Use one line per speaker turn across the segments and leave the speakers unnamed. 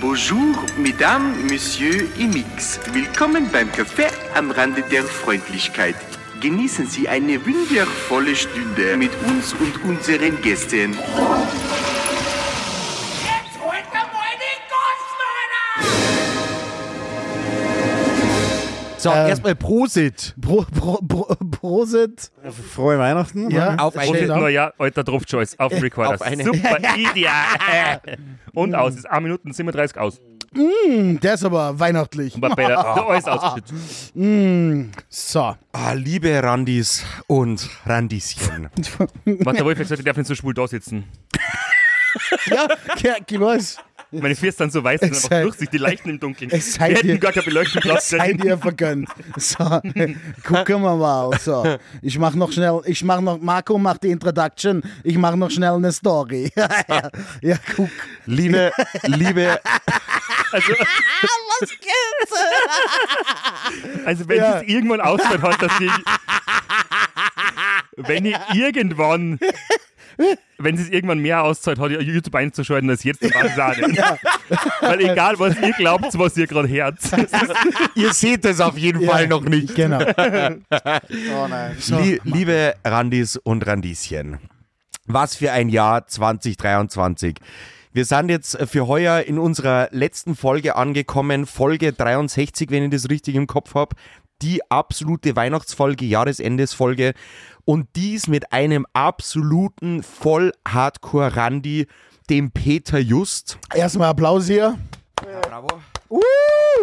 Bonjour, Mesdames, Monsieur Imix. Willkommen beim Café am Rande der Freundlichkeit. Genießen Sie eine wundervolle Stunde mit uns und unseren Gästen.
Jetzt holt mir wohl die Goldmörder!
So, erstmal Prosit.
Ähm, Pro, pro, pro, Prosit.
Frohe Weihnachten.
Ja.
Auf
Und
eine,
naja, alter drauf, Joyce, auf den Recorder.
Äh, auf eine.
Super, ideal. Und aus, ist 1 Minuten 37 aus.
Der ist aber weihnachtlich.
War besser. Alles ausgeschüttet.
So.
Ah, liebe Randis und Randischen.
Was der Wolf hat gesagt, ich darf nicht so schwul da sitzen.
Ja, ja genau. es-
Meine Füße sind so weiß, die
Es
sind
sei-
einfach durchsichtig, die leuchten im Dunkeln.
es sei
Wir
dir-
hätten gar keine Beleuchtung lassen.
Seid ihr vergönnt. So, gucken wir mal. So, ich mach noch schnell, ich mach noch, Marco macht die Introduction, ich mach noch schnell eine Story. ja, guck.
Liebe, liebe,
Also wenn
Ja.
es irgendwann ausfällt, halt, dass ich... Wenn ich irgendwann... Wenn es irgendwann mehr auszahlt, hat ich YouTube einzuschalten als jetzt, dann war es auch nicht. Weil egal, was ihr glaubt, was ihr gerade hört,
ihr seht es auf jeden Fall noch nicht.
Genau. Oh nein. So,
Lie liebe Randis und Randischen, was für ein Jahr 2023. Wir sind jetzt für heuer in unserer letzten Folge angekommen, Folge 63, wenn ich das richtig im Kopf habe. Die absolute Weihnachtsfolge, Jahresendesfolge. Und dies mit einem absoluten Voll-Hardcore-Randi, dem Peter Just. Uh!
erstmal Applaus hier.
Bravo.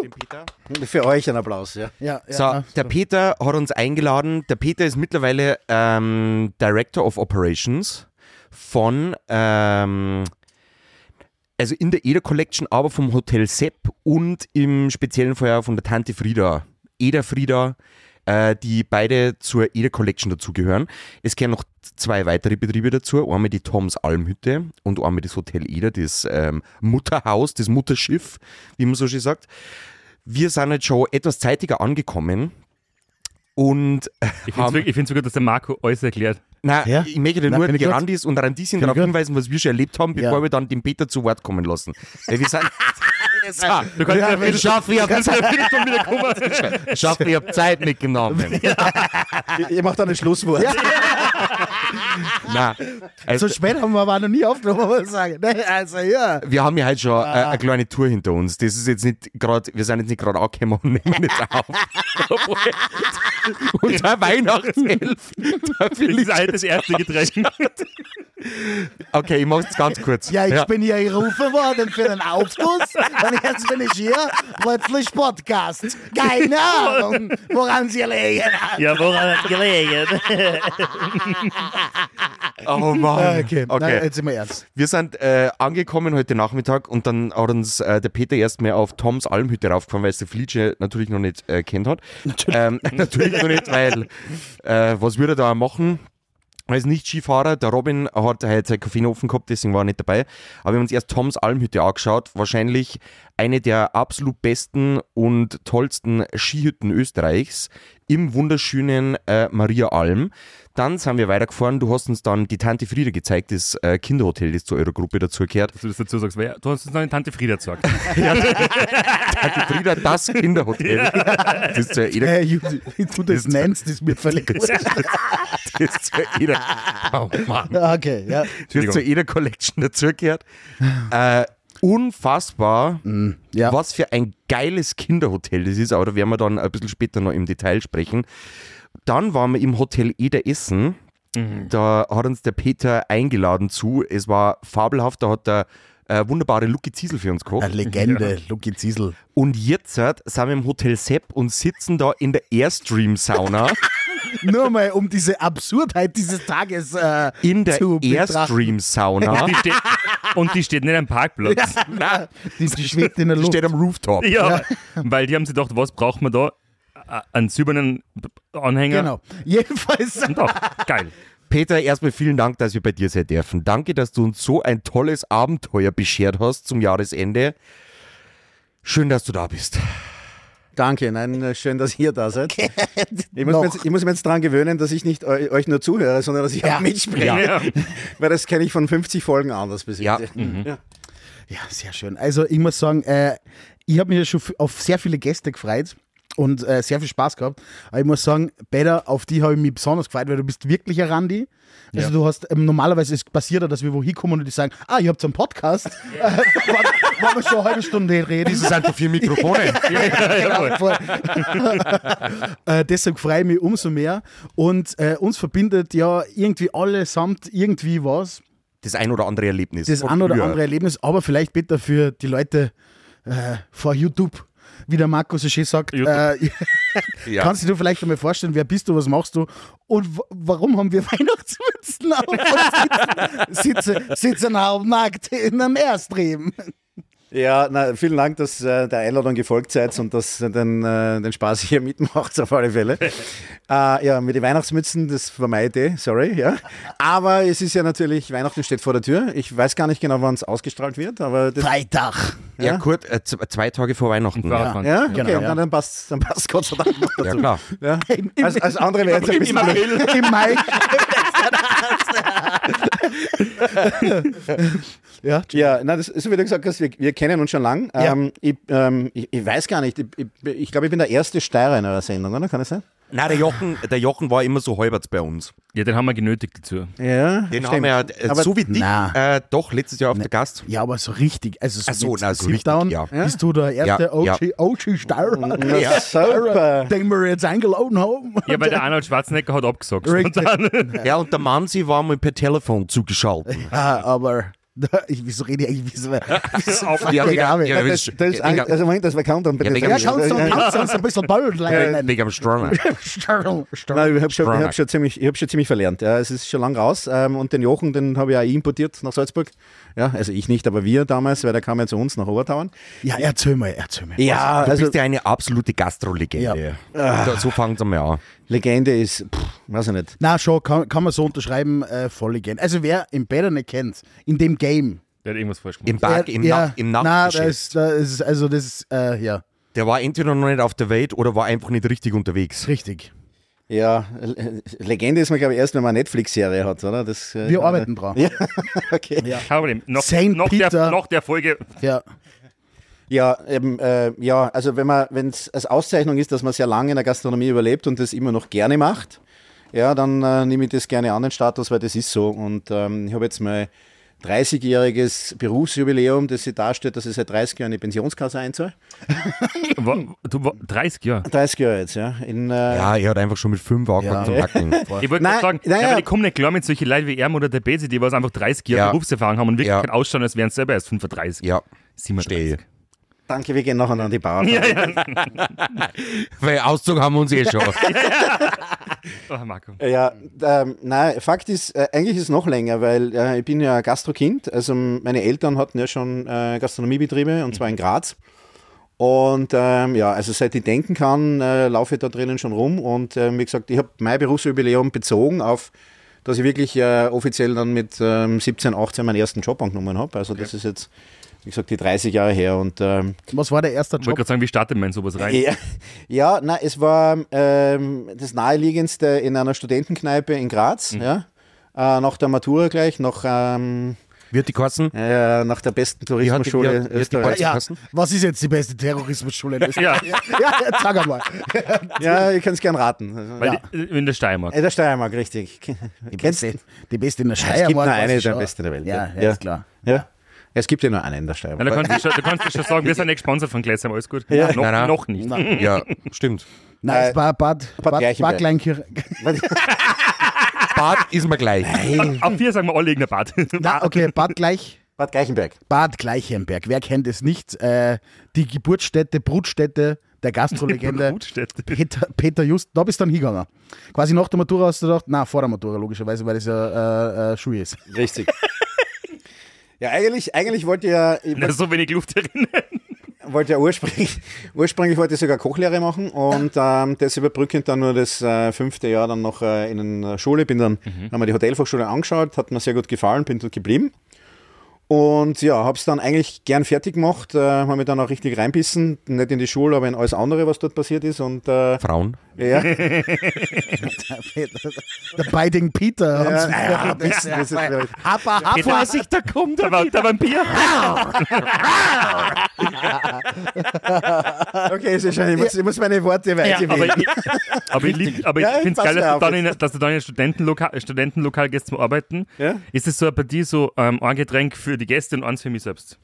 Dem Peter.
Für euch ein Applaus, ja.
Ja, ja.
So, der Peter hat uns eingeladen. Der Peter ist mittlerweile ähm, Director of Operations von, ähm, also in der Eder Collection, aber vom Hotel Sepp und im speziellen Fall von der Tante Frieda. Eder Frieda, äh, die beide zur Eder Collection dazugehören. Es gehören noch zwei weitere Betriebe dazu. Einmal die Toms Almhütte und einmal das Hotel Eder, das ähm, Mutterhaus, das Mutterschiff, wie man so schön sagt. Wir sind jetzt schon etwas zeitiger angekommen und äh,
Ich
haben-
finde es wirklich so gut, dass der Marco alles erklärt.
na,
Ja?
ich möchte dir
Na,
nur
bin ich
die
gut?
Randis und Randisien
Bin ich
darauf
gut?
hinweisen, was wir schon erlebt haben, bevor
Ja.
wir dann den Peter zu Wort kommen lassen. Weil wir sind. Ah, so,
Du kannst ja,
ich schaffe, ich habe
schon wieder kommen.
schaff, ich hab Zeit mitgenommen.
Ihr, ihr macht dann ein Schlusswort.
Na, also,
so spät haben wir aber noch nie aufgenommen, muss ich sagen. Ne, Also, ja.
wir haben ja heute schon äh,
Ah.
eine kleine Tour hinter uns. Das ist jetzt nicht gerade, wir sind jetzt nicht gerade angekommen und nehmen jetzt auf. und der Weihnachtself, da
Das
bin
ist
ich
halt das erste Getränk.
Okay, ich mach's jetzt ganz kurz.
Ja, ich bin hier gerufen worden für den Aufguss und jetzt bin ich hier, plötzlich Podcast. Keine Ahnung, woran sie liegen.
ja, woran hat gelegen?
Oh Mann.
Ah, Okay, Nein, jetzt sind wir ernst.
Wir sind äh, angekommen heute Nachmittag und dann hat uns äh, der Peter erst mal auf Toms Almhütte raufgefahren, weil es der Fliege natürlich noch nicht äh, kennt hat. Natürlich. Ähm, natürlich noch nicht, weil äh, was würde er da machen? Er ist nicht Skifahrer, der Robin hat heute seinen Kaffee offen gehabt, deswegen war er nicht dabei. Aber wir haben uns erst Toms Almhütte angeschaut. Wahrscheinlich eine der absolut besten und tollsten Skihütten Österreichs im wunderschönen äh, Maria Alm. Dann sind wir weitergefahren. Du hast uns dann die Tante Frieda gezeigt, das äh, Kinderhotel, das zu eurer Gruppe dazugehört.
Du das dazu sagst, wer- du hast uns noch eine Tante Frieda gesagt.
Tante Frieda, das Kinderhotel. Das ist eh zu jeder
Hey, Judy, du das nennst, ist mir völlig wurscht.
das ist zu jeder, oh Mann,
Okay, ja.
das ist zu jeder Collection dazugehört. Äh, unfassbar,
ja.
was für ein geiles Kinderhotel das ist, aber da werden wir dann ein bisschen später noch im Detail sprechen. Dann waren wir im Hotel Eder Essen. Da hat uns der Peter eingeladen zu. Es war fabelhaft, da hat der äh, wunderbare Lucky Ziesel für uns gekocht.
Legende, Lucky Ziesel.
Und jetzt äh, sind wir im Hotel Sepp und sitzen da in der Airstream-Sauna.
Nur mal, um diese Absurdheit dieses Tages äh,
In der
zu betrachten.
Airstream-Sauna.
Die steht, und die steht nicht am Parkplatz.
Nein,
Die, die schwebt in der
die
Luft.
steht am Rooftop.
Ja. Weil die haben sich gedacht, was braucht man da? A- Einen silbernen Anhänger.
Genau. Jedenfalls,
Und auch, geil.
Peter, erstmal vielen Dank, dass wir bei dir sein dürfen. Danke, dass du uns so ein tolles Abenteuer beschert hast zum Jahresende. Schön, dass du da bist.
Danke, nein, äh, schön, dass ihr da seid. Ich muss, mir jetzt, ich muss mir jetzt dran gewöhnen, dass ich nicht eu euch nur zuhöre, sondern dass ich auch mitspreche.
Ja.
Weil das kenne ich von 50 Folgen anders bis
Ja.
jetzt. Ja.
Ja, sehr schön. Also ich muss sagen, äh, ich habe mich ja schon f- auf sehr viele Gäste gefreut und äh, sehr viel Spaß gehabt. Aber ich muss sagen, Peter, auf die habe ich mich besonders gefreut, weil du bist wirklich ein Randi. Also du hast, ähm, normalerweise ist passiert, ja, dass wir wohin kommen und die sagen, ah, ihr habt so einen Podcast. Ja. Äh, wollen- wollen wir schon eine halbe Stunde reden.
Das sind doch vier Mikrofone.
Ja, voll. äh, deshalb freue ich mich umso mehr. Und äh, uns verbindet ja irgendwie allesamt irgendwie was.
Das ein oder andere Erlebnis.
Das ein oder
Ja.
andere Erlebnis, aber vielleicht bitte für die Leute äh, vor YouTube, wie der Marco so schön sagt. Äh,
Ja.
Kannst du dir vielleicht einmal vorstellen, wer bist du, was machst du und w- warum haben wir Weihnachtsmützen auf und sitzen, sitzen, sitzen halbnackt in einem Erstreben?
Ja, na, vielen Dank, dass äh, der Einladung gefolgt seid und dass ihr den, äh, den Spaß hier mitmacht, auf alle Fälle. äh, ja, mit den Weihnachtsmützen, das vermeide ich, sorry. Ja. Aber es ist ja natürlich, Weihnachten steht vor der Tür. Ich weiß gar nicht genau, wann es ausgestrahlt wird, aber das,
Freitag.
Ja, kurz, äh, z- zwei Tage vor Weihnachten. Ja,
Ja.
ja, okay,
Genau, ja.
na, dann passt dann passt Gott sei Dank noch dazu.
klar.
Ja. Als, als andere wäre jetzt ein bisschen blöd.
Im Mai. ja,
Ja, na, das ist, wie du gesagt hast, wir, wir kennen uns schon lang.
Ja.
Ähm, ich, ähm, ich, ich weiß gar nicht, ich, ich, ich glaube, ich bin der erste Steirer in eurer Sendung, oder? Kann das sein?
Nein, der Jochen, der Jochen war immer so halbert bei uns.
ja, den haben wir genötigt dazu.
Ja,
Den
stimmt.
haben wir ja, äh,
Aber-
so wie dich,
Na.
äh, doch letztes Jahr auf der Gast.
Ja, aber so richtig. Also so,
Ach so,
mit
na, so richtig,
Sit-Down
ja.
bist du der erste
Ja,
OG,
ja.
OG Star,
Ja, super.
den wir jetzt eingeladen haben.
Ja, weil der Arnold Schwarzenegger hat abgesagt.
Richtig.
Spontan.
Ja, und der Mann, sie war mal per Telefon zugeschaltet.
Ah, aber ich, wieso rede ich eigentlich? Wieso, wieso,
Ja,
der Arme.
ja,
Das,
wegen-
das ist ein,
wegen-
also Moment, das war Countdown. bitte.
wegen-
ja, kannst du kannst du uns ein bisschen bald leiden.
Wegen am Stronger.
Starl, Starl.
Nein, ich habe schon, ich hab
Product.
schon, ziemlich- ich hab schon ziemlich verlernt. Ja, es ist schon lang raus. Ähm, und den Jochen, den habe ich auch importiert nach Salzburg. Ja, also ich nicht, aber wir damals, weil der kam ja zu uns nach Obertauern.
Ja, erzähl mal, erzähl mal.
Ja,
Du
also
bist ja eine absolute Gastrolegende. Da- So fangen sie mal an.
Legende ist, pff, weiß ich nicht.
Na schon, kann, kann man so unterschreiben, äh, voll again. Also wer im Better nicht kennt, in dem Game.
Der hat irgendwas falsch gemacht.
Im Park, im,
ja,
Nacht, im
Na,
Nachtgeschäft.
da ist, da ist, also das ist, äh, ja,
der war entweder noch nicht auf der Welt oder war einfach nicht richtig unterwegs.
richtig.
Ja, Le- Legende ist man, glaube ich, erst, wenn man eine Netflix-Serie hat, oder? Das, äh,
Wir arbeiten dran.
Ja, okay.
Kein Problem. Nach,
Saint
nach,
Peter.
der, nach der Folge.
Ja.
Ja, eben, äh, ja, also wenn man, wenn es als Auszeichnung ist, dass man sehr lange in der Gastronomie überlebt und das immer noch gerne macht, ja, dann äh, nehme ich das gerne an, den Status, weil das ist so. Und ähm, ich habe jetzt mein 30-jähriges Berufsjubiläum, das sich darstellt, dass ich seit 30 Jahren in die Pensionskasse einzahle.
Wa, du, wa, 30 Jahre.
30 Jahre jetzt, ja. In, äh,
Ja, er hat einfach schon mit fünf angefangen zu hacken.
Ich wollte
Nein,
gerade sagen,
naja.
ja, aber ich komme nicht klar mit solchen Leuten wie Erm oder der Bezi, die was einfach 30 Jahre
Ja.
Berufserfahrung haben und wirklich
Ja.
kein ausschauen, als wären sie selber erst 35.
Ja,
37.
stehe.
Danke, wir gehen nachher an die Bar.
Weil Auszug haben wir uns eh schon.
Ah, Marco.
Ja, ähm, nein, Fakt ist, äh, eigentlich ist es noch länger, weil äh, ich bin ja Gastrokind. Also meine Eltern hatten ja schon äh, Gastronomiebetriebe und zwar in Graz. Und ähm, ja, also seit ich denken kann, äh, laufe ich da drinnen schon rum. Und ähm, wie gesagt, ich habe mein Berufsjubiläum bezogen auf, dass ich wirklich äh, offiziell dann mit ähm, 17, 18 meinen ersten Job angenommen habe. Also das ist jetzt, wie gesagt, die 30 Jahre her. Und ähm,
Was war der erste
Ich wollte
Job?
gerade sagen, wie startet man in sowas rein?
ja, ja na, es war ähm, das naheliegendste in einer Studentenkneipe in Graz,
Mhm.
ja. Äh, nach der Matura gleich, nach, ähm,
Wird die kosten?
äh, nach der besten Tourismusschule
wie hat- wie hat die
Österreichs.
Beiz-
Ja,
Kassen?
was ist jetzt die beste Terrorismusschule in Österreich?
Ja,
Ja, sag einmal.
Ja, ihr könnt es gern raten. Also,
weil die- in der Steiermark.
äh, der Steiermark, richtig. Kennst du?
Die beste in der
Es
Steiermark.
gibt nur
weiß
eine
ich
der
schon.
besten der Welt.
Ja, ja, ist klar.
Ja. Es gibt ja nur eine in der
Ja,
Steiermark.
da kannst du schon, da kannst du schon sagen, wir sind nicht gesponsert von Gläsheim, alles gut.
Ja.
Noch,
Nein, nein.
noch nicht.
Ja, stimmt.
Nein, es war Bad, Bad, Bad,
Gleichenberg.
Kleinkirch.
Bad ist mir gleich.
Ab hier sagen wir alle irgendein Bad.
Na, okay, Bad Gleich.
Bad Gleichenberg.
Bad Gleichenberg. Wer kennt es nicht? Äh, die Geburtsstätte, Brutstätte der Gastrolegende.
Brutstätte.
Peter, Peter Just, da bist du dann hingegangen. Quasi nach der Matura hast du gedacht, na vor der Matura logischerweise, weil das ja äh, äh, Schule ist.
Richtig. Ja, eigentlich, eigentlich wollte ich ja, ich
Na, so wenig Luft darin.
wollte ja ursprünglich, ursprünglich wollte ich sogar Kochlehre machen und ähm, das überbrückend dann nur das äh, fünfte Jahr dann noch äh, Mhm. in einer Schule. Bin dann, haben wir die Hotelfachschule angeschaut, hat mir sehr gut gefallen, bin dort geblieben. Und ja, habe es dann eigentlich gern fertig gemacht, äh, habe mich dann auch richtig reinbissen, nicht in die Schule, aber in alles andere, was dort passiert ist. Und äh,
Frauen.
ja,
Der Biting Peter.
Ja,
Ja,
ja, das- das ist-
Hapa, hapa.
Vorsicht, da kommt
Der, Va- der Vampir.
okay, es ist schon, ich muss, ich muss meine Worte
aber
weitergeben.
ich, aber ich, lieb- aber ich
Ja,
finde es
passt
geil, dass
mir
du,
auf
dann in, dass du dann in ein Studentenlokal, Studentenlokal gehst zum Arbeiten.
Ja.
Ist es so bei dir so ähm, ein Getränk für die Gäste und eins für mich selbst?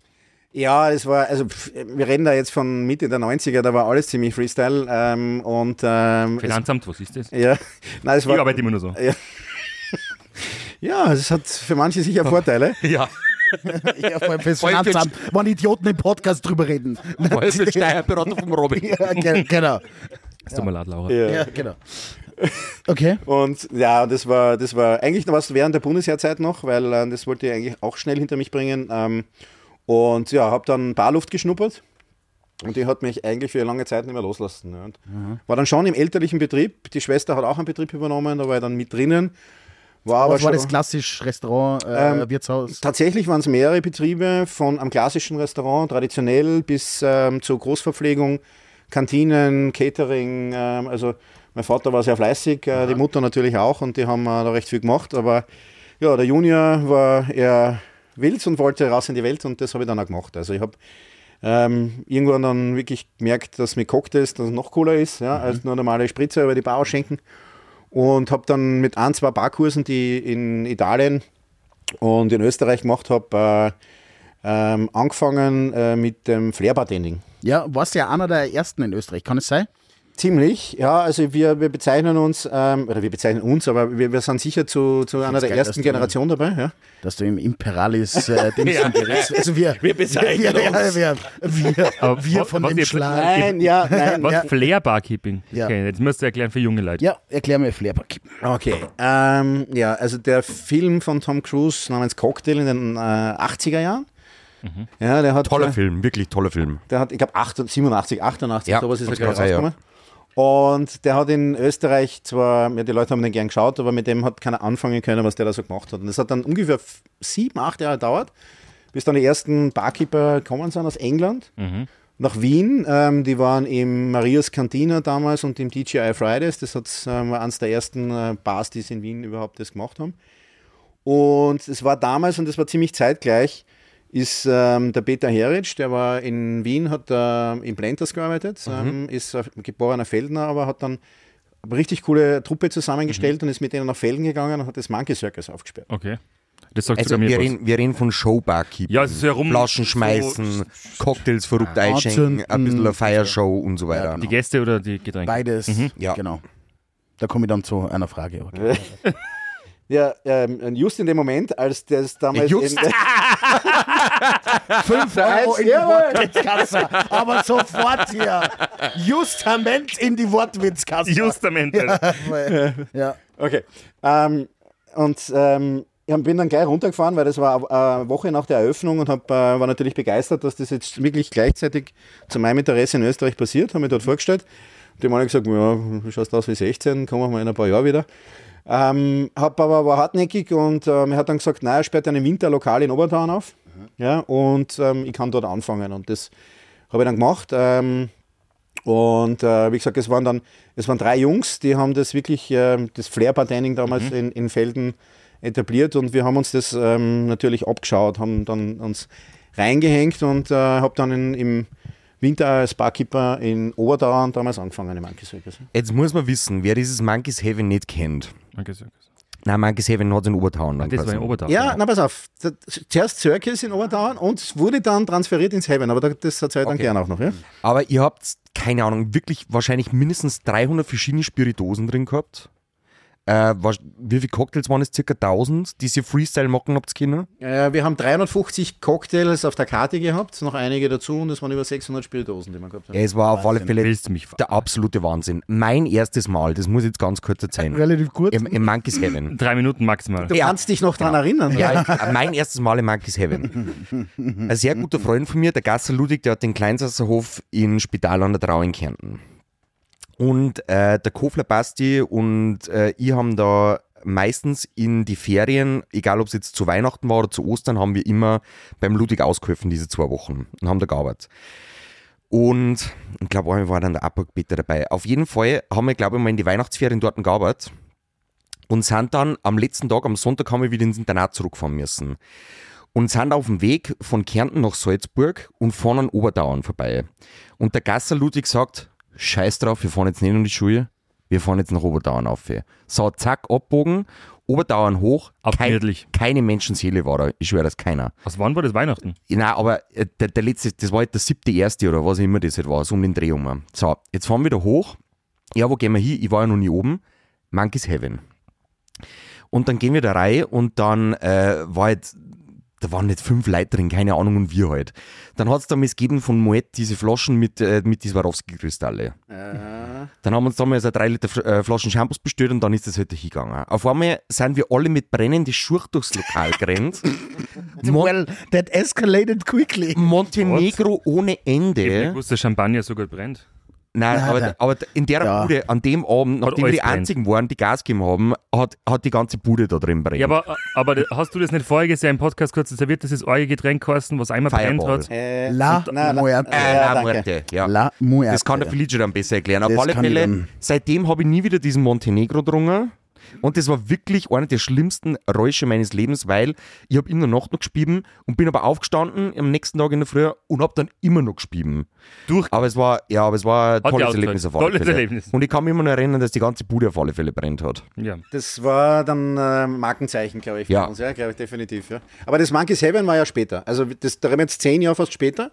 Ja, das war, also pff, wir reden da jetzt von Mitte der 90er, da war alles ziemlich Freestyle. Ähm, und ähm, es,
Finanzamt, was ist das? Ich
ja, nein, es war,
arbeite immer nur so.
ja, es hat für manche sicher Vorteile.
Ja,
Ja, vor allem fürs Finanzamt. Wann Idioten im Podcast drüber reden.
voll für Steuerberater vom Robin.
Ja, ge- genau.
Es tut mir leid, Laura.
Ja, genau. Okay.
Und ja, das war, das war eigentlich noch was während der Bundesheerzeit noch, weil äh, das wollte ich eigentlich auch schnell hinter mich bringen. Ähm, und ja, habe dann Barluft geschnuppert und die hat mich eigentlich für eine lange Zeit nicht mehr loslassen. Ja. Und War dann schon im elterlichen Betrieb. Die Schwester hat auch einen Betrieb übernommen, da war ich dann mit drinnen. War aber
Was war
schon,
das klassisch Restaurant, äh, Wirtshaus?
Tatsächlich waren es mehrere Betriebe, von am klassischen Restaurant, traditionell, bis ähm, zur Großverpflegung, Kantinen, Catering. Ähm, also mein Vater war sehr fleißig, äh, die Mutter natürlich auch und die haben äh, da recht viel gemacht. Aber ja, der Junior war eher wild und wollte raus in die Welt und das habe ich dann auch gemacht. Also ich habe ähm, irgendwann dann wirklich gemerkt, dass mit Cocktails das noch cooler ist, ja, als nur normale Spritzer über die Bar ausschenken. Und habe dann mit ein, zwei Barkursen, die in Italien und in Österreich gemacht habe, äh, ähm, angefangen äh, mit dem Flair-Bartending.
Ja, warst ja einer der ersten in Österreich, kann es sein?
Ziemlich, ja, also wir, wir bezeichnen uns, ähm, oder wir bezeichnen uns, aber wir, wir sind sicher zu, zu einer der
geil,
ersten
dass du-
Generation dabei. Ja.
Dass du im Imperalis äh, Dings unterwegs Also wir, wir bezeichnen wir, uns. Wir, wir,
Aber
wir
was-
von
was
dem
ihr-
Schlag.
Nein, ja, nein.
Was?
ja.
Flair Barkeeping.
Ja.
Okay, jetzt musst du erklären für junge Leute.
Ja, erklär mir Flairback.
Okay, ähm, ja, also der Film von Tom Cruise namens Cocktail in den äh, 80er Jahren. Ja, der hat,
Toller Film, wirklich toller Film.
der hat, ich glaube, 87, 88,
Ja,
sowas ist er
das
gerade
kann sein, ja.
rausgekommen. Und der hat in Österreich zwar, ja, die Leute haben den gern geschaut, aber mit dem hat keiner anfangen können, was der da so gemacht hat. Und das hat dann ungefähr f- sieben, acht Jahre gedauert, bis dann die ersten Barkeeper gekommen sind aus England nach Wien. Ähm, die waren im Marias Cantina damals und im DJI Fridays. Das hat's, ähm, war eines der ersten äh, Bars, die es in Wien überhaupt das gemacht haben. Und es war damals, und das war ziemlich zeitgleich, ist ähm, der Peter Heritsch, der war in Wien, hat ähm, in Planters gearbeitet, ähm, ist ein geborener Feldner, aber hat dann eine richtig coole Truppe zusammengestellt und ist mit denen nach Felden gegangen und hat das Monkey Circus aufgespielt.
Okay. Das sagt
Also
sogar mir
wir
was.
reden, wir reden von Showbarkeeping.
Ja, es ist ja rum-
Flaschen schmeißen, Cocktails verrückt einschenken,
Anzünden.
ein bisschen eine Feiershow und so weiter.
Die Gäste oder die Getränke?
Beides,
Ja.
genau. Da komme ich dann zu einer Frage. aber-
Ja, ähm, just in dem Moment, als das damals.
Just?
in-
Fünf Euro in die
jawohl.
Wortwitzkasse, Ah, oh, aber sofort hier. Justament in die Wortwitzkasse.
Justamente.
ja.
Okay. Ähm, und ähm, ich hab- bin dann gleich runtergefahren, weil das war äh, eine Woche nach der Eröffnung und hab, äh, war natürlich begeistert, dass das jetzt wirklich gleichzeitig zu meinem Interesse in Österreich passiert. Haben mich dort vorgestellt. Dem haben gesagt, ja, du schaust aus wie 16, kommen wir mal in ein paar Jahren wieder. Ähm, hab aber war hartnäckig und ähm, er hat dann gesagt, nein, er sperrt einen Winterlokal in Obertauern auf. Ja, und ähm, ich kann dort anfangen. Und das habe ich dann gemacht. Ähm, und äh, wie gesagt, es waren dann, es waren drei Jungs, die haben das wirklich, ähm, das Flair-Bartending damals in, in Felden etabliert und wir haben uns das ähm, natürlich abgeschaut, haben dann uns reingehängt und äh, habe dann in, im Winter als Barkeeper in Oberdauern damals angefangen im Monkey Circus.
Jetzt muss man wissen, wer dieses Monkeys Heaven nicht kennt.
Okay, so.
Nein, Monkeys Heaven hat in Obertown.
Ah, Das war in Oberdorf.
Ja, na pass auf, da- zuerst Circus in Oberdauern und es wurde dann transferiert ins Heaven, aber da, das hat es halt dann
Okay.
gern auch noch, ja?
Aber ihr habt, keine Ahnung, wirklich wahrscheinlich mindestens 300 verschiedene Spiritosen drin gehabt. Äh, was, wie viele Cocktails waren es? Circa 1000, die ihr Freestyle machen habt, Kinder?
Äh, wir haben 350 Cocktails auf der Karte gehabt, noch einige dazu und es waren über 600 Spiritosen, die man gehabt haben.
Ja, es war auf alle Fälle
Willst du mich ver-
der absolute Wahnsinn. Mein erstes Mal, das muss jetzt ganz kurz erzählen.
Relativ gut.
Im, im Monkeys Heaven.
Drei Minuten maximal.
Du
Ja. Genau.
kannst dich noch dran erinnern. oder?
Ja, ich- äh, mein erstes Mal im Monkeys Heaven. Ein sehr guter Freund von mir, der Gasser Ludwig, der hat den Kleinsasserhof in Spital an der Trau in Kärnten. Und äh, der Kofler Basti und äh, ich haben da meistens in die Ferien, egal ob es jetzt zu Weihnachten war oder zu Ostern, haben wir immer beim Ludwig ausgeholfen diese zwei Wochen und haben da gearbeitet. Und ich glaube, einmal war dann der Abbruchbeter dabei. Auf jeden Fall haben wir, glaube ich, mal in die Weihnachtsferien dort gearbeitet und sind dann am letzten Tag, am Sonntag, haben wir wieder ins Internat zurückfahren müssen. Und sind auf dem Weg von Kärnten nach Salzburg und fahren an Oberdauern vorbei. Und der Gasser Ludwig sagt, scheiß drauf, wir fahren jetzt nicht in die Schule, wir fahren jetzt nach Oberdauern auf. So, zack, abbogen, Oberdauern hoch. Kein,
Abgemütlich.
keine Menschenseele war da, ich schwöre das, keiner.
Aus wann war das Weihnachten?
Nein, aber äh, der, der letzte, das war halt der siebte, erste oder was immer das halt war, so um den Dreh rum. So, jetzt fahren wir da hoch. Ja, wo gehen wir hin? Ich war ja noch nie oben. Monkeys Heaven. Und dann gehen wir da rein und dann äh, war halt, da waren nicht fünf Leute drin, keine Ahnung, und wir halt. Dann hat es damals gegeben von Moet diese Flaschen mit, äh, mit die Swarovski-Kristalle. Dann haben wir uns damals eine 3 Liter Fl- äh, Flaschen Shampoos bestellt und dann ist das heute hingegangen. Auf einmal sind wir alle mit brennenden Schuhe durchs Lokal gerannt. Mon-
Well, that escalated quickly.
Montenegro ohne
Ich
Ende.
wusste, Champagner so gut brennt.
Nein, aber, aber in der
Ja.
Bude, an dem Abend, nachdem wir
alles
die
brennt.
einzigen waren, die Gas gegeben haben, hat, hat die ganze Bude da drin brennt.
Ja, aber, aber da- hast du das nicht voriges Jahr im Podcast kurz serviert, dass es euer Getränk kosten, was einmal brennt
Fireball.
hat?
Äh,
La
na, na,
Muerte.
äh,
ja,
La
danke.
Muerte, ja.
La Muerte.
das kann der Felice dann besser erklären. Auf
Das
alle
kann ich
Fälle,
dann.
seitdem habe ich nie wieder diesen Montenegro drungen. Und das war wirklich einer der schlimmsten Räusche meines Lebens, weil ich habe in der Nacht noch gespieben und bin aber aufgestanden am nächsten Tag in der Früh und habe dann immer noch gespieben.
Durch-
Aber es war, ja, aber es war ein
die
tolles
ausgezahlt.
Erlebnis auf alle
Tolles
Fälle.
Erlebnis.
Und ich kann mich immer noch erinnern, dass die ganze Bude auf alle Fälle brennt hat.
Ja.
Das war dann äh, Markenzeichen, glaube ich, für
Ja.
uns, ja, glaube ich, definitiv. Ja. Aber das Monkey Seven war ja später. Also das, da reden wir jetzt zehn Jahre fast später,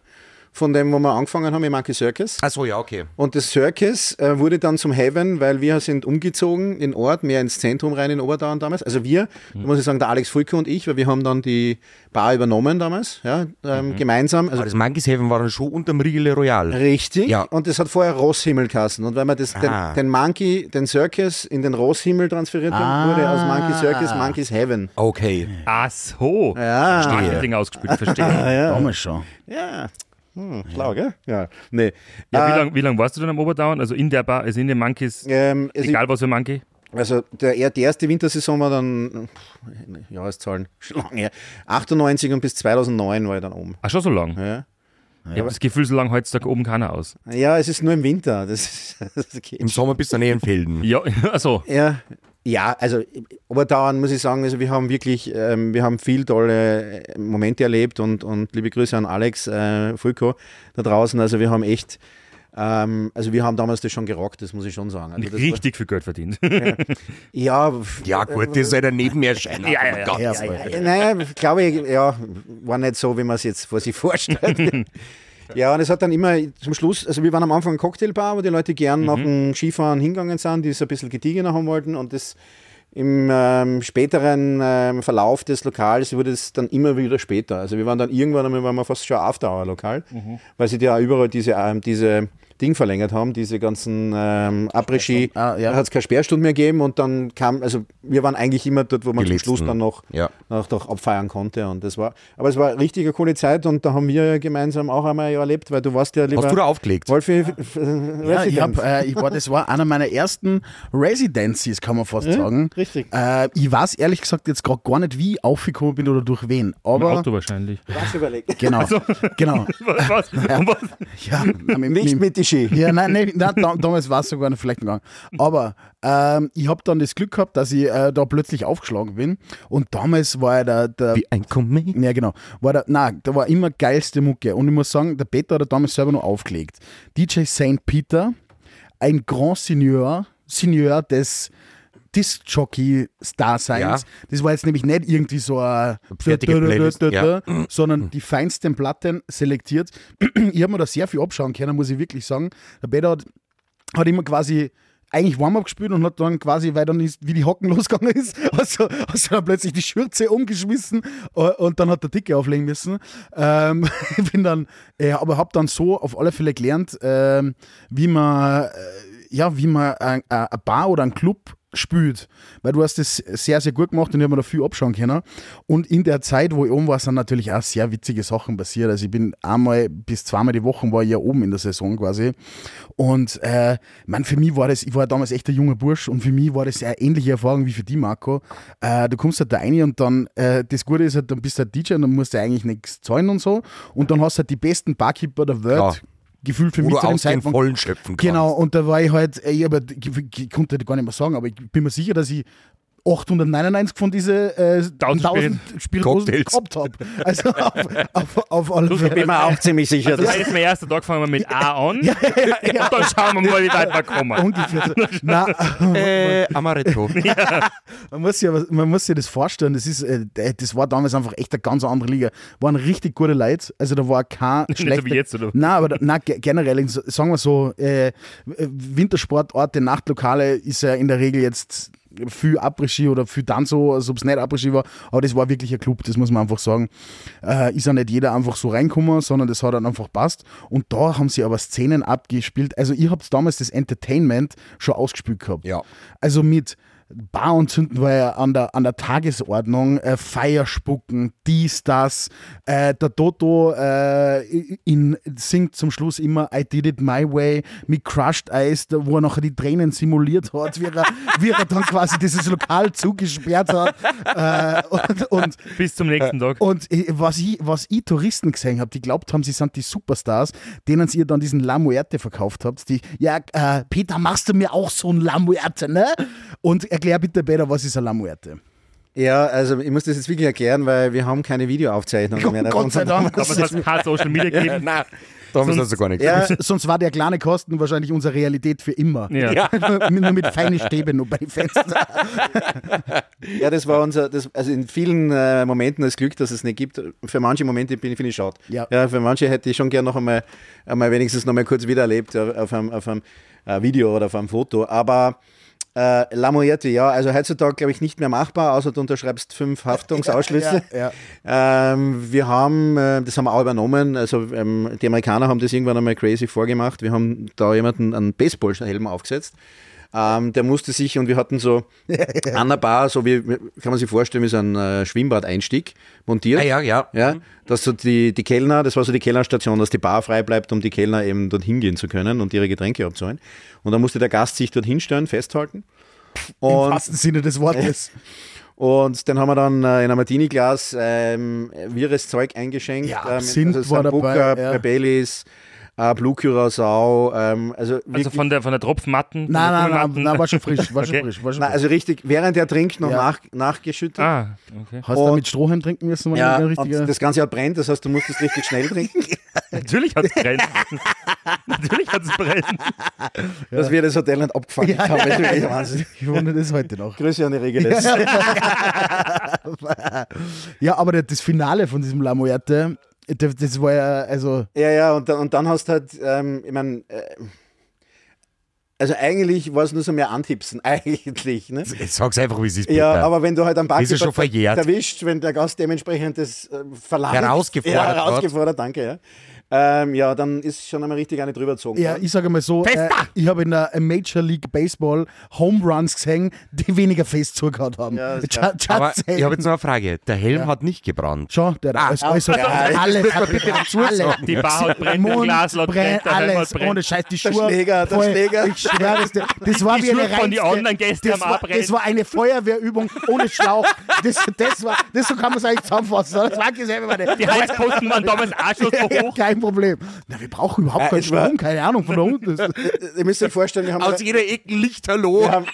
von dem, wo wir angefangen haben im Monkey Circus.
Achso, ja, okay.
Und das Circus äh, wurde dann zum Heaven, weil wir sind umgezogen in Ort, mehr ins Zentrum rein in Oberdauern damals. Also wir,
Mhm.
da muss ich sagen, der Alex Fulke und ich, weil wir haben dann die Bar übernommen damals, ja, ähm,
Mhm.
gemeinsam. Also
Aber das Monkeys Heaven war dann schon unterm Riegel Royal.
Richtig.
Ja.
Und das hat vorher Rosshimmelkassen. Und wenn man das, den,
Ah.
den Monkey, den Circus in den Rosshimmel transferiert haben, wurde aus Monkey Circus Monkey's Heaven.
Okay.
Ach so.
Ja.
Marketing ausgespielt, verstehe.
Damals schon.
Ja. Hm, schlau, gell? Ja. Nee.
Ja, wie
Äh,
lange wie lang warst du dann am Oberdauern? Also in der Bar, also in den Monkeys,
ähm, also, ich,
egal was für Monkey?
also der, er- die erste Wintersaison war dann, pff, Jahreszahlen, schon lange her, 98 und bis 2009 war ich dann um. oben.
Ach, schon so lang.
Ja.
Ich habe das Gefühl, so lange heutzutage oben keiner aus.
ja, es ist nur im Winter. Das, das geht
Im Sommer bist du dann eh in Felden.
Ja, also
Ja, ja, also Oberdauern muss ich sagen, also wir haben wirklich, ähm, wir haben viel tolle äh, Momente erlebt und, und liebe Grüße an Alex äh, Fulko da draußen. Also wir haben echt, ähm, also wir haben damals das schon gerockt, das muss ich schon sagen. Also das war,
richtig viel Geld verdient.
ja,
Ja, gut, das ist halt ein Nebenerscheinung.
Ja, ja, ja.
Gott.
ja, naja, glaube ich, ja, war nicht so, wie man es jetzt vor sich vorstellt. Ja, und es hat dann immer zum Schluss, also wir waren am Anfang eine Cocktailbar, wo die Leute gern nach dem Skifahren hingegangen sind, die es ein bisschen gediegener haben wollten und das im ähm, späteren ähm, Verlauf des Lokals wurde es dann immer wieder später. Also wir waren dann irgendwann einmal waren wir fast schon ein After-Hour-Lokal, weil sie da überall diese, ähm, diese Ding verlängert haben, diese ganzen ähm, Après-Ski.
Ah, ja.
Da hat es keine Sperrstunde mehr gegeben und dann kam, also wir waren eigentlich immer dort, wo man
Die
zum Schluss
letzten.
dann noch
Ja.
noch doch abfeiern konnte. Und das war, aber es war eine richtige coole Zeit und da haben wir ja gemeinsam auch einmal ja erlebt, weil du warst ja lieber.
Hast du da aufgelegt?
Wolfi,
Ja, ich hab, äh, ich war, das war einer meiner ersten Residencies, kann man fast sagen.
richtig.
Äh, ich weiß ehrlich gesagt jetzt gerade gar nicht, wie ich aufgekommen bin oder durch wen. Aber
Auto also, wahrscheinlich.
was überlegt.
genau, genau.
Was? was? Und was?
Ja, mit,
Nicht mit die Ski.
Ja, nein, nein, nein da, damals war es sogar noch vielleicht noch gegangen. Aber ähm, ich habe dann das Glück gehabt, dass ich äh, da plötzlich aufgeschlagen bin. Und damals war ja der, der
Wie ein Komet.
ja, genau. War der, nein, da war immer geilste Mucke. Und ich muss sagen, der Peter hat er damals selber noch aufgelegt. DJ St. Peter, ein Grand Senior, Senior des Disc-Jockey-Star-Seins.
Ja.
Das war jetzt nämlich nicht irgendwie so ein
Fertige Playlist, ja. Mhm.
sondern die feinsten Platten selektiert. Ich habe mir da sehr viel abschauen können, muss ich wirklich sagen. Der Peter hat hat immer quasi eigentlich Warm-up gespielt und hat dann quasi, weil dann ist, wie die Hocken losgegangen ist, hast du, hast du dann plötzlich die Schürze umgeschmissen äh, und dann hat der Dicke auflegen müssen. Ähm, ich bin dann, äh, aber hab dann so auf alle Fälle gelernt, ähm, wie man, äh, ja, wie man ein- ein- eine Bar oder einen Club gespielt, weil du hast das sehr, sehr gut gemacht und ich habe mir da viel abschauen können. Und in der Zeit, wo ich oben war, sind natürlich auch sehr witzige Sachen passiert. Also ich bin einmal bis zweimal die Woche war ich ja oben in der Saison quasi. Und äh, man, für mich war das, ich war damals echt ein junger Bursch und für mich war das eine ähnliche Erfahrung wie für die Marco. Äh, du kommst halt da rein und dann, äh, das Gute ist halt, dann bist du halt DJ und dann musst du eigentlich nichts zahlen und so. Und dann hast du halt die besten Barkeeper der Welt.
Klar.
Gefühlt für
Wo du
mich zu dem
aus den
Zeitpunkt.
Vollen schöpfen kannst.
Genau, und da war ich halt, ich, hab, halt- ich, ich konnte das gar nicht mehr sagen, aber ich bin mir sicher, dass ich 899 von diesen äh,
1000
Spieldosen
Cocktails.
gehabt habe. Also auf, auf, auf alle
Ich bin
Fälle.
mir auch ziemlich sicher,
Das
dass
war jetzt mein erster Tag, fangen wir mit A an. Und dann schauen wir mal, wie weit wir kommen.
Ungefähr. Nein,
Äh, Amaretto.
man muss, sich, aber- man muss sich das vorstellen, das, ist, äh, das war damals einfach echt eine ganz andere Liga. Waren richtig gute Leute, also da war kein
so
schlechter...
wie jetzt, oder?
Nein, aber da, nein, ge- generell, in so- sagen wir so, äh, Wintersportorte, Nachtlokale ist ja in der Regel jetzt viel Après-Ski oder viel Danzo, als ob es nicht Après-Ski war, aber das war wirklich ein Club, das muss man einfach sagen. Äh, ist ja nicht jeder einfach so reingekommen, sondern das hat dann einfach passt. Und da haben sie aber Szenen abgespielt. Also ihr habt damals das Entertainment schon ausgespielt gehabt.
Ja.
Also mit Bar und Zünden war ja an der, an der Tagesordnung, äh, Feierspucken, dies, das. Äh, der Toto äh, in, singt zum Schluss immer I did it my way mit Crushed Eyes, da- wo er nachher die Tränen simuliert hat, wie er, wie er dann quasi dieses Lokal zugesperrt hat. Äh, und, und
Bis zum nächsten Tag.
und äh, was ich, was ich Touristen gesehen habe, die glaubt haben, sie sind die Superstars, denen ihr dann diesen La Muerte verkauft habt, die, ja, äh, Peter, machst du mir auch so einen La Muerte, ne? Und erklär bitte Peter, was ist ein La Muerte?
Ja, also ich muss das jetzt wirklich erklären, weil wir haben keine Videoaufzeichnung mehr.
Gott sei Dank.
Aber es hat kein Social Media gegeben.
Nein, da haben wir also gar nichts.
Ja,
Äh, Sonst war der kleine Kosten wahrscheinlich unsere Realität für immer.
Ja.
Nur- Nur mit feinen Stäben und bei den Fenstern.
ja, das war unser, das, also in vielen äh, Momenten das Glück, dass es nicht gibt. Für manche Momente bin ich, finde ich schade.
Ja.
für manche hätte ich schon gern noch einmal, einmal wenigstens noch mal kurz wiedererlebt auf, auf einem, auf einem äh, Video oder auf einem Foto. Aber äh, La Muerte, ja, also heutzutage glaube ich nicht mehr machbar, außer du unterschreibst fünf Haftungsausschlüsse.
ja.
Ähm, wir haben, äh, das haben wir auch übernommen, also ähm, die Amerikaner haben das irgendwann einmal crazy vorgemacht. Wir haben da jemanden einen Baseballhelm aufgesetzt. Ähm, der musste sich, und wir hatten so an der Bar, so wie, kann man sich vorstellen, wie so ein äh, Schwimmbad-Einstieg montiert.
Ah, ja, ja.
Mhm.
Ja, dass so die, die Kellner, das war so die Kellnerstation, dass die Bar frei bleibt, um die Kellner eben dorthin gehen zu können und ihre Getränke abzuholen. Und dann musste der Gast sich dorthin stellen, festhalten.
Im
Und
wahrsten Sinne des Wortes.
und dann haben wir dann äh, in ein Martini-Glas ähm, wirres Zeug eingeschenkt.
Ja,
ähm,
Absinth war dabei, ja.
Baileys, äh, Blue Curacao, ähm, also,
Also
wirklich,
von der, von der Tropfmatten. von
Nein,
der
nein, nein,
Kugelmatten.
nein, war schon frisch. War schon
Okay.
frisch, war schon
nein,
frisch.
also richtig, während er trinkt, noch
Ja.
nach, nachgeschüttet.
Ah, okay.
Hast du mit Strohhalm trinken müssen? wenn
also, Ja,
du ein
und
richtiger-
das Ganze hat brennt, das heißt, du musstest richtig schnell trinken,
Natürlich hat es brennt. Natürlich hat es brennt.
dass wir das Hotel nicht abgefangen haben. Das ist wirklich Wahnsinn.
ich wundere das heute noch.
Grüße an die Regeles.
Ja, aber das Finale von diesem La Muerte, das, das war ja, also,
Ja, ja, und dann, und dann hast du halt, ähm, ich meine, äh, also eigentlich war es nur so mehr Antipsen, eigentlich. Ne?
Jetzt sag's einfach, wie es ist, Peter.
Ja, aber wenn du halt am
Ist er schon
Barkeeper
verjährt?
erwischt, wenn der Gast dementsprechend das äh, verlangt.
Herausgefordert
Ja,
hat.
herausgefordert, danke, ja. Ähm, ja, dann ist schon einmal richtig eine drüberzogen.
ja, ich sage mal so, äh, ich habe in der Major League Baseball Home Runs gesehen, die weniger fest zugehauen haben.
Ja, ist
Ja,
aber ich habe jetzt noch eine Frage. Der Helm hat nicht gebrannt.
Schon, der hat alles,
Ah,
alles, alles, alles, hat gebrannt, alle.
Die Bar hat brennt, der
Mund,
Glaslaut
brennt,
brennt, der Helm hat
alles,
brennt.
ohne Scheiß, die Schuhe.
Schläger, der
voll.
Schläger.
Ich schwöre es dir. Das war
Die
wie eine
Schuhe von die
reinste-
anderen Gäste
das
am
war,
Abbrennen.
Das war eine Feuerwehrübung ohne Schlauch. Das, das war, das so kann man es eigentlich zusammenfassen. Das war selber meine.
Die Heizkosten waren damals auch schon so
Ja,
hoch.
kein Problem. Na, wir brauchen überhaupt keinen
es war-
Strom, keine Ahnung, von da unten. ist-
Ihr müsst euch vorstellen, wir haben,
Aus
wir
jeder Ecke Lichterloh.
haben,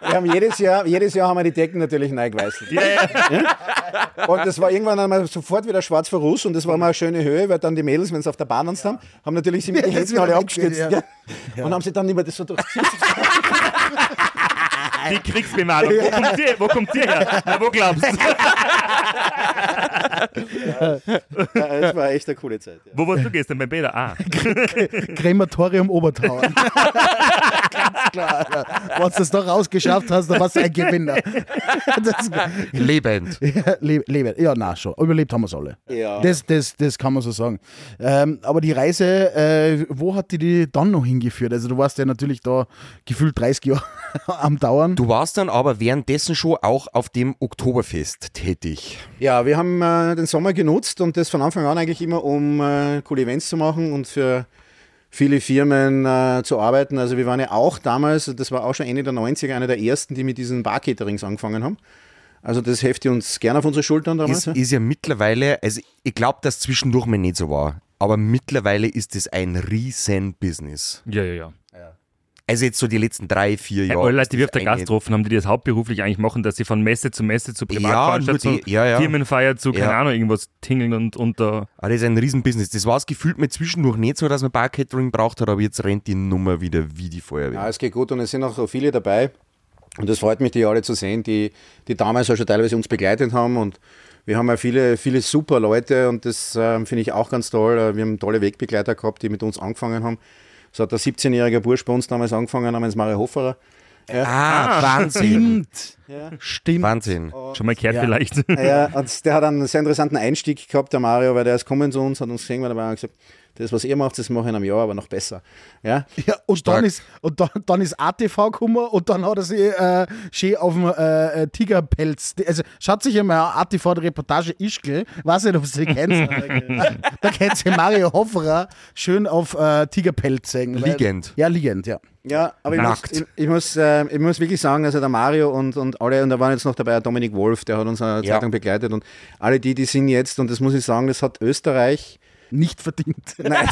wir haben jedes, Jahr, jedes Jahr haben wir die Decken natürlich neu geweißelt.
Ja, ja.
Und das war irgendwann einmal sofort wieder schwarz vor Russ und das war mal eine schöne Höhe, weil dann die Mädels, wenn sie auf der Bahn uns haben, haben natürlich sie mit den
Ja, das
Händen alle
wieder
abgestützt.
weggeht,
Ja. Und haben sie dann immer das so durchziehen.
Die Kriegsbemalung. Wo kommt ihr, wo kommt ihr her? Na, wo glaubst du?
Ja, das war echt eine coole Zeit. Ja.
Wo warst du gestern beim Peter? Ah,
Krematorium Obertauern. Ganz klar, Alter. Wenn du das da rausgeschafft hast, dann warst du ein Gewinner. Das,
Lebend.
ja, le- leben. Ja, na schon. Überlebt haben wir es alle.
Ja.
Das, das, das kann man so sagen. Ähm, aber die Reise, äh, wo hat die, die dann noch hingeführt? Also du warst ja natürlich da gefühlt 30 Jahre am Dauern.
Du warst dann aber währenddessen schon auch auf dem Oktoberfest tätig.
Ja, wir haben äh, den Sommer genutzt und das von Anfang an eigentlich immer, um äh, coole Events zu machen und für viele Firmen äh, zu arbeiten. Also wir waren ja auch damals, das war auch schon Ende der 90er, einer der ersten, die mit diesen Bar-Caterings angefangen haben. Also das heftet uns gerne auf unsere Schultern damals.
Ist,
ja.
ist ja mittlerweile, also ich glaube, dass zwischendurch mir nicht so war, aber mittlerweile ist es ein riesen Business.
Ja, ja, ja.
Also jetzt so die letzten drei, vier
Ja,
Jahre.
alle Leute, die wir auf
ist
der
eigentlich-
Gastrofen haben, die das hauptberuflich eigentlich machen, dass sie von Messe zu Messe zu
Ja,
Privatveranstaltungen,
nur die- ja, ja.
Firmenfeier zu, keine
Ja.
Ahnung, irgendwas tingeln und unter.
Ah, das ist ein Riesenbusiness. Das war es gefühlt mir zwischendurch nicht so, dass man Bar-Catering braucht hat, aber jetzt rennt die Nummer wieder wie die Feuerwehr.
Ah,
Ja, es geht gut und es sind auch so viele dabei. Und es freut mich, die alle zu sehen, die, die damals auch schon teilweise uns begleitet haben. Und wir haben ja viele, viele super Leute und das ähm, finde ich auch ganz toll. Äh, Wir haben tolle Wegbegleiter gehabt, die mit uns angefangen haben. So hat der 17-jährige Bursch bei uns damals angefangen, namens Mario Hofferer.
Ah, Wahnsinn.
Stimmt. Stimmt.
Wahnsinn.
Schon mal gehört vielleicht.
Ja, und der hat einen sehr interessanten Einstieg gehabt, der Mario, weil der ist gekommen zu uns, hat uns gesehen, weil er gesagt das, was ihr macht, das mache ich in einem Jahr, aber noch besser. Ja,
Ja, und dann
Stark.
ist, und dann, dann ist ATV gekommen und dann hat er sich äh, schön auf dem äh, äh, Tigerpelz. Also schaut sich einmal an, ATV die Reportage Ischgl, weiß nicht, ob ihr sie kennt. da kennt ihr Mario Hofferer schön auf äh, Tigerpelz sehen. weil-
Liegend.
Ja, liegend, ja.
Ja, aber ich muss,
Nackt.
ich, ich, muss, äh, ich muss wirklich sagen, also der Mario und, und alle, und da waren jetzt noch dabei der Dominik Wolf, der hat uns eine Zeit
Ja.
lang begleitet und alle die, die sind jetzt, und das muss ich sagen, das hat Österreich.
Nicht verdient.
Nein.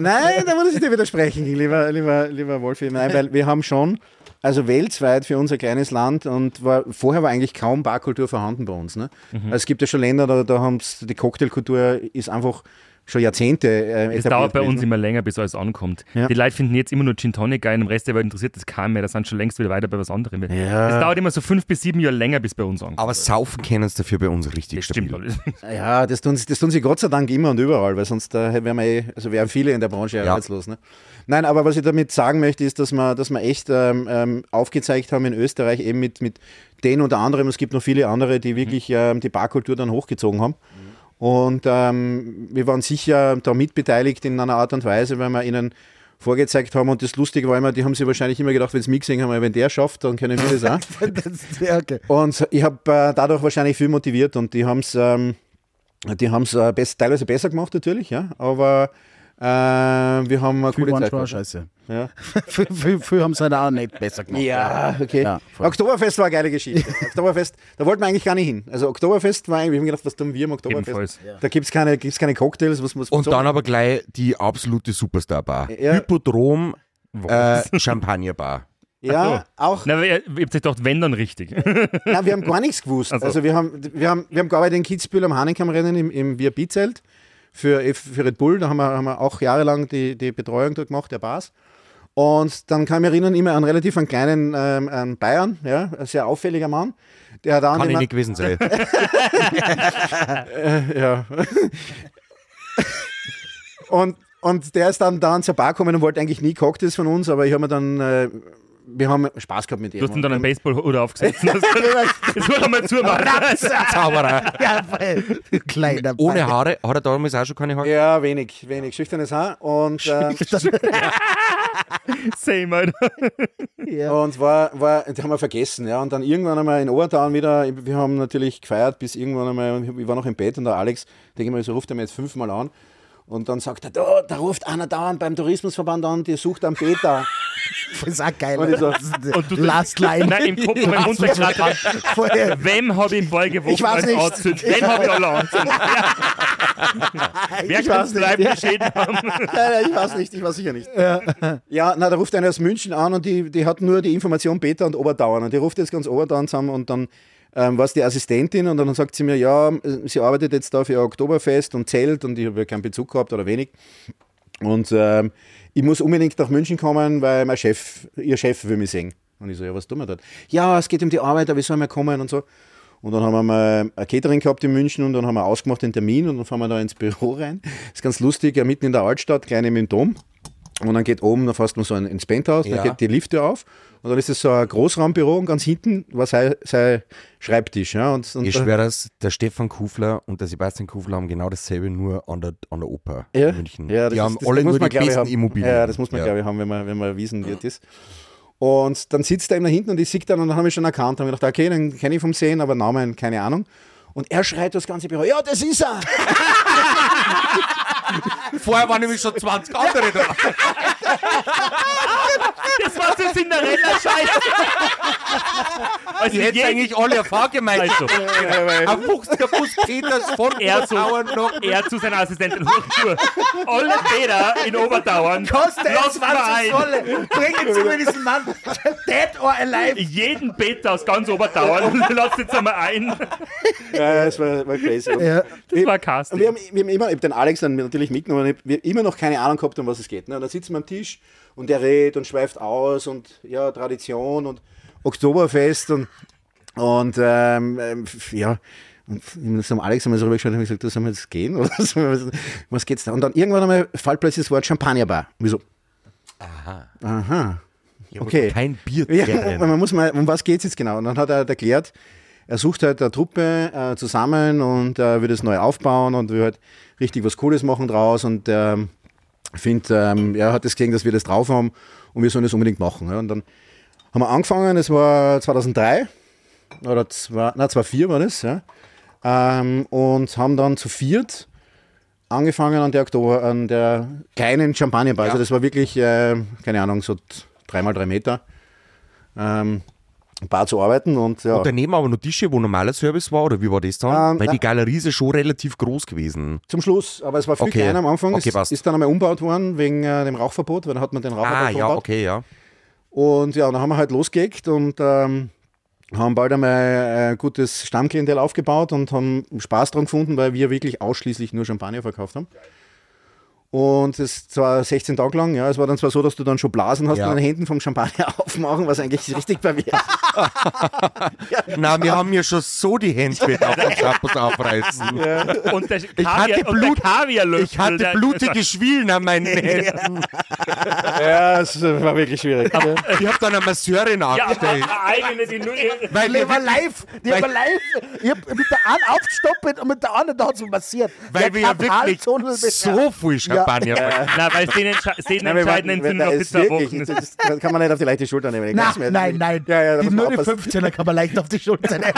Nein, da muss ich dir widersprechen, lieber, lieber, lieber Wolfi. Nein, weil wir haben schon, also weltweit für unser kleines Land und war, vorher war eigentlich kaum Barkultur vorhanden bei uns. Ne?
Mhm.
Also es gibt ja schon Länder, da, da haben die Cocktailkultur ist einfach schon Jahrzehnte äh,
Es
etabliert.
dauert bei
gewesen.
uns immer länger, bis alles ankommt.
Ja.
Die Leute finden jetzt immer nur Gin Tonic geil, im Rest der Welt interessiert das keinen mehr. Da sind schon längst wieder weiter bei was anderem. Es dauert immer so fünf bis sieben Jahre länger, bis bei uns ankommt.
Aber saufen können es dafür bei uns richtig
Das
stabil.
stimmt alles.
Ja, das tun, sie- das tun sie Gott sei Dank immer und überall, weil sonst äh, wären, wir eh, also wären viele in der Branche ja.
Ja.
arbeitslos. Ne? Nein, aber was ich damit sagen möchte, ist, dass wir, dass wir echt ähm, ähm, aufgezeigt haben in Österreich, eben mit, mit denen unter anderem, es gibt noch viele andere, die wirklich ähm, die Barkultur dann hochgezogen haben. Und ähm, wir waren sicher da mitbeteiligt in einer Art und Weise, weil wir ihnen vorgezeigt haben und das Lustige war immer, die haben sich wahrscheinlich immer gedacht, wenn es Mixing haben, wir, wenn der schafft, dann können wir das auch.
das, ja, okay.
Und ich habe äh, dadurch wahrscheinlich viel motiviert und die haben es ähm, die haben's, äh, bess teilweise besser gemacht natürlich, ja. Aber äh, wir haben eine
Viele
coole
waren
Zeit.
schon auch
gehabt.
scheiße.
Ja.
Viel- viel- Viel haben sie halt auch nicht besser gemacht.
Ja, okay.
Ja, voll.
Oktoberfest war eine geile Geschichte. Oktoberfest, da wollten wir eigentlich gar nicht hin. Also Oktoberfest war eigentlich, wir haben gedacht, was tun wir am Oktoberfest?
Ebenfalls.
Da gibt es keine, gibt's keine Cocktails, was muss
Und dann aber gleich die absolute Superstar-Bar.
Ja.
Hypodrom äh, Champagner-Bar.
Ja, auch.
Na, aber ihr ihr habt euch gedacht, wenn dann richtig.
Nein, wir haben gar nichts gewusst.
Ach so.
Also wir haben, wir haben, wir haben gearbeitet in Kitzbühel am Hahnenkammrennen im, im VIP-Zelt für, F- für Red Bull. Da haben wir, haben wir auch jahrelang die, die Betreuung dort gemacht, der Bars. Und dann kann ich mich erinnern, immer an relativ einen kleinen ähm, einen Bayern, ja, ein sehr auffälliger Mann. Der hat auch
Kann ich
immer-
nicht gewesen sein.
ja. und, und der ist dann da zur Bar gekommen und wollte eigentlich nie Cocktails von uns, aber ich habe mir dann, äh, wir haben Spaß gehabt mit ihm.
Du hast ihm dann einen Baseballhut aufgesetzt. Das war einmal zu machen.
Zauberer.
Ja, voll. Kleiner
Ohne
Ball.
Haare. Hat er damals auch schon keine Haare?
Ja, wenig, wenig. Schüchternes Haar. Und ähm,
Same, Alter.
Und war, war, die haben wir vergessen, ja. Und dann irgendwann einmal in Obertown wieder, wir haben natürlich gefeiert, bis irgendwann einmal, ich war noch im Bett und der Alex, denke ich mal, so ruft er mir jetzt fünfmal an. Und dann sagt er, da, da ruft einer dauernd beim Tourismusverband an, die sucht einen Peter.
Das ist auch geil.
Und ich so-
und du-
Last Line.
Nein, im Kopf, mein Mund war gerade-
Voll.
Wem habe ich Ball gewonnen?
Ich weiß
als
nicht.
Outfit? Wem habe ich alle anzünden? Ja. Wer
Ich
kann
weiß
es
nicht.
bleiben geschehen haben?
Nein, nein, ich weiß nicht, ich weiß sicher nicht. Ja, na, da ruft einer aus München an und die, die hat nur die Information Peter und Oberdauern. Und die ruft jetzt ganz Oberdauern zusammen und dann ähm, war es die Assistentin und dann sagt sie mir, ja, sie arbeitet jetzt da für ihr Oktoberfest und zählt und ich habe ja keinen Bezug gehabt oder wenig. Und ähm, ich muss unbedingt nach München kommen, weil mein Chef, ihr Chef will mich sehen. Und ich so, ja, was tun wir dort? Ja, es geht um die Arbeit, aber wie sollen wir kommen und so. Und dann haben wir mal ein Catering gehabt in München und dann haben wir ausgemacht den Termin und dann fahren wir da ins Büro rein. ist ganz lustig, ja, mitten in der Altstadt, klein im Dom. Und dann geht oben, dann fährst man so ein- ins Penthouse, dann geht die Lifte auf und dann ist es so ein Großraumbüro und ganz hinten war sein, sein Schreibtisch. Ja, und, und
Ich schwöre das, der Stefan Kufler und der Sebastian Kufler haben genau dasselbe, nur an der, an der Oper
ja,
in München.
Ja, das
die
ist-
haben
das-
alle
das
nur
muss
die
man, glaub ich,
besten
haben.
Immobilien.
Ja, das muss man,
Ja.
glaube ich, haben, wenn man, wenn man Wiesenwirt ist. Und dann sitzt er eben da hinten und ich sehe dann, und dann habe ich schon erkannt, dann habe ich gedacht, okay, den kenne ich vom Sehen, aber Namen, keine Ahnung. Und er schreit das ganze Büro, ja, das ist er!
Vorher waren nämlich schon 20 andere da.
Das war so Cinderella-Scheiße. Also
Die hätten
je-
eigentlich alle eine Fahrgemeinschaft.
Also,
Ein 50er Bus Peters von
Er zu-
Obertauern nach
er zu seiner Assistentin Hochschur. Alle Peter in Obertauern.
Kostet
Lass mal ein.
Bringen Sie mir diesen Mann dead or alive.
Jeden Peter aus ganz Obertauern. Lass jetzt einmal ein. Das
Ja, das war, war crazy.
war ein
Und wir
Casting.
haben, wir haben immer, ich habe den Alex dann natürlich mitgenommen, ich hab- wir haben immer noch keine Ahnung gehabt, um was es geht. Ne? Und dann sitzen wir am Tisch und der redet und schweift aus und ja, Tradition und Oktoberfest und, und ähm, ähm, f- ja. Und ich habe Alex einmal so rübergeschaut und hab gesagt, du sollen wir jetzt gehen? Oder so, was, was geht's da? Und dann irgendwann einmal fällt plötzlich das Wort Champagnerbar. Wieso? Aha. Aha. Okay.
Kein Bier
Ja, man muss mal, um was geht es jetzt genau? Und dann hat er halt erklärt, er sucht halt eine Truppe äh, zusammen und äh, will das neu aufbauen und will halt richtig was Cooles machen draus und ähm, find, ähm, er hat das gesehen, dass wir das drauf haben und wir sollen das unbedingt machen. Ja. Und dann haben wir angefangen, das war 2003 oder zwei, nein, 2004 war das, ja. ähm, und haben dann zu viert angefangen an der, Oktober, an der kleinen Champagnerbar. Also das war wirklich, äh, keine Ahnung, so dreimal drei Meter ähm, Bar zu arbeiten und ja.
Und daneben aber noch Tische, wo normaler Service war, oder wie war das dann?
Ähm,
Weil
na-
die Galerie ist ja schon relativ groß gewesen.
zum Schluss, aber es war viel
Okay.
kleiner am Anfang.
Okay,
es
passt.
ist dann einmal umbaut worden wegen äh, dem Rauchverbot, weil dann hat man den Rauchverbot
Ah, ja,
verbaut.
okay, ja.
Und ja, dann haben wir halt losgelegt und ähm, haben bald einmal ein gutes Stammklientel aufgebaut und haben Spaß dran gefunden, weil wir wirklich ausschließlich nur Champagner verkauft haben. Und es war 16 Tage lang, ja, es war dann zwar so, dass du dann schon Blasen hast
Ja.
an den Händen vom Champagner aufmachen, was eigentlich richtig pervers ist.
Na, wir haben ja schon so die Hände auf den Schappos aufreißen.
Und der
Ich hatte
Kaviar- und der
Blut-
Kaviarlöffel.
Ich hatte
der-
blutige Schwielen an meinen Händen.
Ja, es war wirklich schwierig.
Ich habe dann eine Masseurin
Ja, aber
angestellt.
eine eigene, die nur...
Weil
Die
wir-
war live, die war
Weil-
live. Ich hab mit der einen aufgestoppt und mit der anderen da hat sie massiert.
Weil
Der
wir ja
Kapital-
wirklich
Tunnel-
so viel Champagner verkaufen.
Na, weil den entscheidenden sind noch
ist wirklich,
Pizza
das das kann man nicht auf die leichte Schulter nehmen. ich
Na,
glaub's mir.
nein, nein.
Ja, ja, da
die
muss man
nur die
aufpassen.
15er kann man leicht auf die Schulter nehmen.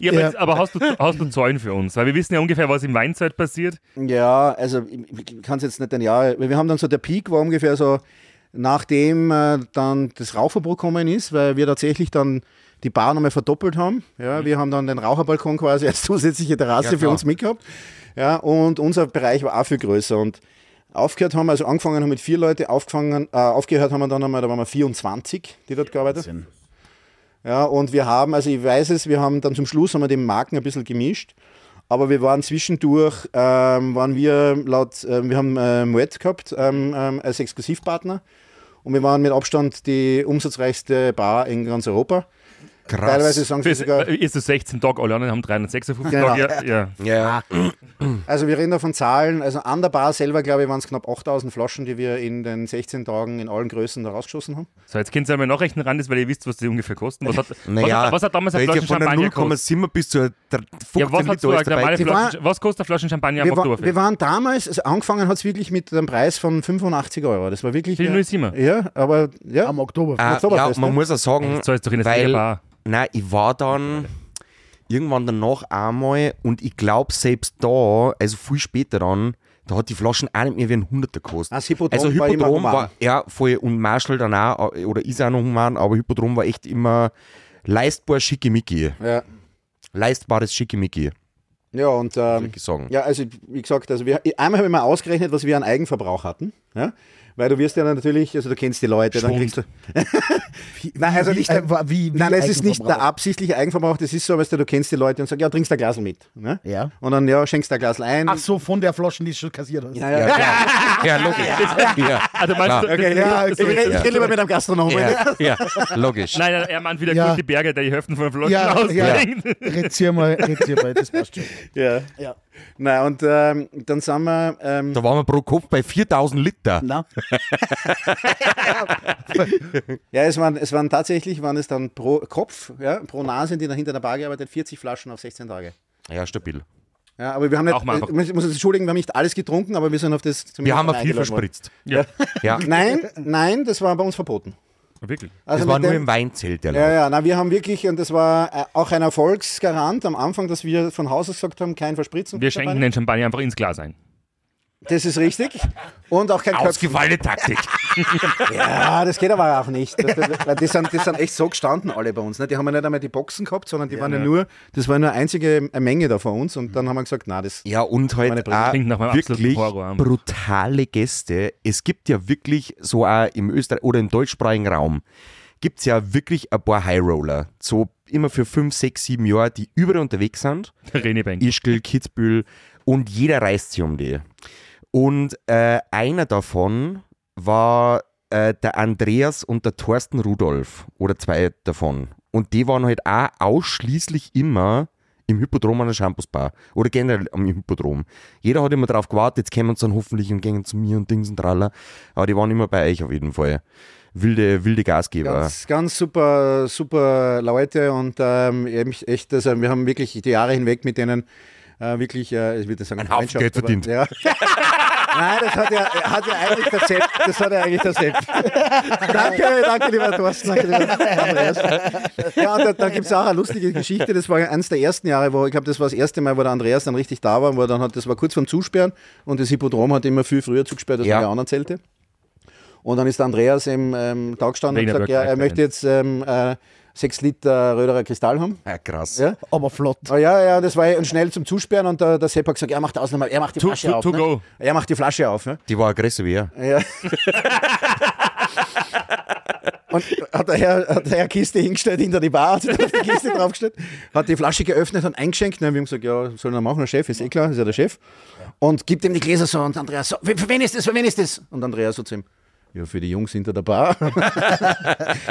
ja, aber, jetzt, aber hast, du, hast du Zäun für uns? Weil wir wissen ja ungefähr, was im Weinzeit passiert.
Ja, also ich kann es jetzt nicht ein Jahr. weil Wir haben dann so, der Peak war ungefähr so, nachdem äh, dann das Rauchverbot gekommen ist, weil wir tatsächlich dann die Bar nochmal verdoppelt haben. Ja, Wir haben dann den Raucherbalkon quasi als zusätzliche Terrasse für
klar.
uns mitgehabt. Ja, und unser Bereich war auch viel größer. Und aufgehört haben, wir, also angefangen haben mit vier Leute, aufgefangen, äh, aufgehört haben wir dann einmal, da waren wir 24, die dort gearbeitet haben. Ja, und wir haben, also ich weiß es, wir haben dann zum Schluss haben wir die Marken ein bisschen gemischt. Aber wir waren zwischendurch, ähm, waren wir laut, ähm, wir haben äh, Moet gehabt ähm, ähm, als Exklusivpartner und wir waren mit Abstand die umsatzreichste Bar in ganz Europa.
Krass.
Teilweise sagen sie
Fürs,
sogar,
Äh, ist es 16 Tage, alle anderen haben 356
Genau.
Tage. Ja, ja.
Ja,
also wir reden da von Zahlen, also an der Bar selber, glaube ich, waren es knapp 8000 Flaschen, die wir in den 16 Tagen in allen Größen da rausgeschossen haben.
So, jetzt könnt ihr einmal nachrechnen, Randis, weil ihr wisst, was die ungefähr kosten. Was hat, was
naja.
hat, was hat damals
da
ein
ist ja
Flaschen
von der
Champagner gekostet?
0,7 bis zu 15
Ja, was, hat so
Liter
eine
ist dabei.
normale
Die
Flasche, was kostet eine Flasche Champagner am
Wir, wa- wir
Oktoberfest?
waren damals, also angefangen hat es wirklich mit einem Preis von 85 Euro. Das war wirklich.
Die
äh,
0,7er.
Ja, aber ja.
Am Oktober.
Ah, ja,
Oktoberfest,
man
ne?
muss auch sagen,
Das heißt doch in der
weil,
Bar.
nein, ich war dann irgendwann danach einmal und ich glaube selbst da, also viel später dann, da hat die Flaschen auch nicht mehr wie ein Hunderter gekostet.
Ah, das Hippodrom
also
war immer
Hippodrom
human.
war, ja, voll und Marshall dann auch, äh, oder ist auch noch human, aber Hippodrom war echt immer leistbar schickimicki.
Ja.
Leistbares schickimicki,
Ja, und ähm,
würde ich sagen.
ja, also wie gesagt, also wir, einmal habe ich mal ausgerechnet, was wir an Eigenverbrauch hatten. Ja? Weil du wirst ja dann natürlich, also du kennst die Leute, dann kriegst du. nein, also
Wie-
nicht.
äh, wa- wie- wie
nein, es ist nicht der
Eigenverbrauch?
absichtliche Eigenverbrauch, das ist so, weißt du, du kennst die Leute und sagst, ja, trinkst ein Glasl mit. Ne?
Ja.
Und dann, ja, schenkst du ein Glasl ein.
Ach so, von der Flasche, die du schon kassiert hast.
Ja, ja,
Ja, klar. ja logisch. Ja,
Also meinst du,
klar.
Okay,
das-
ja, okay. Ich rede red lieber mit einem Gastronomen.
ja, ja, logisch.
Nein, nein, er meint wieder
Ja.
gute Berge, der die Hälften von Flotten
Ja,
rausbringt.
Rezier mal, rezier mal, das passt schon.
Ja. ja. Na, und ähm, dann sind wir. Ähm,
Da waren wir pro Kopf bei 4000 Liter.
Na,
ja, es waren, es waren tatsächlich, waren es dann pro Kopf, ja, pro Nase, die da hinter der Bar gearbeitet, 40 Flaschen auf 16 Tage.
Ja, stabil.
Ja, aber wir haben nicht,
Auch mal einfach-
ich muss ich muss uns entschuldigen, wir haben nicht alles getrunken, aber wir sind auf das zumindest
Wir haben
mal
ja viel
eingeladen worden.
verspritzt.
Ja.
Ja,
Nein, nein, das war bei uns verboten.
Wirklich.
Also
das war
mit
nur
dem-
im Weinzelt der
Ja,
Leute.
ja, na, wir haben wirklich, und das war äh, auch ein Erfolgsgarant am Anfang, dass wir von Haus aus gesagt haben, kein Verspritzen.
Wir schenken den Champagner einfach ins Glas ein.
Das ist richtig. Und auch kein Köpfchen.
Ausgefallene Taktik.
Ja, das geht aber auch nicht. Das, das, weil die, sind, die sind echt so gestanden, alle bei uns. Ne? Die haben ja nicht einmal die Boxen gehabt, sondern die waren ja nur, das war nur eine einzige Menge da von uns. Und dann haben wir gesagt, na, das.
Ja, und
Meine
halt
Brille
auch
klingt nach meinem absoluten
wirklich
Horror.
brutale Gäste. Es gibt ja wirklich so auch im Österreich oder im deutschsprachigen Raum gibt es ja wirklich ein paar Highroller. So immer für fünf, sechs, sieben Jahre, die überall unterwegs sind.
Der René Bank.
Ischgl, Kitzbühel und jeder reißt sich um die. Und äh, einer davon war äh, der Andreas und der Thorsten Rudolf oder zwei davon. Und die waren halt auch ausschließlich immer im Hippodrom an der Shampoosbar oder generell am Hippodrom. Jeder hat immer drauf gewartet, jetzt kämen sie dann hoffentlich und gehen zu mir und Dings und Tralla. Aber die waren immer bei euch auf jeden Fall. Wilde, wilde Gasgeber.
Ganz, ganz super, super Leute und ähm, eben echt, also wir haben wirklich die Jahre hinweg mit denen äh, wirklich, äh, ich würde sagen,
Ein Haufen
Freundschaft,
Geld
aber-
verdient.
Ja. Nein, das hat ja, hat ja eigentlich der Sepp. Das hat ja eigentlich der Sepp. danke, danke, lieber Thorsten. Danke, lieber Andreas. Ja, und da, da gibt es auch eine lustige Geschichte. Das war eines der ersten Jahre, wo ich glaube, das war das erste Mal, wo der Andreas dann richtig da war, wo er dann hat, das war kurz vorm Zusperren und das Hippodrom hat immer viel früher zugesperrt als
Ja.
alle anderen Zelte. Und dann ist der Andreas im ähm, da gestanden und
Wegen der
gesagt, ja, er
Work-Life-Balance.
möchte jetzt ähm, äh, sechs Liter Röderer Kristall haben.
Ja, krass.
Ja.
aber flott.
Oh, ja, ja, das war und schnell zum Zusperren und der, der Sepp hat gesagt, er macht die Ausnahme, er macht die
To-
Flasche
to-
auf.
to
ne?
go.
Er macht die Flasche auf. Ne?
Die war aggressiv, ja.
Und hat der Herr, hat der Herr Kiste hingestellt hinter die Bar, hat auf die Kiste draufgestellt, hat die Flasche geöffnet und eingeschenkt. Ne? Wir haben gesagt, ja, soll er machen, der Chef, ist eh klar, ist ja der Chef. Und gibt ihm die Gläser so und Andreas so, für wen ist das, für wen ist das? Und Andreas so zu ihm, ja, für die Jungs hinter der Bar. ja,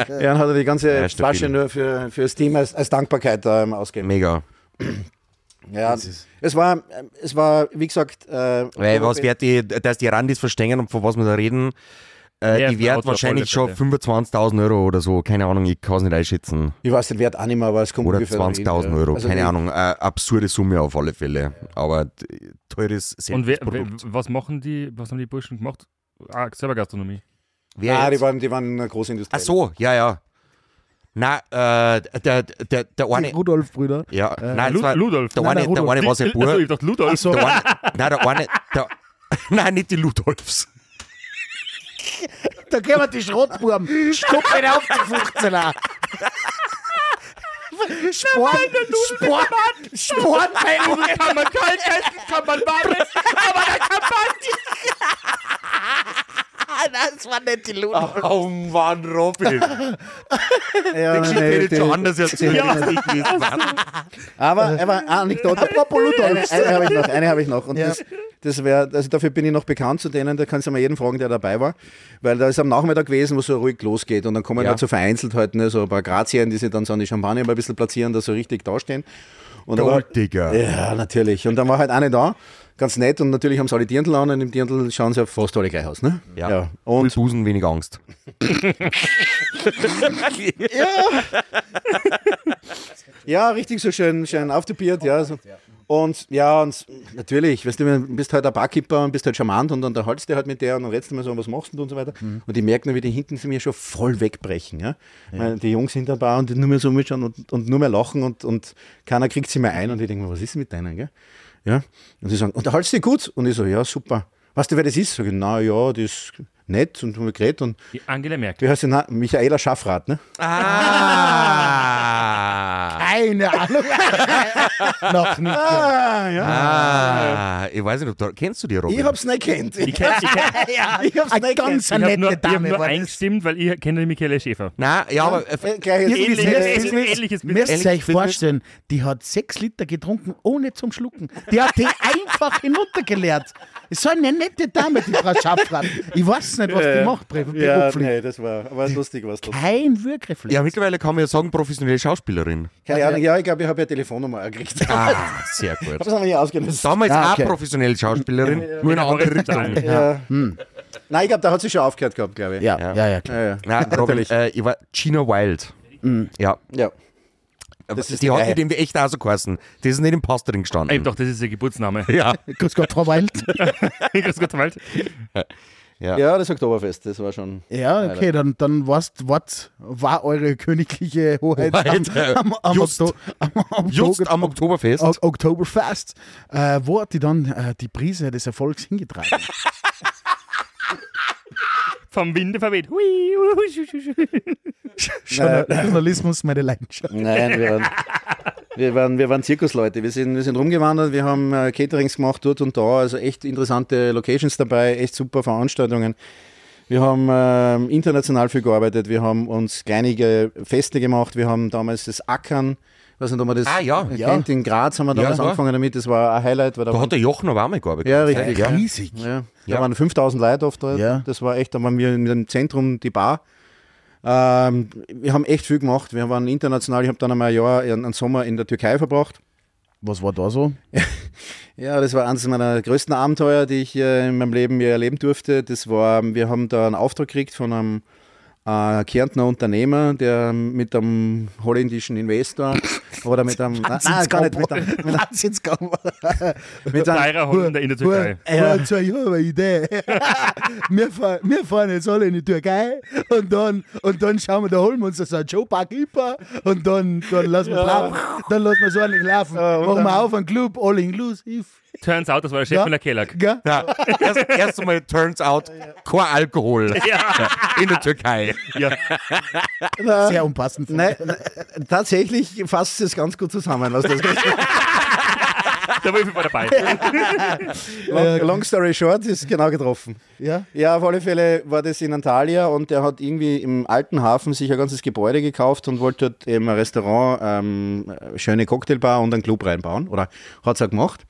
dann hat er die ganze
Ja, stabil.
Flasche nur für, für das Team als, als Dankbarkeit ähm, ausgegeben.
Mega.
Ja, es war, ähm, es war, wie gesagt, äh,
Weil was wird die, dass die Randis verstehen und von was wir da reden, äh,
Ja,
die wert
Auto,
wahrscheinlich schon
volle
25.000 Euro oder so, keine Ahnung, ich kann es nicht einschätzen.
ich weiß den Wert auch nicht mehr, aber es kommt
Oder
ungefähr
20.000 Euro,
Also die-
keine Ahnung, äh, absurde Summe auf alle Fälle, aber d- teures
Und wer, wer,
Produkt.
was machen die, was haben die Burschen gemacht? Ah, selber Gastronomie.
Wer
Ah, die
jetzt?
waren, die waren eine große Industrie.
Ach so, ja, ja. Na, äh, der, der, der
Die
eine,
Rudolf-Brüder.
ja, nein,
Äh, Lu-
es war,
Ludolf.
der
Nein,
eine,
nein,
der eine war sein
Also, ich
Bruder,
dachte, Ludolf.
so.
der eine, nein, der eine, der, nein, nicht die Ludolfs.
Da gehen wir die Schrottwurm. Stopp ihn auf, die 15er. Sport, Sport, Sport bei
Nudeln kann man kalt essen, kann man warm essen, aber da kann man
Oh Mann, Robin.
Ja,
hätte
die-
jetzt schon anders erzählt,
Ja.
als ich gewesen war.
Aber, aber ah, Anekdote. Eine, eine habe ich noch, eine habe ich noch. Und
Ja.
das, das wäre, also dafür bin ich noch bekannt zu denen, da kannst du mal jeden fragen, der dabei war. Weil da ist am Nachmittag gewesen, wo so ruhig losgeht. Und dann kommen
Ja.
halt so vereinzelt halt ne, so ein paar Grazien, die sich dann so an die Champagner mal ein bisschen platzieren, da so richtig dastehen. Und da war-
Golddigger.
ja, natürlich. Und dann war halt eine da, ganz nett. Und natürlich haben sie alle Dirndl an und im Dirndl schauen sie ja fast alle gleich aus. Ne?
Ja.
Und
Und Busen, wenig Angst.
Ja, richtig so schön, schön auftupiert, ja. So. Und ja, und natürlich, weißt du, wenn- bist halt ein Barkeeper und bist halt charmant und dann unterhaltst du halt mit der und dann redest du mal so, was machst du und so weiter. Und die merken dann, wie die hinten sie mir schon voll wegbrechen. Mhm. Ja? Weil Die Jungs hinter der Bar und die nur mehr so mitschauen und, und nur mehr lachen und, und keiner kriegt sie mehr ein und die denken, was ist denn mit denen, gell? Ja? Und sie sagen, unterhaltst du dich gut? Und ich so, ja, super. Weißt du, wer das ist? Sag ich, na ja, das ist nett und haben wir geredet und
Die Angela Merkel.
wie heißt der? Na- Michaela Schaffrath, ne?
Ah!
Keine Ahnung. Noch nicht.
Ah, ja.
Ah, ich weiß nicht, ob du, kennst du die Robin?
Ich hab's nicht kennt.
Ich kenne ich kenn,
Ich hab's eine ganz
ich hab
nette
nur, ich hab
Dame.
nur
war das.
eingestimmt, weil ich kenne den Michaela Schäfer.
Nein, ja, aber äh,
Irgendwie
Ähnliches-
sehr-
ähnliches-
sehr-
ähnliches
Müsst
Business.
ihr euch
Ähnliches Business.
vorstellen, die hat sechs Liter getrunken, ohne zum Schlucken. Die hat die einfach hinuntergeleert. Ist so eine nette Dame, die Frau Schaffrat. Ich weiß nicht, was die macht, Bre-
Ja,
beruflich.
nee, das war aber lustig, was das.
Kein Wirkreflex.
ja, mittlerweile kann man ja sagen, professionelle Schauspielerin.
Keine Ahnung, ja, ich glaube, ich habe ja Telefonnummer gekriegt. Ich
Ah, sehr gut.
hab's noch nicht ausgenutzt.
Damals
Ah, okay.
auch professionelle Schauspielerin, nur in eine andere Richtung.
Horizontal.
Ja. Nein, ich glaube, da hat sie schon aufgehört gehabt, glaube ich.
ja, ja, ja. klar.
Ja, ja.
Nein, Robin,
Natürlich.
äh, ich war Gina Wild. Ja,
ja.
das
Das ist
die
die
hat
Reihe.
mit dem echt auch so geheißen. Die ist nicht im Pass drin gestanden.
Eben doch, das ist ihr Geburtsname.
Ja,
Grüß Gott, Frau Wild.
Grüß Gott, Wald.
ja, das Oktoberfest, das war schon.
Ja, okay, dann, dann warst, wart, war eure königliche Hoheit am,
Hoheit, äh,
am, am,
just.
Okto, am, am,
just am
Oktober,
Oh.
Oktoberfest.
Ok- Oktoberfest, äh, wo hat die dann äh, die Prise des Erfolgs hingetragen?
Vom Winde verweht. Hui, hu, hu, schu, schu, schu.
Journal- Journalismus, meine Leidenschaft.
Nein, wir waren, wir waren, wir waren Zirkusleute. Wir sind, wir sind rumgewandert, wir haben äh, Caterings gemacht dort und da. Also echt interessante Locations dabei, echt super Veranstaltungen. Wir haben ähm, international viel gearbeitet, wir haben uns kleinige Feste gemacht, wir haben damals das Ackern, ich weiß nicht, ob man das
Ah, ja,
kennt,
ja.
in Graz haben wir damals
klar.
angefangen damit, das war ein Highlight. Weil da
Da
waren-
hat der Jochen aber auch mal gearbeitet.
Ja, richtig.
Ja.
Riesig.
Ja,
Ja.
Da waren 5000 Leute oft dort.
Ja.
Das war echt, da waren wir im Zentrum die Bar. Ähm, wir haben echt viel gemacht. Wir waren international. Ich habe dann einmal ein Jahr einen einen Sommer in der Türkei verbracht.
Was war da so?
Ja, das war eines meiner größten Abenteuer, die ich äh, in meinem Leben je erleben durfte. Das war, wir haben da einen Auftrag gekriegt von einem äh, Kärntner Unternehmer, der mit einem holländischen Investor oder mit einem. nein, nein, gar nicht. Mit einem, mit einem,
Teurer Holländer in der Türkei.
Ja. Und so, ich habe eine Idee. wir, fahren, wir fahren jetzt alle in die Türkei und dann, und dann schauen wir, da holen wir uns so einen Showpark Ipa und dann, dann lassen wir es laufen. Dann lassen wir es ordentlich laufen. Machen wir auf einen Club, all inclusive.
Turns out, das war der Chef
Ja.
von der Kellag.
Gell?
Ja, erst, erst einmal turns out, kein Alkohol in der Türkei.
Sehr unpassend.
nein, nein, tatsächlich fasst es ganz gut zusammen, was das
Da war ich voll dabei.
Long, long story short, ist genau getroffen.
Ja?
Ja, auf alle Fälle war das in Antalya und der hat irgendwie im alten Hafen sich ein ganzes Gebäude gekauft und wollte dort eben ein Restaurant, ähm, eine schöne Cocktailbar und einen Club reinbauen. Oder hat es auch gemacht.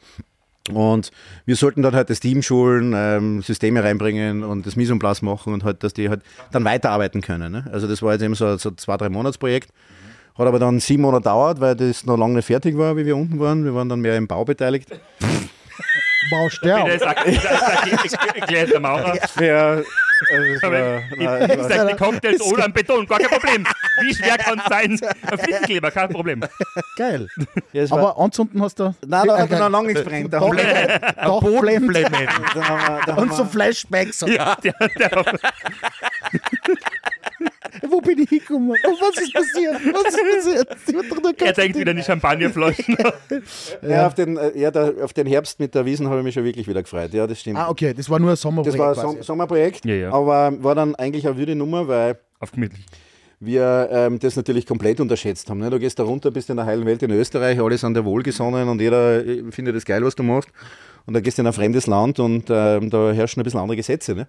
Und wir sollten dort halt das Team schulen, ähm, Systeme reinbringen und das Mise en Place machen und halt, dass die halt dann weiterarbeiten können. Ne? Also das war jetzt eben so, so ein zwei, drei Monatsprojekt. Hat aber dann sieben Monate dauert, weil das noch lange nicht fertig war, wie wir unten waren. Wir waren dann mehr im Bau beteiligt.
Da
Baustelle.
ist auch- da ist auch ein erklärter Maurer.
Ja, also das war,
Aber
nein,
Ich
das war,
sag die Cocktails ohne einen Beton, gar kein Problem. Wie schwer kann es sein? Ein Fliesenkleber, kein Problem.
Geil. Ah,
das war,
Aber anzünden hast du.
nein, da hat er noch lange nichts brennt. Da haben wir,
Ah, Doch, Flammen.
da haben wir, da haben
Und so
wir,
Flashbacks.
Der, der,
Wo bin ich hingekommen? Und was ist passiert? Was ist passiert? Ich hab doch nur
er
ganz-
denkt wieder an die Champagnerflaschen.
ja, auf, den, äh, ja da, auf den Herbst mit der Wiesen habe ich mich schon wirklich wieder gefreut. Ja, das stimmt.
Ah, okay, das war nur ein Sommerprojekt.
das war ein
quasi.
Som Sommerprojekt,
Ja, ja.
aber war dann eigentlich eine würde Nummer, weil
Auf gemütlich.
wir ähm, das natürlich komplett unterschätzt haben. Ne? Du gehst da runter, bist in der heilen Welt in Österreich, alle sind dir wohlgesonnen und jeder äh, findet es geil, was du machst. Und dann gehst du in ein fremdes Land und ähm, da herrschen ein bisschen andere Gesetze. Ne?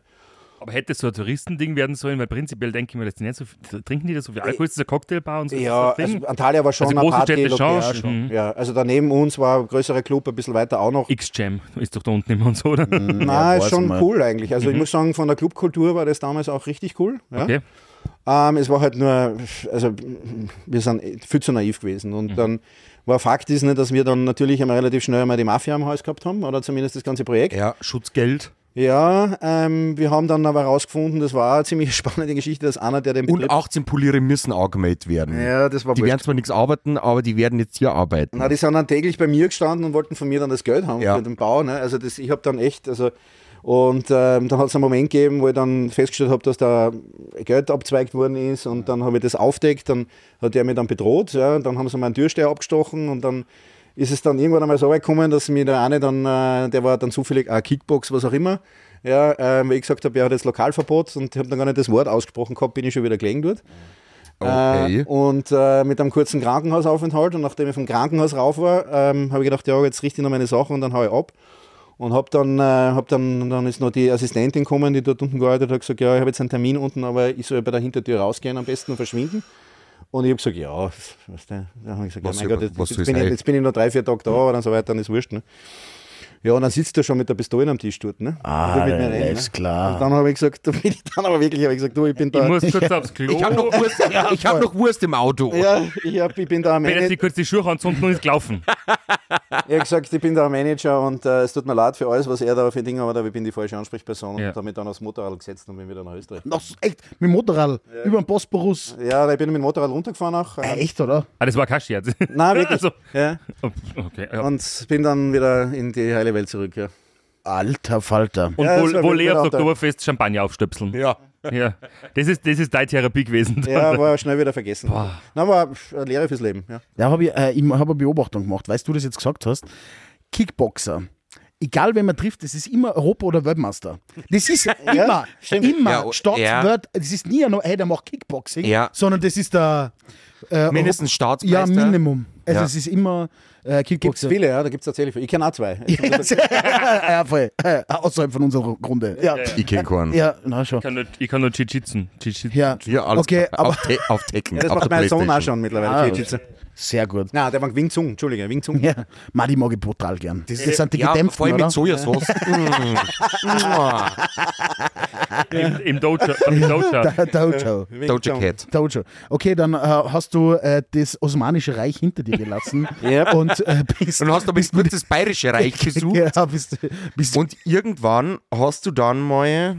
Aber hätte es so ein Touristending werden sollen, weil prinzipiell denke ich mir, das ist nicht so viel, trinken die da so viel Alkohol, ist das eine Cocktailbar und so?
Äh, Ja,
ist das ein
also
Ding?
Antalya war schon
Also
eine
große Mhm.
Party.
Städte
lokal.
schon.
Ja, schon. Ja, also daneben uns war ein größerer Club, ein bisschen weiter auch noch.
X-Jam ist doch da unten immer und so, oder?
Na, ist schon
mal.
cool eigentlich. Also ich muss sagen, von der Clubkultur war das damals auch richtig cool. Ja?
Mhm. Okay.
Ähm, es war halt nur, also wir sind viel zu naiv gewesen. Und
Mhm.
dann war Fakt ist, ne, dass wir dann natürlich einmal relativ schnell einmal die Mafia am Haus gehabt haben, oder zumindest das ganze Projekt.
Ja, Schutzgeld.
Ja, ähm, wir haben dann aber herausgefunden, das war eine ziemlich spannende Geschichte, dass einer, der den
Und 18 Poliere müssen angemeldet werden.
Ja, das war
Die
wurscht.
werden zwar nichts arbeiten, aber die werden jetzt hier arbeiten.
Na, die sind dann täglich bei mir gestanden und wollten von mir dann das Geld haben
Ja.
für den Bau. Ne? Also das, ich habe dann echt, also und ähm, dann hat es einen Moment gegeben, wo ich dann festgestellt habe, dass da Geld abzweigt worden ist und dann habe ich das aufdeckt, dann hat der mich dann bedroht, ja, und dann haben sie meinen Türsteher abgestochen und dann ist es dann irgendwann einmal so weit gekommen, dass mir der eine dann, äh, der war dann zufällig äh, Kickbox, was auch immer, ja, ähm, weil ich gesagt habe, er hat jetzt Lokalverbot und ich habe dann gar nicht das Wort ausgesprochen gehabt, bin ich schon wieder gelegen dort.
Okay.
oh,
Äh, und äh, mit einem kurzen Krankenhausaufenthalt. Und nachdem ich vom Krankenhaus rauf war, ähm, habe ich gedacht, ja, jetzt richte ich noch meine Sachen und dann hau ich ab. Und hab dann, äh, hab dann, dann ist noch die Assistentin gekommen, die dort unten gearbeitet hat, gesagt, ja, ich habe jetzt einen Termin unten, aber ich soll bei der Hintertür rausgehen am besten und verschwinden. Und ich habe gesagt, ja, weißt du, dann hab ich gesagt,
Was
ja,
soll-
mein Gott, jetzt,
was soll's
jetzt, bin ich,
sein?
jetzt bin ich noch drei, vier Tage da und so weiter, dann ist wurscht. Ne? Ja, und dann sitzt er schon mit der Pistole am Tisch dort, ne?
Ah,
Und mit mir rein,
alles klar.
Und dann habe ich gesagt, dann bin ich dann aber wirklich, habe ich gesagt, du, ich bin
Ich
da.
muss kurz aufs Klo.
Ich
oh.
habe noch, Wurst- ich hab noch Wurst im Auto.
ja, ich, hab, ich bin da am
wenn jetzt
Ende.
die kurz die Schuhe anzünden und ist gelaufen.
Er hat gesagt, ich bin der Manager und äh, es tut mir leid für alles, was er da für Dinge hat, aber ich bin die falsche Ansprechperson
Ja.
und damit dann aufs Motorrad gesetzt und bin wieder nach Österreich.
Noch so- echt, mit dem Motorrad, über den Bosporus.
Ja, ich bin mit dem Motorrad runtergefahren auch.
Äh,
Äh,
echt, oder?
Ah, das war kein Scherz.
Nein, wirklich.
Also,
Ja,
okay. Ja.
und bin dann wieder in die heile Welt zurück. Ja.
Alter Falter.
Und
Ja, das
wo,
war
wo
wirklich
Lea aufs
auch da.
Oktoberfest Champagner aufstöpseln.
Ja.
Ja. Das ist, das ist deine Therapie gewesen.
Ja, war schnell wieder vergessen. Na, war pff, eine Lehre fürs Leben. Ja.
Da habe ich, äh, ich hab eine Beobachtung gemacht, weißt du das jetzt gesagt hast. Kickboxer. Egal wen man trifft, das ist immer Europa oder Weltmeister. Das ist immer, immer
oh,
Ja, o-
Stadt,
ja.
Welt, das ist nie nur, hey, der macht Kickboxing,
Ja.
sondern das ist der äh,
Mindestens
Europ- Ja,
Staatsmeister.
Minimum. Also
Ja.
es ist immer äh,
Gibt es
Kickboxer.
viele, ja, da gibt es tatsächlich viele. Ich kenne auch zwei.
ja, ja, voll. Äh, außerhalb von unserer Runde. Ja, ja,
Ich kenn keinen.
na schon.
Ich kann nur, ich kann nur Jiu-Jitsu. Jiu-Jitsu.
Ja,
Ja, alles
okay,
klar.
aber
auf, Te auf Tekken.
Ja, das
auf
macht
der
mein Sohn auch
Playstation.
schon mittlerweile.
Ah.
Jiu-Jitsu.
sehr gut.
Nein, der mag Wing Zung, Entschuldige, Wing Zung.
Ja, Mann, die mag ich brutal gern. Das, sind die
ja,
gedämpften,
vor allem
oder?
mit Sojasauce. Mm.
Im, Im Dojo. äh, Im Dojo.
Der Dojo.
Wing
Doja
Zung.
Cat.
Dojo. Okay, dann äh, hast du äh, das Osmanische Reich hinter dir gelassen
Ja.
und äh, bist,
Und hast aber jetzt kurz das Bayerische Reich gesucht.
ja, bist, bist
Und irgendwann hast du dann mal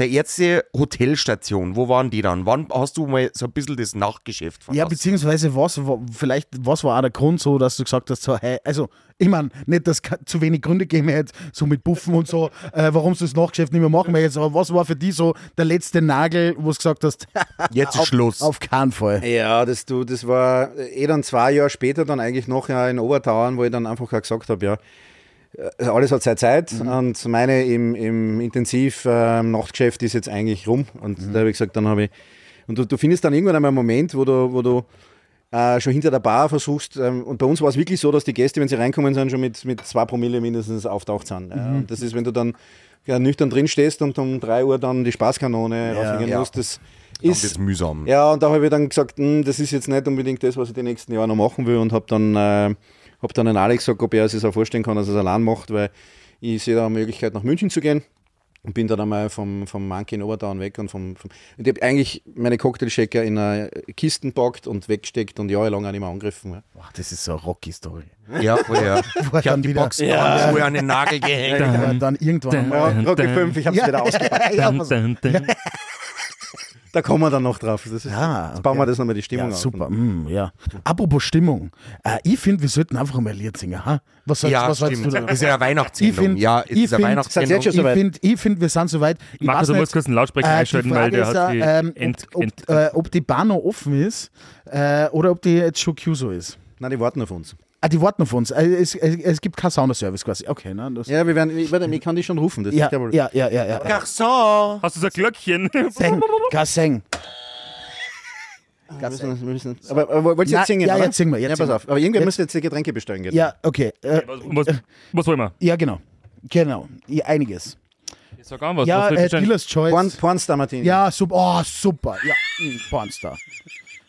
der erste Hotelstation. Wo waren die dann? Wann hast du mal so ein bisschen das Nachtgeschäft
ja,
verlassen?
beziehungsweise was, wa- vielleicht, was war auch der Grund so, dass du gesagt hast, so, hey, also, ich meine, nicht, dass es zu wenig Gründe gegeben hätte, so mit Buffen und so, äh, warum du das Nachgeschäft nicht mehr machen möchtest, aber was war für dich so der letzte Nagel, wo du gesagt hast,
Jetzt ist Schluss.
auf keinen Fall.
Ja, das, du, das war eh dann zwei Jahre später, dann eigentlich noch ja in Obertauern, wo ich dann einfach auch gesagt habe, ja, äh, alles hat seine Zeit
Mhm.
und meine im, im Intensiv-Nachtgeschäft ist jetzt eigentlich rum. Und
Mhm.
da habe ich gesagt, dann habe ich, und du, du findest dann irgendwann einmal einen Moment, wo du, wo du äh, schon hinter der Bar versuchst, ähm, und bei uns war es wirklich so, dass die Gäste, wenn sie reinkommen sind, schon mit, mit zwei Promille mindestens auftaucht sind. Äh,
Mhm.
und das ist, wenn du dann ja, nüchtern drin stehst und um drei Uhr dann die Spaßkanone rausgehen
Ja.
musst, das
das
ist
ist mühsam.
ja, und da habe ich dann gesagt, "Hm, das ist jetzt nicht unbedingt das, was ich die nächsten Jahre noch machen will und habe dann, äh, hab dann an Alex gesagt, ob er sich auch vorstellen kann, dass er es allein macht, weil ich sehe da eine Möglichkeit, nach München zu gehen. Und bin dann einmal vom, vom Monkey in Obertauern weg und vom, vom und ich habe eigentlich meine Cocktailshaker in eine Kisten packt und weggesteckt und jahrelang auch nicht mehr angegriffen. Ja.
Boah, das ist so eine Rocky-Story.
Ja, voll, ja. Ich
dann
habe die
wieder-
Boxen ja. an den Nagel gehängt.
Ja, dann irgendwann mal.
Ja, Rocky 5, ich habe es wieder ausgepackt.
ja,
Dun,
was-
dun, dun.
Da kommen wir dann noch drauf. Das ist,
Ah,
Jetzt bauen
okay.
wir das nochmal die Stimmung
Ja,
auf.
super, mm, ja. Apropos Stimmung, äh, ich finde, wir sollten einfach mal ein Lied singen. Ha? Was sollst,
Ja,
was sollst
stimmt.
du da?
Ist ja eine Weihnachtssendung.
Ich find-
ja, es
ich
ist eine
find-
Seid ihr
Weihnachtssendung.
jetzt schon
Ich
soweit?
finde, ich find, wir sind soweit. Ich
Marco,
weiß
du
nicht,
musst kurz den Lautsprecher
äh, die
einschalten, weil
Frage
der
ist
hat die
ja, ähm,
Ent-
ob,
Ent-
ob, äh, ob die Bahn noch offen ist äh, oder ob die jetzt schon Q so ist.
Nein, die warten auf uns.
Ah, die warten auf uns. Äh, es, es, es gibt keinen Soundservice quasi. Okay, ne? Das,
Ja, wir werden, ich, warte, ich kann die schon rufen. Das
ja,
ist kein Problem.
ja, ja, ja. ja.
Garçon!
Hast du so ein Glöckchen?
Seng, ka seng.
Wir müssen, wir müssen, aber, aber wollt ihr
Na,
jetzt singen?
ja,
oder?
jetzt singen wir, jetzt
ja, pass
singen
auf. Aber irgendwer muss jetzt die Getränke bestellen. Gell?
Ja, okay. Äh,
Was, was wollen wir?
ja, genau. Genau. Ja, einiges.
Sag an, was,
Ja,
was soll ich
äh,
bestellen?
Dealer's Choice.
Porn, Pornstar Martini.
Ja, super. Oh, super. Ja, mm, Pornstar.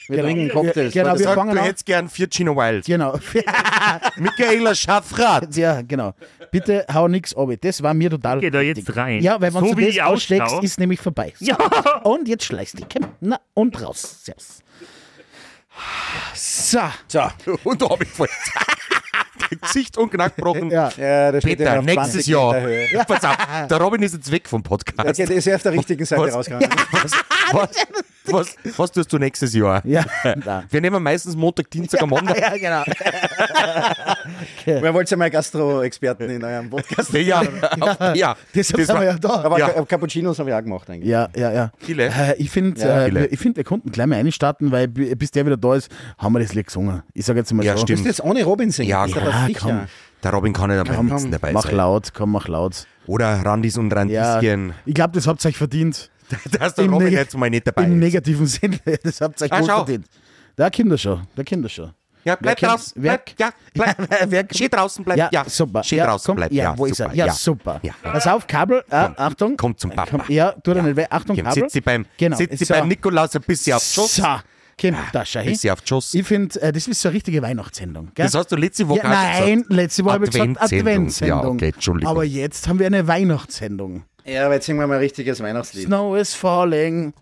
wir trinken Cocktails.
Ja, genau,
Warte,
wir
Sag,
fangen
du
an.
hättest gern vier Chino Wild.
Genau.
Michaela Schaffrath.
ja, genau. Bitte hau nix ab. Das war mir total.
Geh da
wichtig.
jetzt rein.
Ja, weil wenn
So
du
wie
das
ich
aussteckst,
ausschau.
ist nämlich vorbei. So. Und jetzt schleichst du. Komm, Na, und raus. Servus. So.
Und da habe ich voll Gesicht und Knack gebrochen.
Ja.
Ja, da steht
Peter,
einer auf
nächstes
20
Jahr.
Meter Höhe.
Pass auf, der Robin ist jetzt weg vom
Der
Podcast.
geht- ist ja auf der richtigen Seite
Was?
rausgegangen.
Was, was, was, was tust du nächstes Jahr?
Ja. Na.
Wir nehmen meistens Montag, Dienstag am Montag.
ja, genau.
Wer wollte ja mal Gastro-Experten in eurem Podcast?
Ja, ja, ja.
Das, haben wir ja da.
Aber
Ja.
Ca- Cappuccinos habe ich auch gemacht eigentlich.
Ja, ja, ja.
Viele.
Äh, ich finde,
Ja,
äh,
viele.
wir- ich find, wir konnten gleich mal einstarten, weil b- bis der wieder da ist, haben wir das Lied gesungen. Ich sage jetzt mal
Ja,
so.
stimmt.
Ist das ohne Robin singen?
Ja,
ist
komm.
aber
Ah,
sicher.
komm.
Der Robin kann nicht am nächsten dabei
Mach
sein.
laut, komm, mach laut.
Oder Randis und
Ja,
Randischen.
ich glaube, das habt ihr euch verdient.
Da ist der
Im
Robin
Neg-
jetzt mal nicht dabei.
Im
ist.
negativen Sinne, das habt ihr euch
Ah,
wohl
schau.
verdient. Der Kinder schon, der Kinder schon.
Ja,
Wer
bleib
kennt-
draußen.
wer-
Bleib, ja, bleib.
wer-
Schön draußen bleibt.
Ja,
Ja,
super.
Schön
ja,
draußen
komm,
bleibt.
Ja, wo ist
super,
er? Ja, super.
Ja.
Pass auf, Kabel. Ah, Achtung.
Kommt zum Papa.
Komm, ja, tu dir nicht weh. Achtung,
Komm,
Kabel.
Sitzt sie beim,
genau.
sitzt sie
so.
beim Nikolaus ein bisschen auf Schuss.
So, Kim, da schau hin.
Bisschen auf Schuss.
Ich finde, äh, das ist so eine richtige Weihnachtssendung. Gell?
Das hast du letzte Woche
ja,
auch
Nein,
gesagt.
letzte Woche habe ich gesagt
Adventssendung.
Adventssendung.
Ja, okay, Entschuldigung.
Aber jetzt haben wir eine Weihnachtssendung.
Ja, aber jetzt singen wir mal ein richtiges Weihnachtslied.
Snow is falling.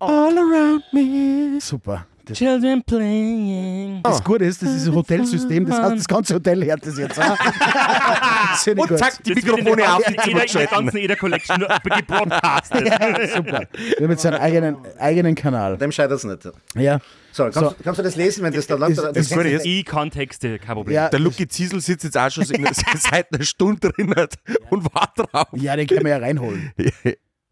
All around me.
Super. Das,
Children playing.
das Gute ist, das ist ein Hotelsystem, das heißt, das ganze Hotel hört das jetzt an. Das finde ich
Und
gut.
zack, die
Das wird in der
Mikrofone auf
ganzen-
die
in der- in der
zurückschalten.
ganzen Eder Collection gebroadcastet.
Super. Wir haben jetzt einen eigenen, eigenen Kanal.
Dem scheitert es nicht.
Ja.
So, kannst,
So.
du- kannst du das lesen, wenn das da lang
Ist-
das-
ist
Gute ist-
Ich kann Texte, kein Problem.
Ja,
Der Lucky Ziesel sitzt jetzt auch schon in der, seit einer Stunde drinnen und wartet drauf.
ja, den können wir ja reinholen.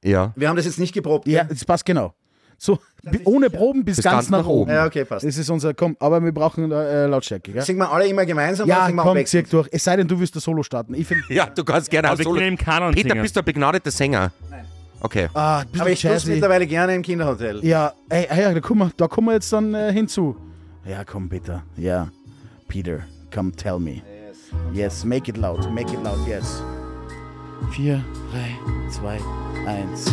Ja.
Wir haben das jetzt nicht geprobt.
Ja, das passt genau. So, bi- ohne Proben bis, ganz, nach oben.
Ja, okay, passt.
Das ist unser, komm, aber wir brauchen äh, Lautstärke, gell?
Singen wir alle immer gemeinsam oder
Ja,
singen wir
komm,
abwechselnd?
zieh durch. Es sei denn, du willst das Solo starten. Ich finde,
Ja, du kannst gerne auch
Aber wir
Solo-
können im Kanon
Peter,
singen.
bist du ein begnadeter Sänger? Nein. Okay.
ah, ein bisschen
Aber ich tue es
jazzy.
mittlerweile gerne im Kinderhotel.
Ja, ey, ey, ja, da kommen wir, da kommen wir jetzt dann äh, hinzu. Ja, komm, Peter. Ja, Peter, come tell me. Yes, make it loud, make it loud, yes. Vier, drei, zwei, eins.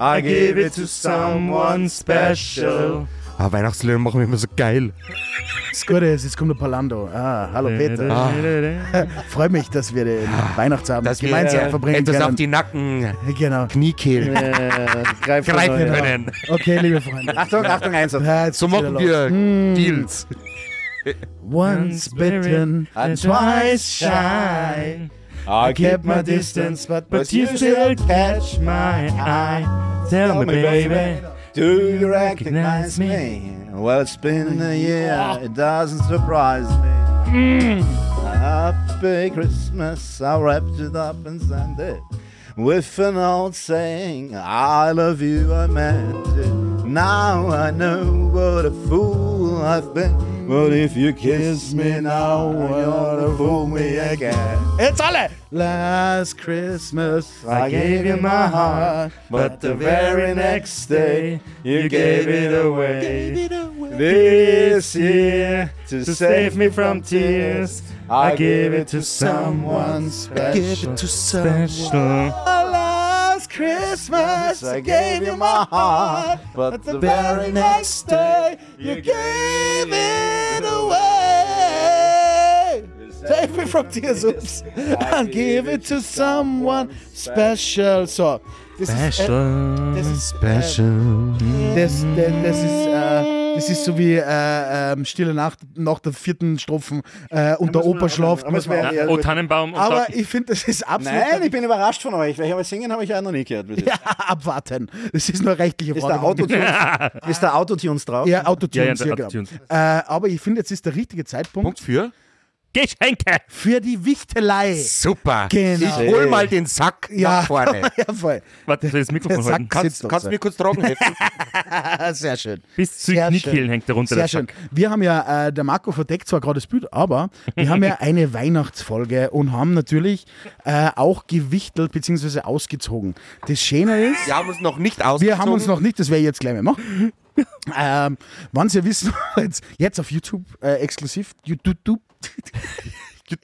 I
Give it to someone special.
Ah, Weihnachtslieder machen wir immer so geil.
Das Gute ist, jetzt kommt der Palando. Ah, hallo Peter.
Ah.
Freue mich, dass wir den Weihnachtsabend
Dass wir
gemeinsam
äh,
verbringen
etwas auf
können.
die Nacken
Genau.
Kniekehlen
Greifen,
greifen können.
Okay, liebe Freunde.
Achtung, Achtung, Einsatz.
Ja, jetzt
So
geht's wieder
machen
los.
wir
Hm.
Deals.
Once bitten and twice shy.
I
Kept my distance, but,
But you still catch my eye. Tell me, baby.
Do you recognize me? Well, it's been a year, it doesn't surprise me. Happy Christmas, I wrapped it up and sent it with an old saying I love you, I meant it. Now I know what a fool I've been. But if you kiss me now, you're gonna fool me again.
Last Christmas
I gave you my heart, but the very next day you gave it away. This year, to save me from tears, I gave it to someone special.
Special.
Last Christmas
I gave you my heart, but the very next day you gave it away.
Save me from tears, oops. And give it to someone special. So, das
Special.
ist, äh, das ist, äh, das, das, das ist, äh, das ist so wie äh, ähm, Stille Nacht nach der vierten Strophen äh, und der Opa schlaft.
muss man-
Ja, oh, Tannenbaum. Und
Aber
Tag-
ich finde, das ist absolut
Nein, ich bin überrascht von euch, weil ich habe singen habe ich auch noch nie gehört. bis jetzt.
ja, abwarten. Das ist nur eine rechtliche
Ist
Frage.
da Autotunes, ist da Autotunes drauf?
ja, Autotunes.
Ja,
Ja,
ja,
genau.
Autotunes.
Äh, aber ich finde, jetzt ist der richtige Zeitpunkt
Punkt für?
Geschenke.
für die Wichtelei.
Super.
Genau.
Ich hol mal den Sack
Ja.
nach vorne.
Ja, voll.
Warte, soll ich das Mikrofon
Der Sack
halten?
kann-
Kannst,
doch
kannst
so.
du mir kurz trocken helfen?
Ah, sehr schön.
Bis zu
Sehr
den Kniekehlen
schön.
hängt der runter.
Sehr
der
schön.
Sack.
Wir haben ja, äh, der Marco verdeckt zwar gerade das Bild, aber wir haben ja eine Weihnachtsfolge und haben natürlich äh, auch gewichtelt bzw. ausgezogen. Das Schöne ist,
Wir haben uns noch nicht ausgezogen.
wir haben uns noch nicht, das werde ich jetzt gleich mal machen. Ähm, Wann Sie wissen, jetzt, jetzt auf YouTube äh, exklusiv, YouTube,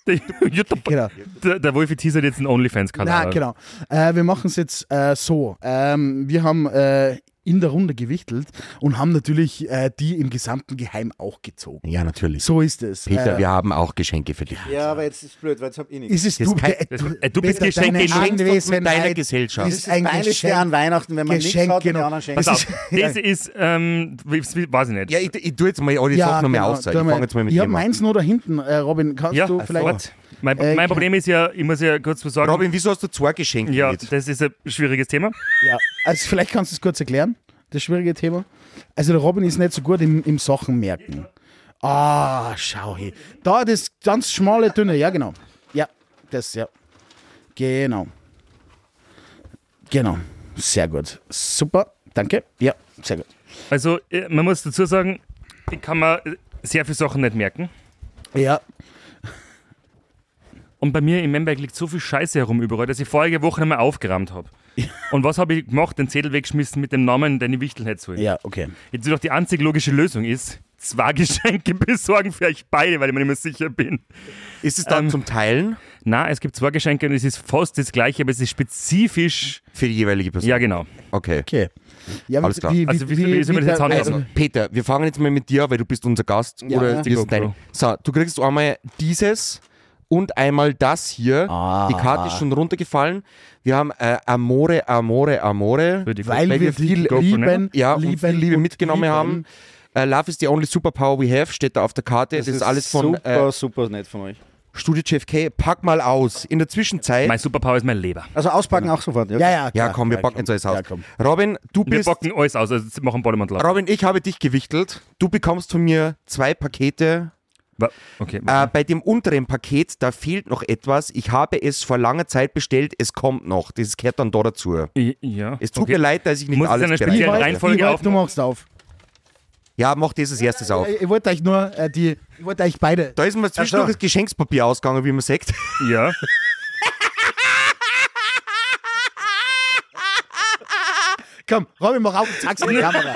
Jutta-
genau.
Der, der Wolfi teasert jetzt einen OnlyFans-Kanal.
Na, genau. Äh, wir machen es jetzt äh, so. Ähm, wir haben äh, in der Runde gewichtelt und haben natürlich äh, die im gesamten Geheim auch gezogen.
Ja, natürlich.
So ist es.
Peter,
äh,
wir haben auch Geschenke für dich.
Ja, aber jetzt ist es blöd, weil jetzt habe ich nichts.
ist es
Das
du,
kann-
äh, du,
äh, du bist
Peter,
Geschenk-
deine
Geschenk
mit deiner
Anwesenheit
Gesellschaft.
Ist
Das
ein
Peinlichste
Geschenk.
an Weihnachten, wenn man
Geschenk,
nichts hat und
genau.
die anderen schenken.
Pass auf,
Ja.
das ist, ähm, wie- wie- weiß ich nicht.
Ja, ich, ich tue jetzt mal alle Sachen noch mehr aus. Ich
genau. tu mal-
fange jetzt mal mit
Ich
dir
habe
an.
meins nur da hinten. Äh, Robin, kannst
Ja,
du
also
vielleicht.
warte. Mein,
Äh,
mein Problem ist ja, ich muss ja kurz was sagen.
Robin, wieso hast du zwei Geschenke
ja,
mit?
das ist ein schwieriges Thema.
Ja, also vielleicht kannst du es kurz erklären, das schwierige Thema. Also der Robin ist nicht so gut im, im Sachen merken. Ah, schau hier. Da das ganz schmale, dünne, ja genau. Ja, das, ja. Genau. Genau. Sehr gut. Super, danke. Ja, sehr gut.
Also, äh, man muss dazu sagen, ich kann mir äh, sehr viele Sachen nicht merken.
Ja,
Und bei mir im Memberg liegt so viel Scheiße herum überall, dass ich vorige Woche nochmal aufgeräumt habe. Und was habe ich gemacht? Den Zettel weggeschmissen mit dem Namen, den ich wichteln hätte sollen.
ja, okay.
Jetzt doch die einzige logische Lösung ist, zwei Geschenke besorgen für euch beide, weil ich mir nicht mehr sicher bin.
Ist es dann
Ähm,
zum Teilen
Na, es gibt zwei Geschenke und es ist fast das gleiche, aber es ist spezifisch.
für die jeweilige Person?
Ja, genau.
Okay.
Okay. Ja,
Alles klar.
Also wie- wie soll man das jetzt
der-
handhaben?
Also, Peter, wir fangen jetzt mal mit dir, weil du bist unser Gast.
Ähm. Ja,
oder
ja.
wir sind
Die
deine.
GoPro.
So, du kriegst einmal dieses und einmal das hier. Die Karte ist schon runtergefallen. Wir haben äh, Amore, Amore, Amore.
Für die
Weil,
Weil
wir
wir
viel
GoPro
lieben,
nehmen.
ja, und viel Liebe
und
mitgenommen
lieben.
haben. Äh, Love is the only superpower we have, steht da auf der Karte. Das, ist alles von
super,
äh,
super nett von euch.
Studio JFK. Pack mal aus. In der Zwischenzeit.
Mein Superpower ist mein Leber.
Also auspacken auch sofort.
Ja, ja,
ja,
klar.
komm, wir
Ja,
packen jetzt alles aus.
Ja, komm.
Robin, du
Wir
bist.
bocken alles aus, also jetzt machen Bollemann laut.
Robin, ich habe dich gewichtelt. Du bekommst von mir zwei Pakete
Wa- Okay.
Äh, bei dem unteren Paket, da fehlt noch etwas. Ich habe es vor langer Zeit bestellt, es kommt noch. Das gehört dann da dazu.
ja.
Es tut
okay.
mir leid, dass ich nicht
Muss es
alles
eine
bereit
spezielle
habe.
Reihenfolge- Reihenfolge
Iwald,
auf-
du machst auf.
Ja, mach das als erstes auf.
Ich, ich wollte euch nur äh, die, ich wollte euch beide.
Da ist mir zwischendurch das Geschenkspapier ausgegangen, wie man sagt.
Ja.
Komm, Robin, mach auf und zeig's in die Kamera.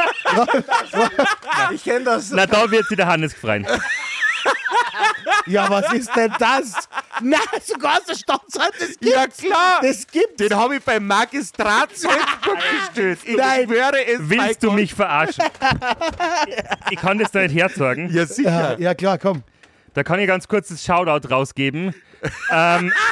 Ich kenne das.
Na, da wird sie der Hannes gefreien.
Ja, was ist denn das? Na, sogar aus der Stadtzeit, das gibt's.
Ja, klar.
Das gibt's.
Den habe ich beim Magistrat Salzburg bestellt. Ich
Nein.
schwöre es. bei
Willst du
Gott.
mich verarschen? Ich kann das da nicht herzogen.
Ja, sicher.
Ja, ja, klar, komm.
Da kann ich ganz kurzes Shoutout rausgeben. ähm,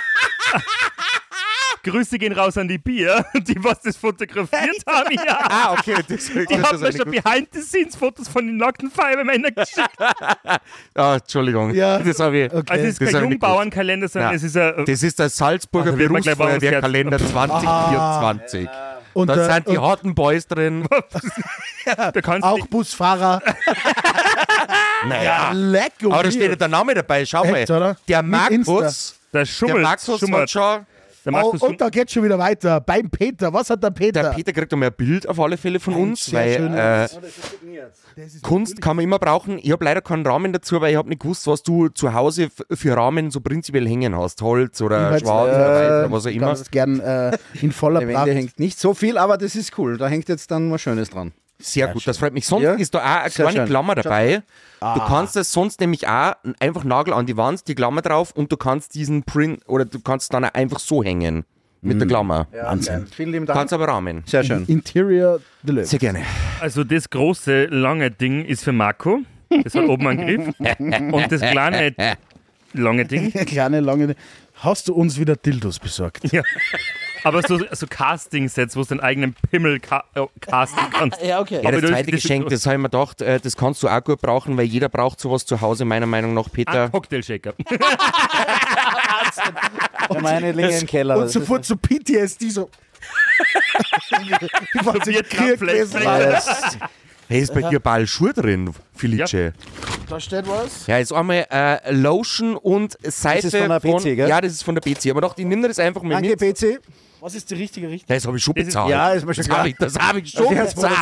Grüße gehen raus an die Bier, die was das fotografiert haben. Ja.
Ah, okay. Das, das
Die
das
haben mir schon Behind-the-Scenes-Fotos von den nackten Feuerwehrmännern geschickt.
ah, Entschuldigung.
Ja.
Das habe ich.
Okay.
Also es ist
Das
kein
hab ich nicht gewusst.
Jungbauernkalender, sondern
Nein.
es ist ein...
Das ist der Salzburger
Also wird man gleich warm ums Herz.
Berufsfeuerwehrkalender 2024.
Und,
Da
äh,
sind die
und
harten Boys drin.
da kannst
auch Busfahrer. Ah.
Naja.
Leck und
Ah. Aber da steht ja
Bier.
der Name dabei. Schau mal.
Echt, oder?
Der
Mit
Markus.
der
Der
schummelt,
Markus hat
schummelt.
schon.
Der
Oh,
Markus
und da geht's schon wieder weiter. Beim Peter. Was hat der Peter?
Der Peter kriegt noch mehr Bild auf alle Fälle von uns,
sehr
weil äh,
schönes.
Kunst kann man immer brauchen. Ich habe leider keinen Rahmen dazu, weil ich habe nicht gewusst, was du zu Hause f- für Rahmen so prinzipiell hängen hast. Holz oder
Jedenfalls,
Schwarz
äh,
oder Weiß oder was auch
Ich
immer.
kannst gern äh, in voller
Der Wände
Pracht.
hängt nicht so viel, aber das ist cool. Da hängt jetzt dann was Schönes dran.
Sehr gut, das freut mich. Sonst
Ja?
ist da auch eine
Sehr
kleine
schön.
Klammer dabei. Du kannst das sonst nämlich auch einfach Nagel an die Wand, die Klammer drauf und du kannst diesen Print oder du kannst dann auch einfach so hängen mit der Klammer.
Wahnsinn.
Vielen lieben
Kannst aber rahmen.
Sehr schön.
Interior Deluxe.
Sehr gerne.
Also das große, lange Ding ist für Marco. Das hat oben einen Griff. Und das kleine, lange Ding.
Kleine, lange. Hast du uns wieder Dildos besorgt?
Ja. Aber so, so Casting-Sets, wo du deinen eigenen Pimmel ca äh, casten kannst.
Ja, okay.
Ja,
Aber
das
du-
zweite
das-
Geschenk, das habe ich mir gedacht, äh, das kannst du auch gut brauchen, weil jeder braucht sowas zu Hause, meiner Meinung nach,
Ah,
Peter.
Cocktail-Shaker.
Meine Linge im Keller.
Und sofort zu PTSD so. ich wollte
Probiert Kraftflex.
Hey, ist bei dir Ballschuhe drin, Felice?
Da steht was.
Ja, jetzt einmal äh, Lotion und Seife.
ist von der BC, gell?
Ja, das ist von der BC. Aber doch, ich nehme das einfach mal
Danke,
mit.
PC.
Was ist die richtige Richtung?
Das habe ich schon
Das ist-
bezahlt.
Ja, ist mir schon
Das
klar.
habe ich, das hab ich schon
Der hat's
bezahlt.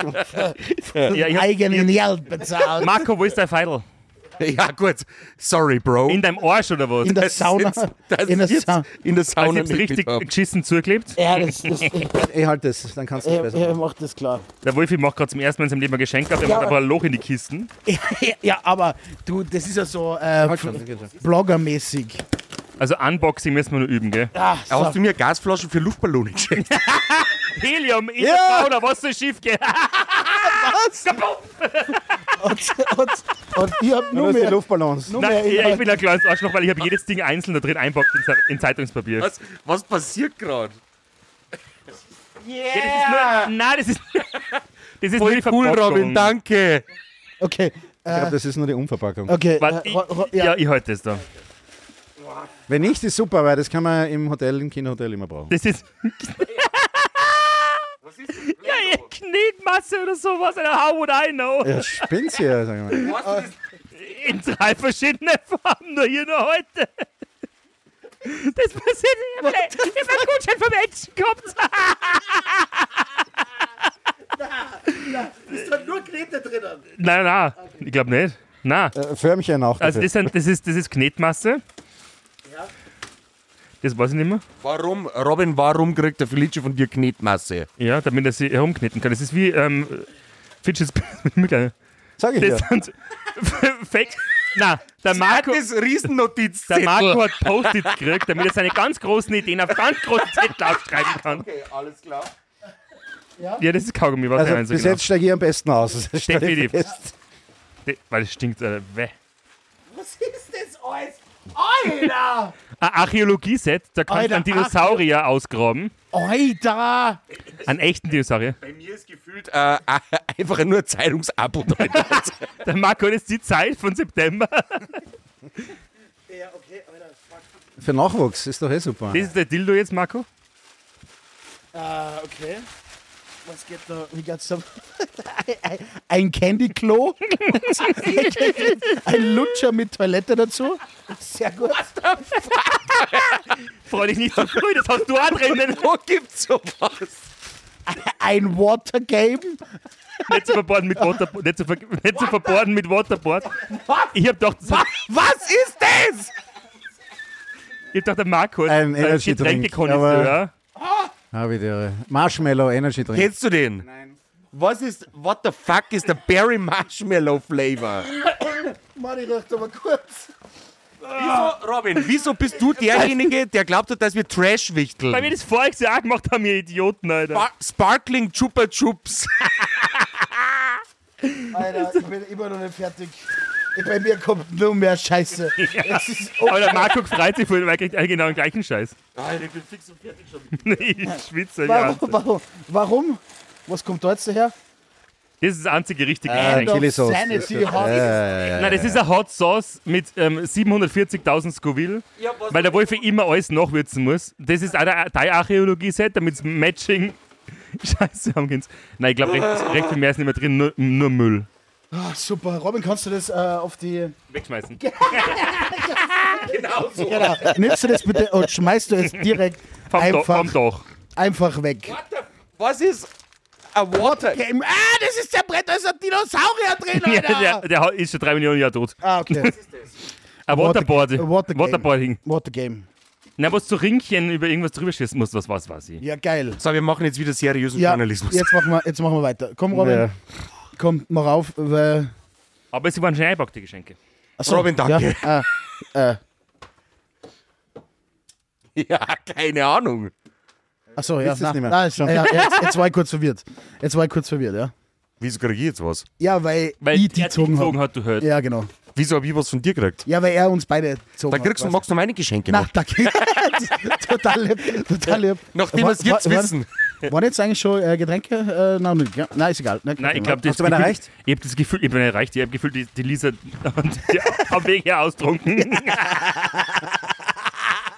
produziert.
Ja, ich hab-
eigenen Geld bezahlt.
Marco, wo ist dein Feidel?
Ja, gut. Sorry, Bro.
In deinem Arsch oder was?
In der Sauna.
das
in der
ist
Sauna.
in der
also, ich
Sauna
hab's richtig
mitgenommen.
geschissen zugeklebt.
Ja, das, das, ich,
Ich halt das, dann kannst du es
ich,
besser.
ich mach das klar.
Der Wolfi macht gerade zum ersten Mal in seinem Leben ein Geschenk ab. Er macht aber ein Loch in die Kisten.
Ja, ja, aber du, das ist ja so
Halt
äh, bloggermäßig.
Also Unboxing müssen wir nur üben, gell?
Ah, so.
Hast du mir Gasflaschen für Luftballone geschenkt?
Helium in der Sauna, was soll schief gehen?
und, und, und ich hab nur
Nur die
mehr,
Luftballons.
nur
Nein,
mehr
ich, ich
Inhalt.
bin ein kleines Arschloch, weil ich habe jedes Ding einzeln da drin einpackt in, Ze- in Zeitungspapier.
Was, was passiert gerade?
Ja, das ist nur, nein, das ist, das ist nur die
Cool,
Verpackung.
Robin, danke.
Okay,
Ich glaube, das ist nur die Umverpackung.
okay.
Warte,
äh,
ich,
Ro- Ro-
ja.
ja.
ich halte das da.
Wenn nicht, ist super, weil das kann man im Hotel, im Kinderhotel immer brauchen.
Das ist. ja, ihr Knetmasse oder sowas. How would I know?
Ja, spinnt ihr, sag ich mal.
Äh.
In drei verschiedenen Farben, nur hier nur heute. Das passiert immer. Immer Gutschein vom Menschen kommt.
Nur Grete drinnen.
Nein, nein, ich glaube nicht. Nein.
Äh, Förmchen auch.
Also
dafür.
das, sind, das, ist, das ist Knetmasse. Das weiß ich nicht mehr.
Warum, Robin, warum kriegt der Felice von dir Knetmasse?
Ja, damit er sie herumkneten kann. Das ist wie ähm, Fidget Spinner.
Sag ich dir.
Das sind Fake. Na, der Marco,
Riesennotiz.
der Marco hat Post-its gekriegt, damit er seine ganz großen Ideen auf ganz großen Zettel aufschreiben kann. Okay, alles klar. Ja, das ist Kaugummi, was
Also
er so
bis
genau.
jetzt steige ich am besten aus. Das stell ich
Definitiv.
fest.
De- Weil es stinkt, Alter. Weh.
Was ist das alles? Alter!
Ein Archäologie-Set, da kannst du
Alter,
einen Dinosaurier ausgraben.
Alter!
Einen echten Dinosaurier.
Bei mir ist gefühlt
Äh, äh, einfach nur ein Zeitungsabo drin.
Der Marco hat jetzt die Zeit von September.
Ja, okay, Alter.
Für Nachwuchs ist doch eh super.
Das ist der Dildo jetzt, Marco.
Ah,
Äh, okay. Was geht da?
Wie geht's da? Ein Candy-Klo. Ein Lutscher mit Toilette dazu. Sehr gut.
Freu dich nicht zu früh, das hast du auch drinnen.
Wo gibt's sowas?
Ein Water Game.
Nicht zu verbohren mit Waterboard. Nicht zu, ver nicht zu verbohren mit Waterboard. Ich hab doch gesagt,
Ah, Was ist das?
ich hab doch der Markus, äh,
Ein Energy Drink,
Getränkekonisseur.
Habe ich dir. Marshmallow Energy Drink.
Kennst du den? Nein. Was ist, what the fuck ist der Berry Marshmallow Flavor?
Mann, ich dachte aber kurz.
Wieso, Robin, wieso bist du derjenige, der glaubt hat, dass wir Trash
Weil wir
wichteln?
das voriges Jahr gemacht haben, ihr Idioten, Alter.
Spa- Sparkling Chupa Chups.
Alter, ich bin immer noch nicht fertig.
Bei mir kommt nur mehr Scheiße. oh,
Aber der Marco freut sich voll, weil er kriegt eigentlich genau den gleichen Scheiß. Alter, ich bin fix und fertig schon. ich schwitze. Ja.
Warum? Warum? warum? Was kommt da jetzt daher?
Das ist das einzige richtige
Äh,
Getränk.
Chili Sauce.
Sanity
Das ist-
Hot.
Ja, ja, ja.
Nein, das ist eine Hot Sauce mit ähm, 740.000 Scoville, weil der Wolf ja immer alles nachwürzen muss. Das ist auch der- dein Archäologie-Set, damit es Matching. Scheiße, haben gehen's. Nein, ich glaube, recht, recht viel mehr ist nicht mehr drin, nur, nur Müll.
Ah, super. Robin, kannst du das äh, auf die.
Wegschmeißen.
Genau. Nimmst du das bitte und schmeißt du es direkt
Vom, Do
einfach,
vom Doch.
einfach weg.
Was ist a Water?
Game. Ah, das ist der Brett, da ist ein Dinosaurier drin,
Ja,
Alter.
der, der hau- ist schon drei Millionen Jahre tot.
Ah, okay.
Ein
Water-
Waterboard.
Water-
Waterboarding.
Water Game.
Na, was zu Ringchen über irgendwas drüber schießen musst, was was weiß ich.
Ja, geil.
So, wir machen jetzt wieder seriösen
Ja,
Journalismus.
jetzt machen, wir, jetzt machen wir weiter. Komm, Robin.
Ja.
Komm, mach auf, weil.
Aber sie waren schon einpackt, die Geschenke.
Achso,
Robin, danke.
Ja, ah,
Ja, keine Ahnung.
achso, ja.
Wisst
na,
es nicht mehr.
na, ist schon. Ja, ja, jetzt, jetzt war ich kurz verwirrt. Jetzt war ich kurz verwirrt, ja.
Wieso kriege ich jetzt was?
Ja, weil,
Weil
ich die
er
gezogen habe.
hat, du hörst.
Ja, genau.
Wieso habe ich was von dir gekriegt?
Ja, weil er uns beide gezogen
Da
hat.
kriegst du,
weißt
magst du meine Geschenke
Na,
noch.
danke. total lieb, total lieb.
Nachdem wir es jetzt
War- war-
wissen.
Waren jetzt eigentlich schon äh, Getränke? Äh, nein, nicht, ja? nein, ist egal. Ne, Nein, kein
Nein, ich
Thema.
glaube, das
du meine
Gefühl-
erreicht?
Ich habe das Gefühl, ich bin nicht erreicht. Ich habe Gefühl, die, die Lisa die am Weg her austrunken.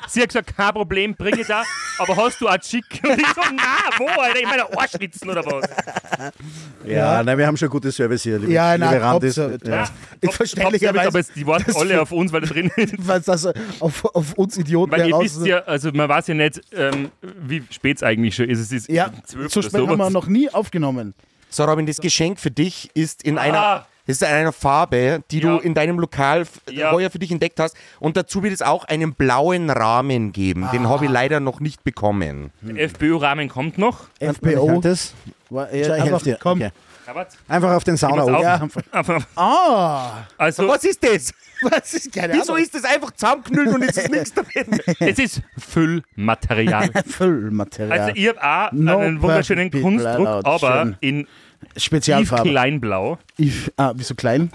Sie hat gesagt, kein Problem, bring es auch. Aber hast du auch Chick? Und ich so, na, wo, Alter? Ich meine, Ohrschlitzen oder was?
Ja, nein, wir haben schon gutes Service hier, liebe,
Ja, nein,
liebe Randis.
absolut.
Ja.
Ich
Hauptsache, aber
verständlicherweise,
es- die warten alle auf uns, weil da drin ist.
was das äh, auf, auf uns Idioten
Weil ihr
heraus
wisst ja, also man weiß ja nicht, ähm, wie spät es eigentlich schon ist. Es ist um
Ja,
zwölf
so
oder
spät haben wir
sowas.
noch nie aufgenommen.
So, Robin, das Geschenk für dich ist in einer.
Ah.
Ist in einer Farbe, die
Ja.
du in deinem Lokal f-
Ja.
heuer für dich entdeckt hast. Und dazu wird es auch einen blauen Rahmen geben.
Ah.
Den habe ich leider noch nicht bekommen.
FPÖ-Rahmen kommt noch.
Äh, FPO.
Das?
War,
Ich
äh,
helfe dir.
komm.
Okay.
Herbert,
Einfach auf den
Genau,
Sauna
pass
oben.
auf.
Ja.
Einfach-
Ah,
Also,
Was ist das?
was ist keine
Wieso
Ahnung.
ist das einfach zusammenknüllt und jetzt ist nichts drin?
es ist Füllmaterial.
Füllmaterial.
Also ich habe auch
No
einen wunderschönen
perfect people
Kunstdruck,
allowed.
aber
Schön.
in Yves
Spezialfarbe.
Kleinblau.
Yves, ah, wieso klein?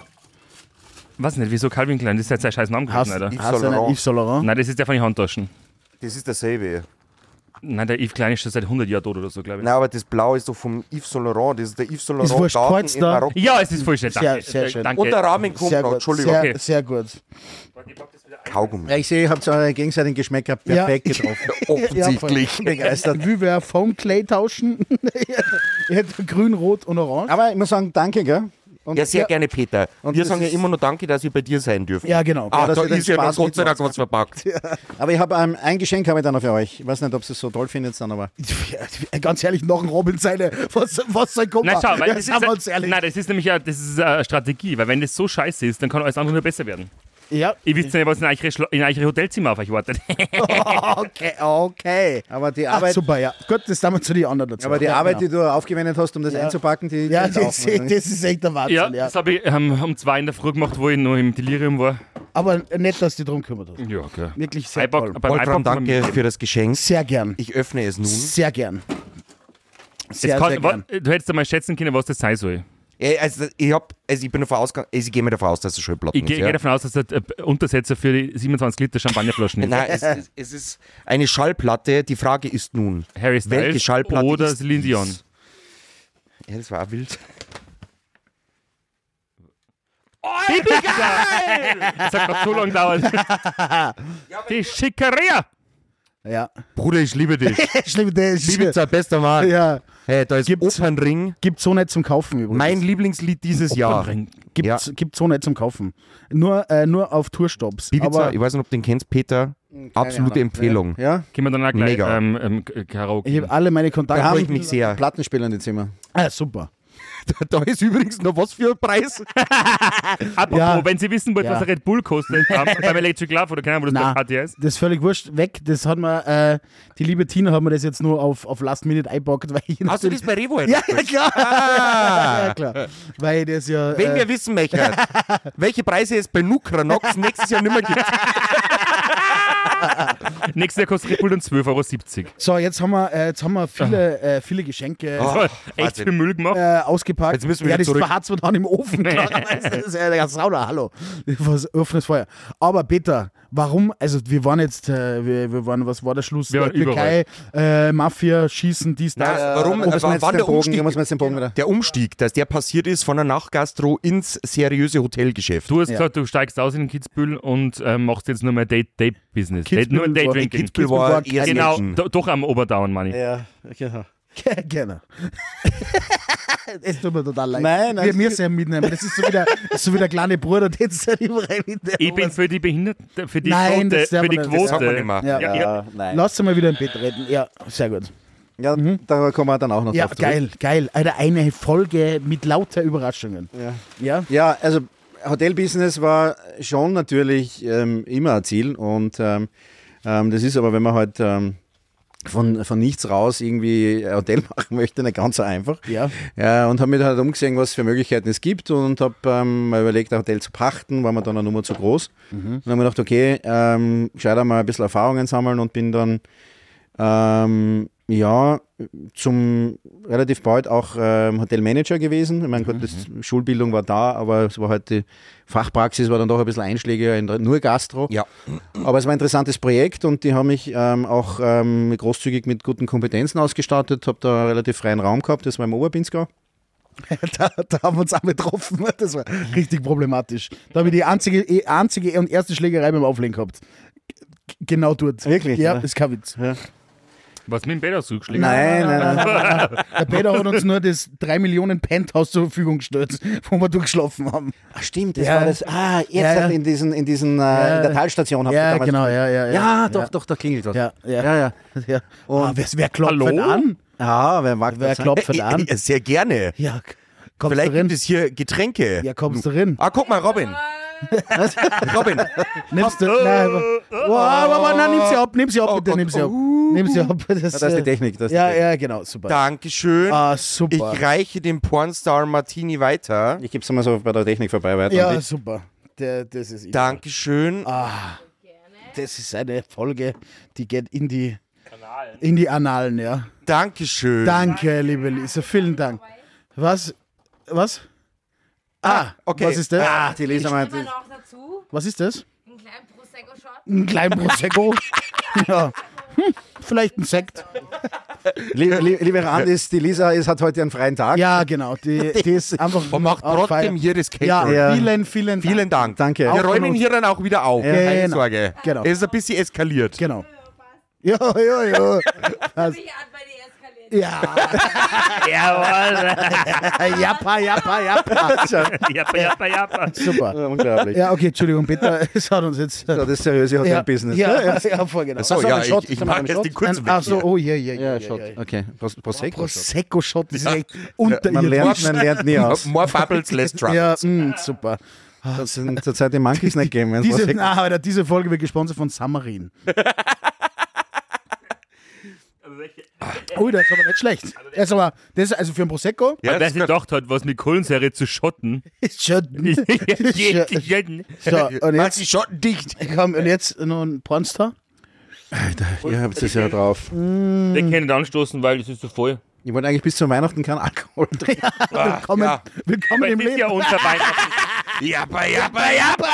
Was nicht, wieso Calvin Klein? Das ist jetzt sein scheiß Name gewesen,
Hast,
Alter.
hast du einen
Saint
Yves Saint Laurent?
Nein, das ist der von den Handtaschen.
Das ist dasselbe.
Nein, der Yves Klein ist schon seit 100 Jahren tot oder so, glaube ich.
Nein, aber das Blau ist doch vom Yves Saint Laurent. Das ist der Yves Saint
Ist
Laurent
wurscht,
Garten
Kreuz
in
da.
Marokko.
Ja, es ist voll schön. Danke.
Sehr- sehr
Äh,
schön.
Danke.
Und der Rahmen kommt
Sehr
noch.
gut.
Entschuldigung.
Sehr,
Okay.
sehr gut.
Kaugummi.
Ja, ich sehe, ihr habt eure gegenseitigen Geschmäcker
Ja.
perfekt getroffen.
Offensichtlich.
Begeistert.
Wie wir Foam Clay tauschen. Ich hätte Grün, Rot und Orange.
Aber ich muss sagen, danke, gell? Und
Ja, sehr gerne, Peter.
Und
wir
das
sagen ja
ist-
immer nur Danke, dass wir bei dir sein dürfen.
Ja, genau.
Ah,
dass
da
ihr den
ist ja noch
Spaß
Gott sei Dank
mitmacht.
was verpackt.
Aber ich habe ähm, ein Geschenk habe ich dann noch für euch. Ich weiß nicht, ob ihr es so toll findet, dann aber.
Ja, Ganz ehrlich, noch ein Robin seine. Was, was soll kommen?
Na schau, weil
Ja,
das
sagen wir uns
ist,
ehrlich.
nein, das ist nämlich eine, das ist äh, eine Strategie, weil wenn das so scheiße ist, dann kann alles andere nur besser werden.
Ja,
Ich wisst ja nicht, was in eure, Schlo- in eure Hotelzimmer auf euch wartet.
Okay, okay. Aber die
Ach,
Arbeit,
super, ja. Gut, das damit zu die anderen dazu.
aber die
ja,
Arbeit,
genau.
die du aufgewendet hast, um das einzupacken, die
Ja,
die
das,
auch- ne?
das ist echt der Wahnsinn,
ja,
ja.
das habe ich ähm, um zwei in der Früh gemacht, wo ich noch im Delirium war.
Aber nett, dass du dich drum kümmert hast.
Ja, okay.
Wirklich sehr
Eibock,
toll.
beim
Wolfram,
Eibock,
danke für das Geschenk.
Sehr gern.
Ich öffne es nun.
Sehr gern. Sehr,
Mhm. Es kann,
sehr gern.
wa- du hättest einmal schätzen können, was das sein soll.
Äh, Also ich, hab, also ich bin davon ausgegangen, also ich gehe mir davon aus, dass es Schallplatten
Ich
ist.
gehe
Ja.
gehe davon aus, dass das äh, Untersetzer für die 27 Liter Champagnerflaschen ist.
Nein, es, es, es ist eine Schallplatte. Die Frage ist nun,
Harry Styles
welche Schallplatte
oder
ist
Celine Dion.
dies? Ja, das war auch wild.
Das hat gerade so lange gedauert. die Schickeria!
Ja.
Bruder, ich liebe dich.
Schlimm, der ist
Ibiza, bester Mann.
Ja.
Hey, da ist
Gibt's-
Opernring.
Gibt so nicht zum Kaufen übrigens.
Mein Lieblingslied dieses Jahr.
Gibt,
Ja.
gibt so nicht zum Kaufen. Nur, äh, nur auf Tourstops.
Ibiza,
Aber
ich weiß nicht, ob du den kennst, Peter. Absolute
Ahnung.
Empfehlung.
Ja,
Können wir dann auch gleich
Mega.
ähm, ähm, K- Karaoke.
ich habe alle meine Kontakte.
wir haben
freut mich sehr.
Plattenspieler in die Zimmer.
Ah, super.
Da ist übrigens noch was für ein Preis.
Apropos,
Ja.
wenn Sie wissen wollt,
Ja.
was ein Red Bull kostet, ähm, beim Electric Love oder keine Ahnung, wo das
Na,
bei Party ist.
das ist völlig wurscht. Weg. Das hat mir, äh, die liebe Tina hat mir das jetzt nur auf, auf Last Minute einpackt, weil ich
Hast du das
natürlich-
bei Revo
ja, ja, klar. ja, klar. Weil das ja.
Wenn
äh,
wir wissen möchten, welche Preise es bei Nukranox nächstes Jahr nicht mehr gibt.
Nächstes Jahr kostet Red Bull dann 12,70 Euro.
so, jetzt haben wir, äh, jetzt haben wir
Ah.
viele, äh, viele Geschenke.
Oh,
Echt
Wahnsinn.
viel Müll gemacht.
äh, ausgepackt.
Jetzt müssen wir
ja,
wieder
das
zurück.
verharzt man dann im Ofen. klar. das ist ja der Sauna, hallo. Was, offenes Feuer. Aber Peter, warum, also wir waren jetzt, äh, wir, wir waren, was war der Schluss?
Wir waren
Türkei, äh, Mafia, Schießen, dies, das.
Na, äh, warum? also
Da Äh, muss man
Wann
jetzt den
der
Bogen, da
Umstieg,
muss man jetzt den Bogen wieder.
der Umstieg, dass der passiert ist von der Nachtgastro ins seriöse Hotelgeschäft.
Du hast
Ja.
gesagt, du steigst aus in Kitzbühel und ähm, machst jetzt nur mehr Date-Business. Date,
Kitzbühel
nur
war-
Date-Drinking.
Kitzbühel war
war-
eher
Genau,
Menschen.
do, doch am Oberdown, meine ich.
Ja, genau.
Gerne. Es tut mir total leid.
Nein, nein,
wir müssen ja mitnehmen. Das ist so wie der, so wie der kleine Bruder, den es nicht überall mitnehmen.
Ich bin für die Behinderten, für die
Nein,
Quote,
das darf
für die
man nicht, das
sagt man
Quote.
nicht mehr.
Ja.
Ja, ja.
nein.
Lass uns mal wieder im Bett reden. Ja, sehr gut.
Ja, da kommen wir dann auch noch
Ja,
drauf zurück.
geil, geil. Alter, eine Folge mit lauter Überraschungen.
Ja.
Ja?
Ja, also Hotelbusiness war schon natürlich ähm, immer ein Ziel und ähm, ähm, das ist aber, wenn man halt ähm, von, von nichts raus irgendwie ein Hotel machen möchte, nicht ganz so einfach.
Ja.
Ja, und habe mir halt umgesehen, was für Möglichkeiten es gibt und habe ähm, mal überlegt, ein Hotel zu pachten, war mir dann eine Nummer zu groß. Und habe mir gedacht, okay, ähm, gescheiter mal ein bisschen Erfahrungen sammeln und bin dann ähm, ja, zum relativ bald auch ähm, Hotelmanager gewesen. Ich meine, Gott, das, Schulbildung war da, aber es war halt die Fachpraxis war dann doch ein bisschen einschlägiger in nur Gastro.
Ja.
Aber es war ein interessantes Projekt und die haben mich ähm, auch ähm, großzügig mit guten Kompetenzen ausgestattet, habe da einen relativ freien Raum gehabt, das war im Oberbinsgau.
da, da haben wir uns auch betroffen. Das war richtig problematisch. Da habe ich die einzige, eh- einzige und erste Schlägerei beim Auflegen gehabt. G- Genau dort.
Wirklich,
Ja,
ne?
ist kein Witz.
Was mit dem Bett ausgeschlagen?
Nein, nein, nein.
Der Peter hat uns nur das 3 Millionen Penthouse zur Verfügung gestellt, wo wir durchgeschlafen haben.
Ah, stimmt, das
Ja.
war das. Ah, jetzt
Ja, ja.
hat in diesen, in diesen, äh, in der Talstation habt ihr
Ja,
damals-
genau, ja, ja.
Ja, doch, doch, da klingelt was.
Ja, ja.
ja. ja.
ja. Ah, wer, wer klopft
Hallo?
denn an?
Ah, wer mag
Wer
das?
klopft denn an?
Äh, äh, Sehr gerne.
Ja, kommst
Vielleicht
du rein?
gibt es hier Getränke.
Ja, kommst du rein?
Ah, guck mal, Robin. Robin,
Nimmst du. Nein, wow, wow, wow, nein, nimm sie ab, nimm sie ab, bitte, nimm sie ab. Nimm sie ab. Das,
Oh Ja, das ist die
äh,
Technik. Das ist
Ja,
die Technik.
ja, genau, super.
Dankeschön.
Ah,
ich
super.
reiche dem Pornstar Martini weiter.
Ich gebe es mal so bei der Technik vorbei weiter. an
Ja,
dich.
super. Der, das ist
Dankeschön.
Das ist eine Folge, die geht in die Analen. In die Analen, ja.
Dankeschön.
Danke, liebe Lisa, vielen Dank. Was? Was? Ah,
okay.
was ist das?
Ah, die Leser meint.
Immer noch dazu
Was ist das?
einen kleinen Prosecco-Shot.
Ein kleiner Prosecco? ja. Hm, vielleicht einen Sekt.
Liebe, liebe, liebe Randis, die Lisa ist, hat heute einen freien Tag.
Ja, genau. Die, die ist einfach.
Und macht
auf Feier.
trotzdem hier das Catering.
Ja,
Ja.
vielen, vielen Dank.
Vielen Dank.
Danke.
Wir
Auch
räumen hier dann auch wieder auf. Keine
Genau.
Sorge.
Genau.
Es ist ein bisschen eskaliert.
Genau. Ja, ja, ja.
mich an bei der Eskalierung.
Ja,
Jawohl.
jappa, jappa, jappa.
jappa, jappa, jappa.
Super.
Unglaublich.
Ja, okay, Entschuldigung, Peter, es hat uns jetzt. äh,
So, Das seriöse Hotel-Business.
Ja, ja, ja, voll genau.
So,
Ach
ja,
ein Shot.
ich, ich
Soll man
mache
einen
jetzt
Shot?
den kurz
Ein-
weg.
Ach so, oh, ja, ja, ja.
Ja,
ja,
Shot.
ja, ja.
Okay. Pros Prosecco.
Prosecco-Shot das ist echt
Ja, man, lernt,
unterirdisch.
man lernt nie aus.
More bubbles, less trouble.
Ja, mh, Mm, super.
Das sind zurzeit die Monkeys nicht gegeben. wenn's
Diese,
Prosecco-
na, Alter, diese Folge wird gesponsert von Samarin. Ui, das Oh, ist aber nicht schlecht. Das ist aber, das ist also für ein Prosecco.
Ja,
Wer
das
sich gedacht hat, was mit Kohlensäure zu schotten.
Ist schon.
Jeden-
so,
jeden-
und
Mach
jetzt,
die Schotten dicht.
komm, und jetzt noch ein Pornstar.
Ihr habt es ja drauf.
Den kann ich nicht anstoßen, weil das ist zu voll.
Ich wollte eigentlich bis zum Weihnachten keinen Alkohol trinken.
Willkommen,
ja.
willkommen
Weil
im
das ist
Leben.
ja unser Weihnachten.
Jappa, jappa, jappa.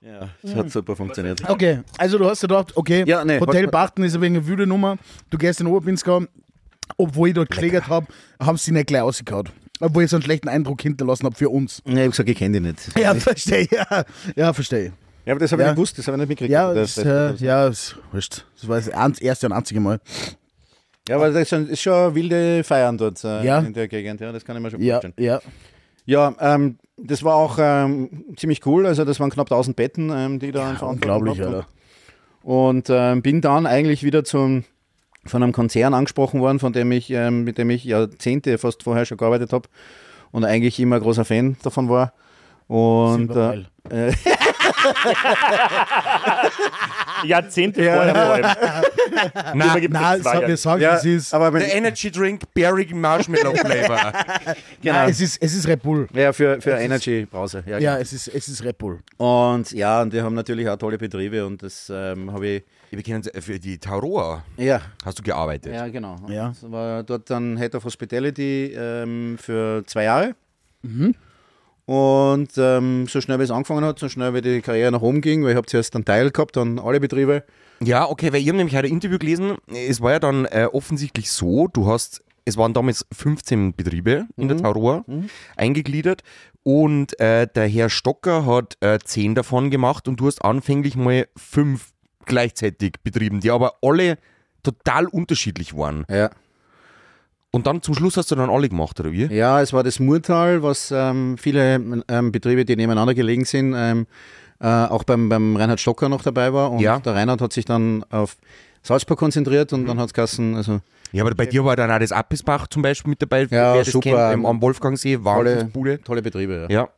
Ja, das hat super funktioniert.
Okay, also du hast dir gedacht, okay,
Ja, nee,
Hotel
hot-
Barton ist ein wenig eine wüde Nummer. Du gehst in Oberpinzgau, obwohl ich dort geklegert habe, haben sie nicht gleich ausgekaut. Obwohl ich so einen schlechten Eindruck hinterlassen habe für uns.
Nee, ich hab gesagt, ich kenne die nicht.
Ja, verstehe. Ja, ja verstehe.
Ja, aber das habe ich
Ja.
nicht gewusst, das habe ich nicht mitgekriegt.
Ja,
das,
das, äh, ja, das, wurscht. das war das ein- erste und einzige Mal.
ja, aber das ist schon, ist schon wilde Feiern dort äh,
Ja.
in der Gegend. Ja, das kann ich mir schon
Ja,
vorstellen.
ja.
Ja, ähm, das war auch ähm, ziemlich cool. Also, das waren knapp 1000 Betten, ähm, die da in Verantwortung
Unglaublich,
gehabt haben.
Alter.
Und ähm, bin dann eigentlich wieder zum, von einem Konzern angesprochen worden, von dem ich, ähm, mit dem ich Jahrzehnte fast vorher schon gearbeitet habe und eigentlich immer ein großer Fan davon war. Und äh,
Silberpfeil.
Jahrzehnte vorher vor allem.
Nein,
Nein, sag, wir sagen,
ja,
es ist.
aber
der
wenn,
Energy Drink Berry Marshmallow Flavor.
genau.
Es ist, es ist Red Bull.
ja, für, für Energy Brause. Ja, genau.
Ja, es ist, es ist Red Bull.
Und ja, und wir haben natürlich auch tolle Betriebe und das ähm, habe ich.
wir kennen uns äh, für die Taroa.
Ja,
Hast du gearbeitet?
ja, genau.
Ja.
Das war dort dann Head of Hospitality ähm, für zwei Jahre. Und ähm, so schnell wie es angefangen hat, so schnell wie die Karriere nach oben ging, weil ich habe zuerst einen Teil gehabt, dann alle Betriebe.
Ja, okay, weil ich habe nämlich heute ein Interview gelesen. Es war ja dann äh, offensichtlich so, du hast, es waren damals 15 Betriebe in der Taroa eingegliedert und äh, der Herr Stocker hat äh, 10 davon gemacht und du hast anfänglich mal 5 gleichzeitig betrieben, die aber alle total unterschiedlich waren.
Ja.
Und dann zum Schluss hast du dann alle gemacht, oder wie?
Ja, es war das Murtal, was ähm, viele ähm, Betriebe, die nebeneinander gelegen sind, ähm, äh, auch beim, beim Reinhard Stocker noch dabei war. Und
Ja.
der Reinhard hat sich dann auf Salzburg konzentriert und dann hat es Gassen, also
Ja, aber bei dir war dann auch das Appisbach zum Beispiel mit dabei.
Ja,
wer das
super.
kennt, ähm, am Wolfgangsee,
tolle,
Wahnsinnsbude.
tolle Betriebe. Ja.
Ja.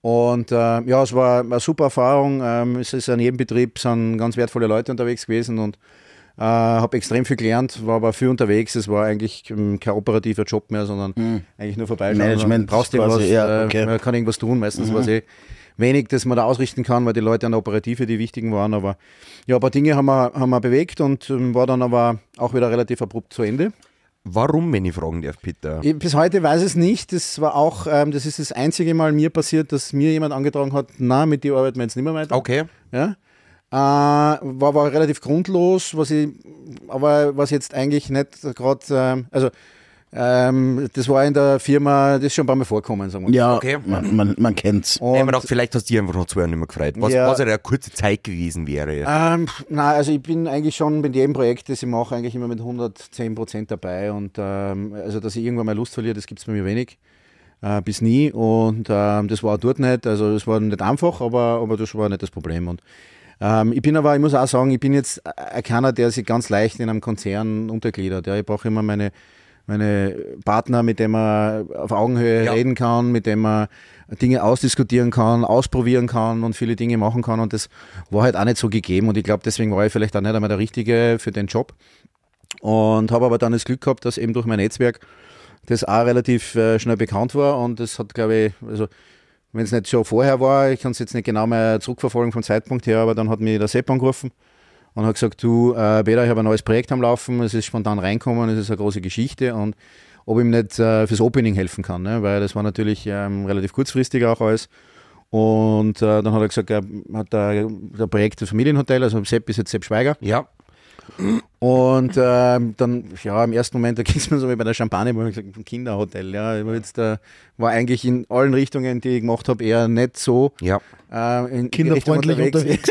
Und äh, ja, es war eine super Erfahrung. Ähm, es ist an jedem Betrieb sind ganz wertvolle Leute unterwegs gewesen und äh, habe extrem viel gelernt, war aber viel unterwegs. Es war eigentlich ähm, kein operativer Job mehr, sondern eigentlich nur vorbeischauen.
Hm. Management
brauchst du
quasi,
was,
ja,
äh,
okay. Mhm.
man kann irgendwas tun. Meistens war es eh wenig, das man da ausrichten kann, weil die Leute an der Operative die wichtigen waren. Aber ja, ein paar Dinge haben wir, haben wir bewegt und ähm, war dann aber auch wieder relativ abrupt zu Ende.
Warum, wenn ich fragen darf, Peter?
Ich- Bis heute weiß ich es nicht. Das war auch, ähm, das ist das einzige Mal mir passiert, dass mir jemand angetragen hat, na, mit dir arbeiten wir jetzt nicht mehr weiter.
Okay.
Ja? Äh, war, war relativ grundlos, was ich, aber was jetzt eigentlich nicht gerade, ähm, also ähm, das war in der Firma, das ist schon ein paar Mal vorkommen, sagen wir. mal.
Ja,
Okay.
man, man, man kennt's.
Oh.
Und ich hab mir gedacht, vielleicht hast du dich einfach noch zwei Jahre nicht mehr gefreut, was,
Ja.
was ja eine kurze Zeit gewesen wäre.
Ah.
Ähm, na, also ich bin eigentlich schon bei jedem Projekt, das ich mache, eigentlich immer mit 110 Prozent dabei. Und ähm, also, dass ich irgendwann mal Lust verliere, das gibt es bei mir wenig. Äh, bis nie. Und ähm, das war auch dort nicht. Also, das war nicht einfach, aber, aber das war nicht das Problem. Und ähm, ich bin aber, ich muss auch sagen, ich bin jetzt äh, keiner, der sich ganz leicht in einem Konzern untergliedert. Ja, ich brauche immer meine, meine Partner, mit denen man auf Augenhöhe
Ja.
reden kann, mit denen man Dinge ausdiskutieren kann, ausprobieren kann und viele Dinge machen kann. Und das war halt auch nicht so gegeben. Und ich glaube, deswegen war ich vielleicht auch nicht einmal der Richtige für den Job. Und habe aber dann das Glück gehabt, dass eben durch mein Netzwerk das auch relativ äh, schnell bekannt war. Und das hat, glaube ich, also wenn es nicht schon vorher war, ich kann es jetzt nicht genau mehr zurückverfolgen vom Zeitpunkt her, aber dann hat mir der Sepp angerufen und hat gesagt, du, äh, Peter, ich habe ein neues Projekt am Laufen, es ist spontan reinkommen, es ist eine große Geschichte und ob ich ihm nicht äh, fürs Opening helfen kann, ne? weil das war natürlich ähm, relativ kurzfristig auch alles Und äh, dann hat er gesagt, er hat der, der Projekt der Familienhotel, also Sepp ist jetzt Sepp Schweiger.
Ja.
Und ähm, dann, ja, im ersten Moment, da ging es mir so wie bei der Champagne, wo ich gesagt habe, Kinderhotel. Ja, ich war jetzt, äh, war eigentlich in allen Richtungen, die ich gemacht habe, eher nicht so
Ja.
äh, in- in die Richtung
Kinderfreundlich unterwegs.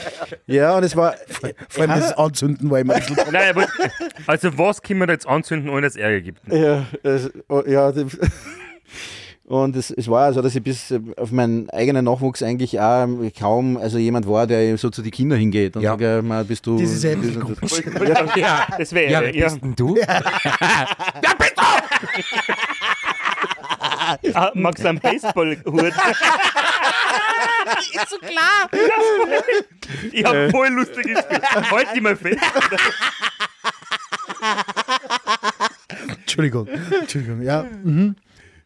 ja, und es war,
Vor allem das Anzünden war immer ein bisschen
Nein, aber, also was können wir da jetzt anzünden, ohne dass es Ärger gibt?
Ja, es, oh, ja die- und es, es war ja so, dass ich bis äh, auf meinen eigenen Nachwuchs eigentlich auch ähm, kaum also jemand war, der so zu den Kindern hingeht. Und
Ja.
ja. sage ich mal, bist du.
Das ist ja ein
bist
bisschen
du-
Ja,
Das wäre
ja,
ja,
wer bist denn du?
Ah, magst du einen Baseballhut?
Ist so klar.
Ich
Äh.
hab voll lustiges Spiel. Halt die mal fest.
Entschuldigung. Entschuldigung, ja.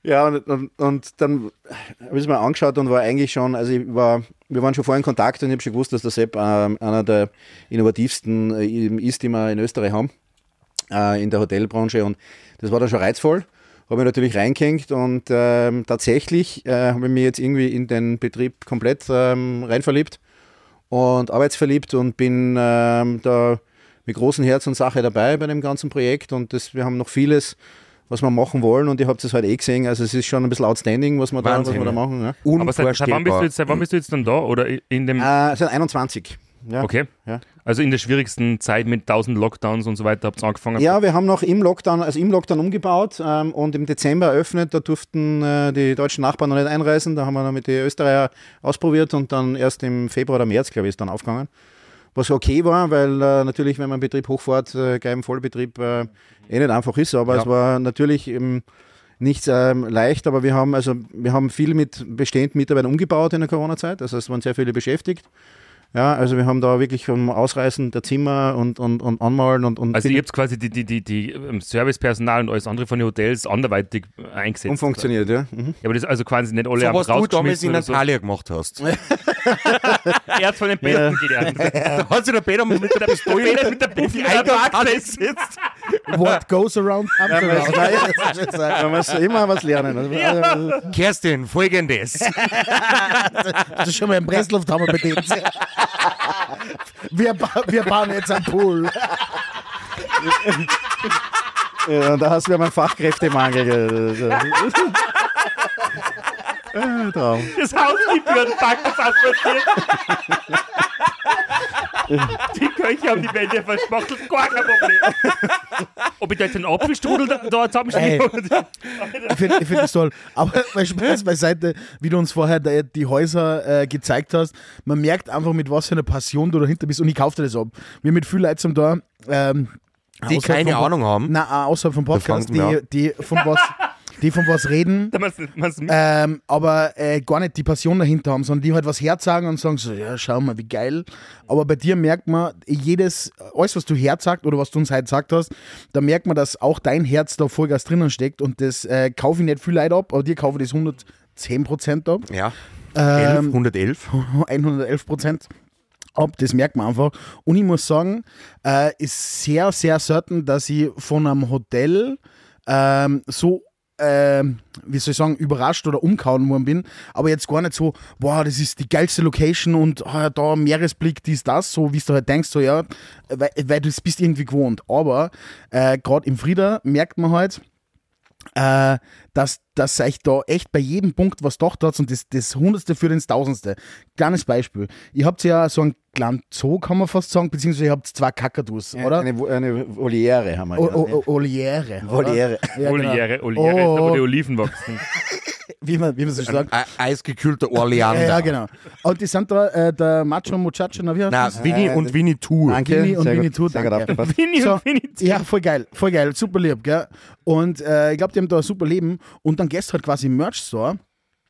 Ja, und, und, und dann habe ich es mir angeschaut und war eigentlich schon, also ich war, wir waren schon vorher in Kontakt und ich habe schon gewusst, dass der Sepp ähm, einer der innovativsten äh, ist, die wir in Österreich haben, äh, in der Hotelbranche. Und das war dann schon reizvoll. Habe ich natürlich reingehängt und ähm, tatsächlich äh, habe ich mich jetzt irgendwie in den Betrieb komplett ähm, reinverliebt und arbeitsverliebt und bin ähm, da mit großem Herz und Sache dabei bei dem ganzen Projekt und das, wir haben noch vieles, was wir machen wollen und ihr habt es heute eh gesehen, also es ist schon ein bisschen outstanding, was wir da, was
Wahnsinn,
wir da
ja.
machen. Ja.
Aber seit, seit, wann bist du
Unvorstellbar.
jetzt, seit wann bist du jetzt dann da? Oder in dem.
Ah.
Äh, es sind 21. Ja.
okay.
ja.
Also in der schwierigsten Zeit mit 1000 Lockdowns und so weiter habt ihr angefangen.
Ja, wir haben noch im Lockdown, also im Lockdown umgebaut ähm, und im Dezember eröffnet. Da durften äh, die deutschen Nachbarn noch nicht einreisen. Da haben wir noch mit den Österreicher ausprobiert und dann erst im Februar oder März, glaube ich, ist dann aufgegangen. Was okay war, weil äh, natürlich, wenn man einen Betrieb hochfährt, äh, gleich im Vollbetrieb äh, eh nicht einfach ist. Aber es war natürlich ähm, nicht ähm, leicht, aber wir haben, also, wir haben viel mit bestehenden Mitarbeitern umgebaut in der Corona-Zeit. Das heißt, es waren sehr viele beschäftigt. Ja, also wir haben da wirklich vom Ausreißen der Zimmer und, und, und Anmalen und, und
Also ihr habt quasi die, die, die, die ähm, Servicepersonal und alles andere von den Hotels anderweitig äh, eingesetzt.
umfunktioniert, ja. Mhm.
Ja, aber das also quasi nicht alle
So,
haben
was du damals
rausgeschmissen
in
oder so.
Natalia gemacht hast.
Er hat von den Besten gelernt.
Da hat sich der Peter mit der Pistole mit der Buffy eingesetzt.
What goes around, comes around.
Man muss immer was lernen. Also, also,
Kerstin, folgendes.
Hast du schon mal einen Breslauf haben wir bei denen? Wir, ba wir bauen jetzt einen Pool.
ja, äh, da hast du ja mal Fachkräftemangel. gell. Also, äh, Traum.
Das Haus gibt ihren Tag, das asphaltiert. Die Köche haben die Wände verspachtelt, gar kein Problem. Ob ich da jetzt einen Apfelstrudel da, da zusammenstelle?
Ich finde ich find das toll. Aber mal Spaß beiseite, wie du uns vorher da, die Häuser äh, gezeigt hast, man merkt einfach, mit was für einer Passion du dahinter bist. Und ich kauf dir das ab. Wir mit viel Leuten zum da. Ähm,
Die
außerhalb
keine
vom Pod-
Ahnung haben.
Na, außerhalb vom Podcast,
fangen wir
die, die, von was, die von was reden.
Man's- man's-
Ähm, aber äh, gar nicht die Passion dahinter haben, sondern die halt was herzagen und sagen so, ja, schau mal, wie geil. Aber bei dir merkt man, jedes, alles, was du herzagt oder was du uns heute gesagt hast, da merkt man, dass auch dein Herz da Vollgas drinnen steckt und das äh, kaufe ich nicht viel Leute ab, aber dir kaufe ich das 110% ab,
Ja.
Ähm.
11, 111.
111% ab, das merkt man einfach. Und ich muss sagen, äh, ist sehr, sehr selten, dass ich von einem Hotel ähm, so, ähm, wie soll ich sagen, überrascht oder umkauen worden bin, aber jetzt gar nicht so, wow, das ist die geilste Location und ah, ja, da Meeresblick, dies, das, so wie du halt denkst, so ja, weil, weil du es bist irgendwie gewohnt. Aber äh, gerade im Frieda merkt man halt, äh, dass, dass euch da echt bei jedem Punkt was doch hat und das, das Hundertste für das Tausendste. Kleines Beispiel. Ihr habt ja so einen kleinen Zoo, kann man fast sagen, beziehungsweise ihr habt zwei Kakadus, oder?
äh, Eine, eine Voliere haben wir.
O-
ja.
o- o- Oliere. oder?
Voliere.
Ja, genau.
Oliere, Oliere,
Oh,
da wo die
oh.
Oliven wachsen.
Wie man, wie man so sagt.
Ein eisgekühlter Orleander.
Ja, ja, genau. Und die sind da, äh, der Macho Muchacho, na, wie heißt
Na,
das?
Winnie und Winnie Tour.
Danke.
Winnie und
sehr
Winnie
gut,
Two,
sehr gut
danke.
aufgepasst.
Fini
So,
und Fini.
ja, voll geil, voll geil, super lieb, gell? Und äh, ich glaube, die haben da ein super Leben. Und dann gehst du halt quasi im Merch-Store.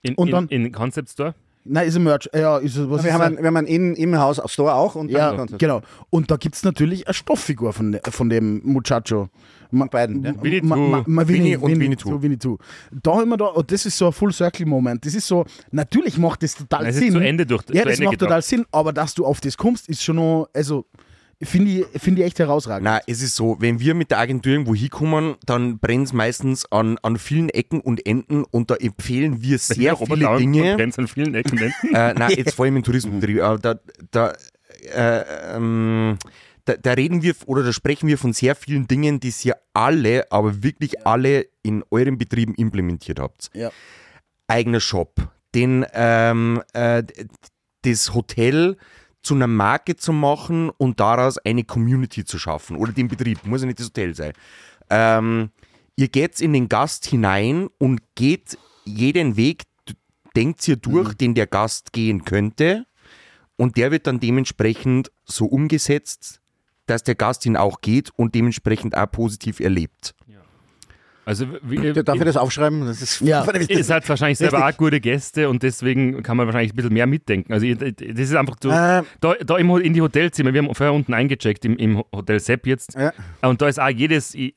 In,
Und dann-
in, in Concept Store.
Nein, ist ein Merch. Ja, ist, es- was
Wir
ist
haben,
das?
einen, wir haben einen in, im Haus auf Store auch und
Ja,
dann
genau. Und da gibt es natürlich eine Stofffigur von, de- von dem Muchacho. Man,
beiden. Ja.
Winnie
ma,
Two.
ma, ma, Winnie,
Winnie und
Winnie,
Winnie
Two,
Two.
Winnie Two. Da haben wir da, und das ist so ein Full-Circle-Moment. Das ist so, natürlich macht das total
Es
Sinn.
ist zu Ende durch.
ja,
zu
das
Ende
macht
gedacht.
total Sinn, aber dass du auf das kommst, ist schon noch, also Finde ich, find ich echt herausragend.
Na, es ist so, wenn wir mit der Agentur irgendwo hinkommen, dann brennt es meistens an, an vielen Ecken und Enden und da empfehlen wir sehr viele Dinge.
Grenzen an vielen Ecken. nennt.
Äh, nein, jetzt vor allem im Tourismusbetrieb. Aber da, da, äh, ähm, da, da reden wir f- oder da sprechen wir von sehr vielen Dingen, die ihr alle, aber wirklich alle in euren Betrieben implementiert habt.
Ja.
Eigener Shop, den, ähm, äh, d- das Hotel zu einer Marke zu machen und daraus eine Community zu schaffen oder den Betrieb, muss ja nicht das Hotel sein. Ähm, ihr geht in den Gast hinein und geht jeden Weg, d- denkt ihr durch, den der Gast gehen könnte. Und der wird dann dementsprechend so umgesetzt, dass der Gast ihn auch geht und dementsprechend auch positiv erlebt.
Also, wie,
Darf ich das aufschreiben? Das ist
Ja.
Es hat halt wahrscheinlich selber auch gute Gäste und deswegen kann man wahrscheinlich ein bisschen mehr mitdenken. Also ich- das ist einfach so,
Ähm.
da, da im, Ho- in die Hotelzimmer, wir haben vorher unten eingecheckt, im, im Hotel Sepp jetzt.
Ja.
Und da ist auch jedes, äh,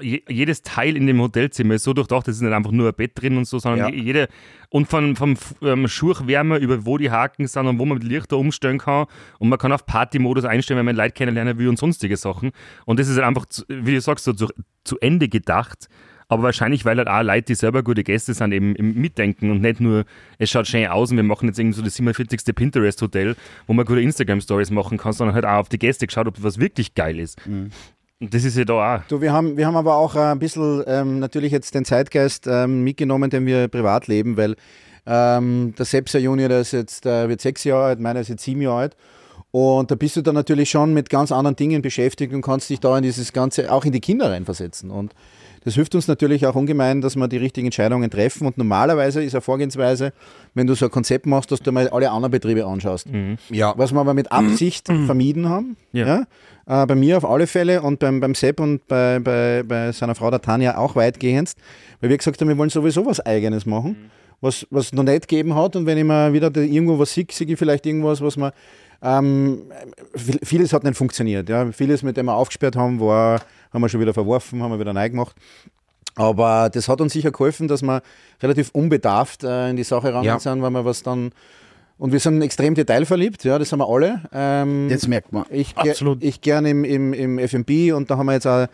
je- jedes Teil in dem Hotelzimmer ist so durchdacht, das ist nicht einfach nur ein Bett drin und so, sondern
Ja.
jede, und von, vom F- ähm, Schuhwärmer über wo die Haken sind und wo man mit Lichter umstellen kann und man kann auf Partymodus einstellen, wenn man Leute kennenlernen will und sonstige Sachen. Und das ist halt einfach, zu, wie du sagst, so zu, zu Ende gedacht. Aber wahrscheinlich, weil halt auch Leute, die selber gute Gäste sind, eben im mitdenken und nicht nur, es schaut schön aus und wir machen jetzt irgendwie so das 47. Pinterest-Hotel, wo man gute Instagram-Stories machen kann, sondern halt auch auf die Gäste geschaut, ob was wirklich geil ist. Und das ist ja da auch.
Du, wir haben, wir haben aber auch äh, ein bisschen ähm, natürlich jetzt den Zeitgeist ähm, mitgenommen, den wir privat leben, weil ähm, der Sepsia Junior, der ist jetzt, äh, wird sechs Jahre alt, meiner ist jetzt sieben Jahre alt. Und da bist du dann natürlich schon mit ganz anderen Dingen beschäftigt und kannst dich da in dieses Ganze, auch in die Kinder reinversetzen. Und das hilft uns natürlich auch ungemein, dass wir die richtigen Entscheidungen treffen. Und normalerweise ist eine Vorgehensweise, wenn du so ein Konzept machst, dass du mal alle anderen Betriebe anschaust.
Ja, Mhm.
Was wir aber mit Absicht vermieden haben.
Ja.
Ja. Äh, bei mir auf alle Fälle und beim, beim Sepp und bei, bei, bei seiner Frau der Tanja auch weitgehend, weil wir gesagt haben, wir wollen sowieso was Eigenes machen,
Mhm.
was was noch nicht gegeben hat. Und wenn ich mal wieder da irgendwo was sehe, sehe ich vielleicht irgendwas, was man. Ähm, viel- vieles hat nicht funktioniert. Ja. Vieles, mit dem wir aufgesperrt haben, war, haben wir schon wieder verworfen, haben wir wieder neu gemacht. Aber das hat uns sicher geholfen, dass wir relativ unbedarft äh, in die Sache rangegangen
Ja.
sind, weil wir was dann. Und wir sind extrem detailverliebt, ja, das haben wir alle. Ähm,
Jetzt merkt man.
ich, ge
Absolut.
ich gerne im, im, im FMB und da haben wir jetzt auch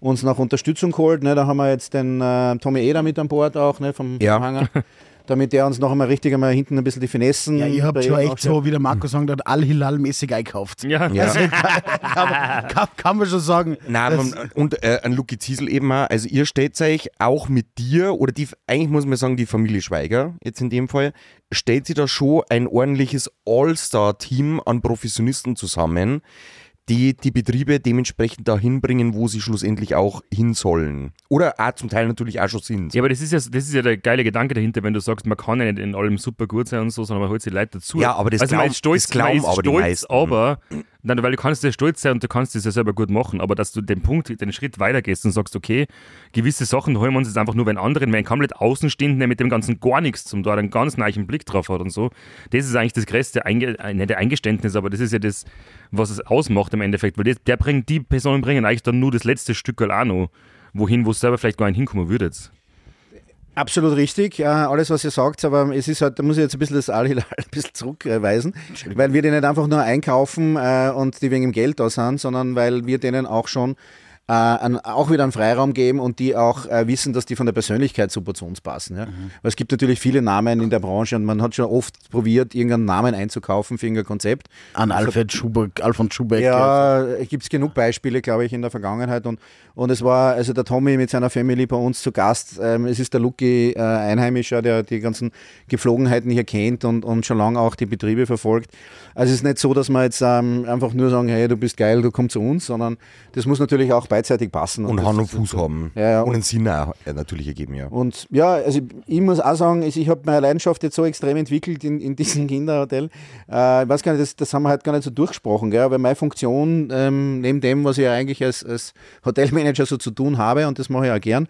uns nach Unterstützung geholt. Ne? Da haben wir jetzt den äh, Tommy Eder mit an Bord auch ne? vom
Ja.
vom Hangar, damit der uns noch einmal richtig einmal hinten ein bisschen die Finessen.
Ja, ihr habt
bei-
schon echt so, wie der Marco sagt hat, Al-Hilal-mäßig eingekauft.
Ja, ja.
kann, man- kann, kann man schon sagen.
Nein,
das-
man, und äh, an Lucky Ziesel eben auch. Also ihr stellt euch auch mit dir, oder die, eigentlich muss man sagen, die Familie Schweiger, jetzt in dem Fall, stellt sie da schon ein ordentliches All-Star-Team an Professionisten zusammen, die die Betriebe dementsprechend dahin bringen, wo sie schlussendlich auch hin sollen. Oder auch zum Teil natürlich auch schon sind.
aber das ist ja, das ist ja der geile Gedanke dahinter, wenn du sagst, man kann ja nicht in allem super gut sein und so, sondern man holt die Leute dazu.
Ja, aber das
also man
glauben-
ist stolz,
das glauben
man ist
aber die
stolz,
meisten.
aber nein, weil du kannst ja stolz sein und du kannst das ja selber gut machen, aber dass du den Punkt, den Schritt weitergehst und sagst, okay, gewisse Sachen holen wir uns jetzt einfach nur, wenn anderen, wenn komplett Außenstehenden, der mit dem Ganzen gar nichts zum da einen ganz neichen Blick drauf hat und so, das ist eigentlich das größte Einge äh, nicht Eingeständnis, aber das ist ja das, was es ausmacht im Endeffekt, weil das, der bringt, die Personen bringen eigentlich dann nur das letzte Stück auch noch wohin, wo es selber vielleicht gar nicht hinkommen würdet.
Absolut richtig, äh, alles was ihr sagt, aber es ist halt, da muss ich jetzt ein bisschen das Al-Hilal ein bisschen zurückweisen, weil wir die nicht einfach nur einkaufen äh, und die wegen dem Geld da sind, sondern weil wir denen auch schon äh, an, auch wieder einen Freiraum geben und die auch äh, wissen, dass die von der Persönlichkeit super zu uns passen. Ja? Weil es gibt natürlich viele Namen in der Branche und man hat schon oft probiert, irgendeinen Namen einzukaufen für irgendein Konzept.
An Alfred Schubeck, Alfons Schubeck.
Ja, gibt es genug Beispiele, glaube ich, in der Vergangenheit. Und, und es war also der Tommy mit seiner Family bei uns zu Gast. Ähm, es ist der Lucky äh, Einheimischer, der die ganzen Gepflogenheiten hier kennt und, und schon lange auch die Betriebe verfolgt. Also es ist nicht so, dass man jetzt ähm, einfach nur sagen, hey, du bist geil, du kommst zu uns, sondern das muss natürlich auch beidseitig passen.
Und
das-
Hand und Fuß haben.
Ja, ja.
Und einen Sinn auch äh, natürlich ergeben, ja.
und ja, also ich, ich muss auch sagen, also ich, ich habe meine Leidenschaft jetzt so extrem entwickelt in, in diesem Kinderhotel. Äh, ich weiß gar nicht, das, das haben wir halt gar nicht so durchgesprochen, gell? aber meine Funktion, ähm, neben dem, was ich ja eigentlich als, als Hotelmanager so zu tun habe, und das mache ich auch gern,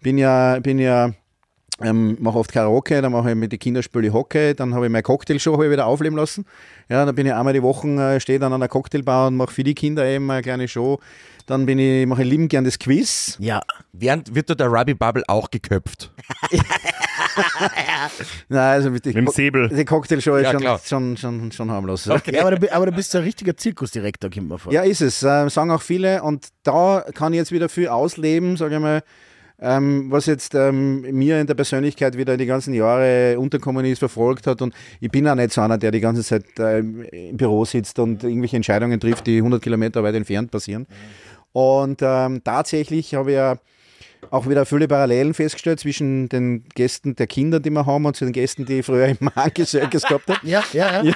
bin ja, bin ja ähm, mache oft Karaoke, dann mache ich mit den Kindern spiele ich Hockey, dann habe ich meine Cocktailshow habe ich wieder aufleben lassen. Ja, dann bin ich einmal die Woche, äh, stehe dann an der Cocktailbar und mache für die Kinder eben eine kleine Show. Dann bin ich, mache ich lieben gern das Quiz.
Ja.
Während wird da der Rabbi Bubble auch geköpft.
Nein, also mit,
Mit dem Säbel.
Die Cocktailshow ist
Ja, klar.
schon, schon, schon, schon harmlos.
ja aber, du, bi- aber du bist so ein richtiger Zirkusdirektor, kommt mir vor.
Ja, ist es. Ähm, sagen auch viele. Und da kann ich jetzt wieder viel ausleben, sage ich mal, ähm, was jetzt ähm, mir in der Persönlichkeit wieder die ganzen Jahre unterkommen ist, verfolgt hat. Und ich bin auch nicht so einer, der die ganze Zeit ähm, im Büro sitzt und irgendwelche Entscheidungen trifft, die 100 Kilometer weit entfernt passieren. Und ähm, tatsächlich habe ich ja auch wieder viele Parallelen festgestellt zwischen den Gästen der Kinder, die wir haben, und zu den Gästen, die ich früher im Monkey Circus gehabt habe.
Ja, ja, ja.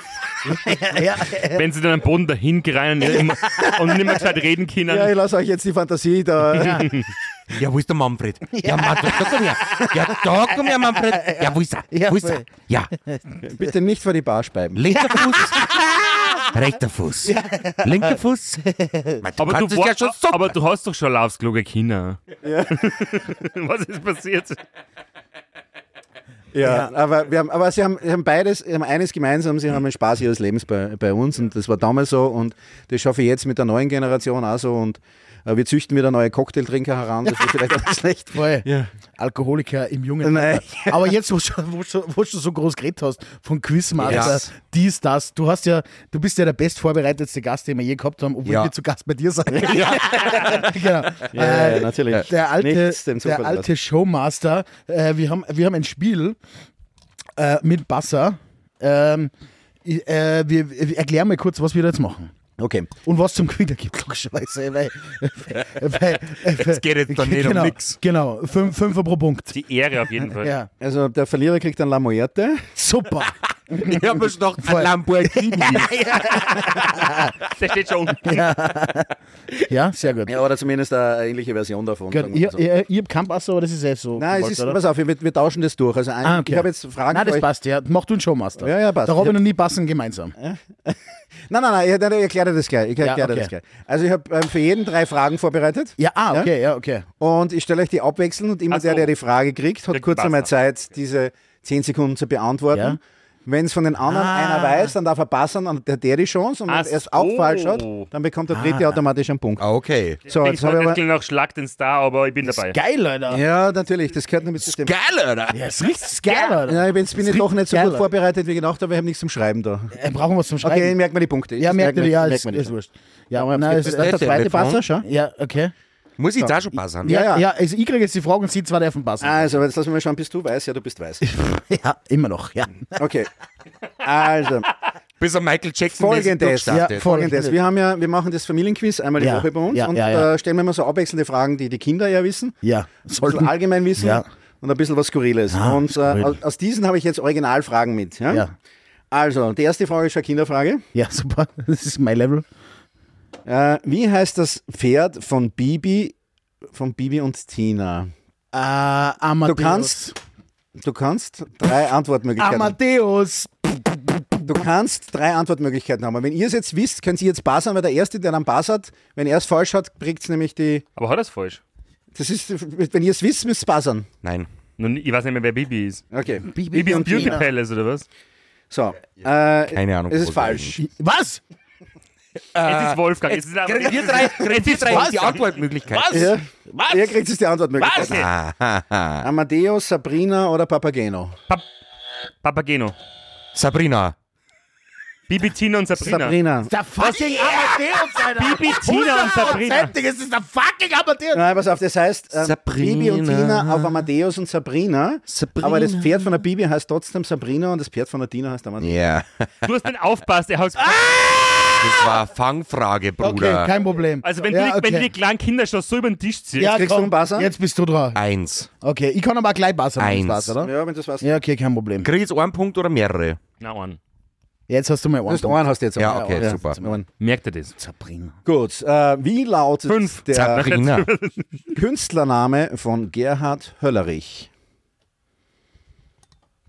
ja. ja,
Wenn sie dann am Boden dahin gereien und immer- und nicht mehr gescheit reden können.
Ja, ich lasse euch jetzt die Fantasie da.
Ja, wo ist der Manfred? Ja, Manfred, da komm her. Ja, da komm her, Manfred. Ja, wo ist er?
Ja,
wo ist er?
voll.
Ja,
Bitte nicht vor die Bar speiben.
linker Fuß, rechter Fuß, linker Fuß. Man, du
Aber
kannst
du,
es
war,
ja schon so.
aber du hast doch schon laufs kluge Kinder. Was ist passiert?
Ja, aber, wir haben, aber sie haben, sie haben beides, sie haben eines gemeinsam, sie haben den Spaß ihres Lebens bei, bei uns und das war damals so und das schaffe ich jetzt mit der neuen Generation auch so und äh, wir züchten wieder neue Cocktailtrinker heran, das ist vielleicht auch nicht schlecht.
Voll. Alkoholiker im jungen
Nein.
Alter. Aber jetzt, wo du, wo, du, wo du so groß geredet hast, von Quizmaster,
Yes.
dies, das, du hast ja, du bist ja der bestvorbereitetste Gast, den wir je gehabt haben, obwohl
Ja.
wir zu Gast bei dir sind. genau.
Ja,
Äh,
natürlich.
der alte,
Nichts dem Zufall
der alte Showmaster, äh, wir, haben, wir haben ein Spiel äh, mit Basser. Ähm, ich- äh, wir, wir erklären mal kurz, was wir da jetzt machen.
lassen. Okay.
Und was zum Gewinner gibt, logischerweise. Weil, weil, es
geht jetzt dann nicht um
genau,
nix.
Genau, fünf, Fünfer pro Punkt.
Die Ehre auf jeden Fall.
Ja,
Also der Verlierer kriegt dann La Muerte.
super.
Ich habe mir schon gedacht,
Voll.
ein Lamborghini.
Der steht schon.
Ja, sehr gut.
Ja, oder zumindest eine ähnliche Version davon.
gut. Ihr, ihr, ihr habt keinen Bass, aber das ist eh so.
Nein, es
gewollt,
ist,
oder?
pass auf, wir, wir tauschen das durch. Also ein,
Ah, okay.
ich habe jetzt Fragen
Nein,
für
das
euch.
passt, ja. Mach du einen Showmaster.
Ja, ja, passt.
Da haben
Ich
wir
hab-
noch nie passen gemeinsam.
Nein, nein, nein, ich, ich erkläre dir das gleich. Ich erkläre dir
okay.
das gleich. Also ich habe ähm, für jeden drei Fragen vorbereitet.
Ja, ah, okay, ja, okay.
Und ich stelle euch die abwechselnd und immer
Ach so.
der, der die Frage kriegt, hat
Kriegt
kurz
einen
einmal
Buzzer.
Zeit, diese 10 Sekunden zu beantworten.
Ja. Ah.
Wenn es von den anderen einer weiß, dann darf er passen und der der die Chance. Und wenn
Ach
er es auch
so.
falsch hat, dann bekommt der
Ah.
dritte automatisch einen Punkt.
Ah, Okay.
So,
ich
jetzt habe ich
bin
aber.
nach Schlag den Star, aber ich bin dabei.
Geil, Alter.
Ja, natürlich, das gehört nämlich zu dem.
Geil, oder?
Ja, ist richtig geil, Alter.
Ja, jetzt bin ich
Das
doch nicht so
klingt
gut
geil,
vorbereitet wie gedacht, aber wir haben nichts zum Schreiben da.
Äh, Brauchen wir was zum Schreiben?
Okay, merkt man die Punkte.
ja,
Das
merkt ihr,
man-
ja,
merkt
ist,
man
ist
nicht.
wurscht. Ja, aber nein, es
das
ist
Der
nicht.
zweite
Telefon.
Passer, schau.
Ja, okay.
Muss ich da schon passen?
Ja, ja,
ja.
also ich kriege jetzt die Fragen und sie zwar dürfen passen.
Also, jetzt lassen wir mal schauen, bist du weiß? Ja, du bist weiß.
Ja, immer noch, ja.
Okay. Also,
Bis er Michael Jackson
Folgendes,
ja,
durchstartet.
Folgendes, wir haben ja, wir machen das Familienquiz einmal die
Ja,
Woche bei uns
ja,
und
ja, ja.
da stellen wir immer so abwechselnde Fragen, die die Kinder ja wissen,
Ja,
ein bisschen
sollten.
allgemein wissen
Ja. Ah,
und ein bisschen was Skurriles. und
skurril.
äh, aus- aus diesen habe ich jetzt Originalfragen mit. Ja?
Ja.
Also, die erste Frage ist schon eine Kinderfrage.
ja, super. Das ist mein Level.
Äh, wie heißt das Pferd von Bibi, von Bibi und Tina?
Äh, Amadeus.
Du kannst- Du kannst drei Antwortmöglichkeiten haben.
Amadeus.
Du kannst drei Antwortmöglichkeiten haben. Und Wenn ihr es jetzt wisst, könnt ihr jetzt passen, weil der Erste, der dann Pass hat, wenn er es falsch hat, kriegt es nämlich die.
Aber hat das falsch?
Das ist, wenn ihr es wisst, müsst ihr passen.
Nein.
Nun, ich weiß nicht mehr, wer Bibi ist.
Okay.
Bibi ist Beauty Palace oder was?
So. Äh,
Keine Ahnung,
Es
wo
ist
sie
falsch.
Was?
es ist Wolfgang. Es ist aber,
Wir drei, wir drei haben die Antwortmöglichkeit.
Ja. Ihr kriegt jetzt die Antwortmöglichkeit.
Okay.
Amadeus, Sabrina oder Papageno?
Pap Papageno.
Sabrina.
Bibi, Tina und Sabrina.
Sabrina.
Der fucking Amadeus, Alter.
Bibi, Tina und Sabrina.
Hundertprozentig, Es ist der fucking Amadeus.
Nein, pass auf, das heißt äh,
Sabrina.
Bibi und Tina auf Amadeus und Sabrina.
Sabrina.
Aber das Pferd von der Bibi heißt trotzdem Sabrina und das Pferd von der Tina heißt Amadeus.
Ja,
Du hast nicht aufpasst. Er hat
das war Fangfrage,
Okay,
Bruder.
kein Problem.
also, wenn,
ja,
du, wenn du die
okay.
kleinen Kinder schon so über den Tisch ziehst.
ja,
kriegst du
komm,
einen Buzzer?
Jetzt bist du dran.
Eins.
Okay, ich kann aber gleich Basser, wenn
Eins.
du Spaß, oder?
Ja, wenn das was.
Ja, okay, kein Problem.
Krieg ich jetzt einen Punkt oder mehrere?
Na, Mann.
Jetzt hast du mal
Du hast
einen.
einen hast du jetzt.
Ja,
aber.
okay, super.
einen.
Merkt ihr das?
Zerbringen.
Gut. Äh, wie lautet
Fünf.
der
Zack,
Sabrina.
Künstlername von Gerhard Höllerich?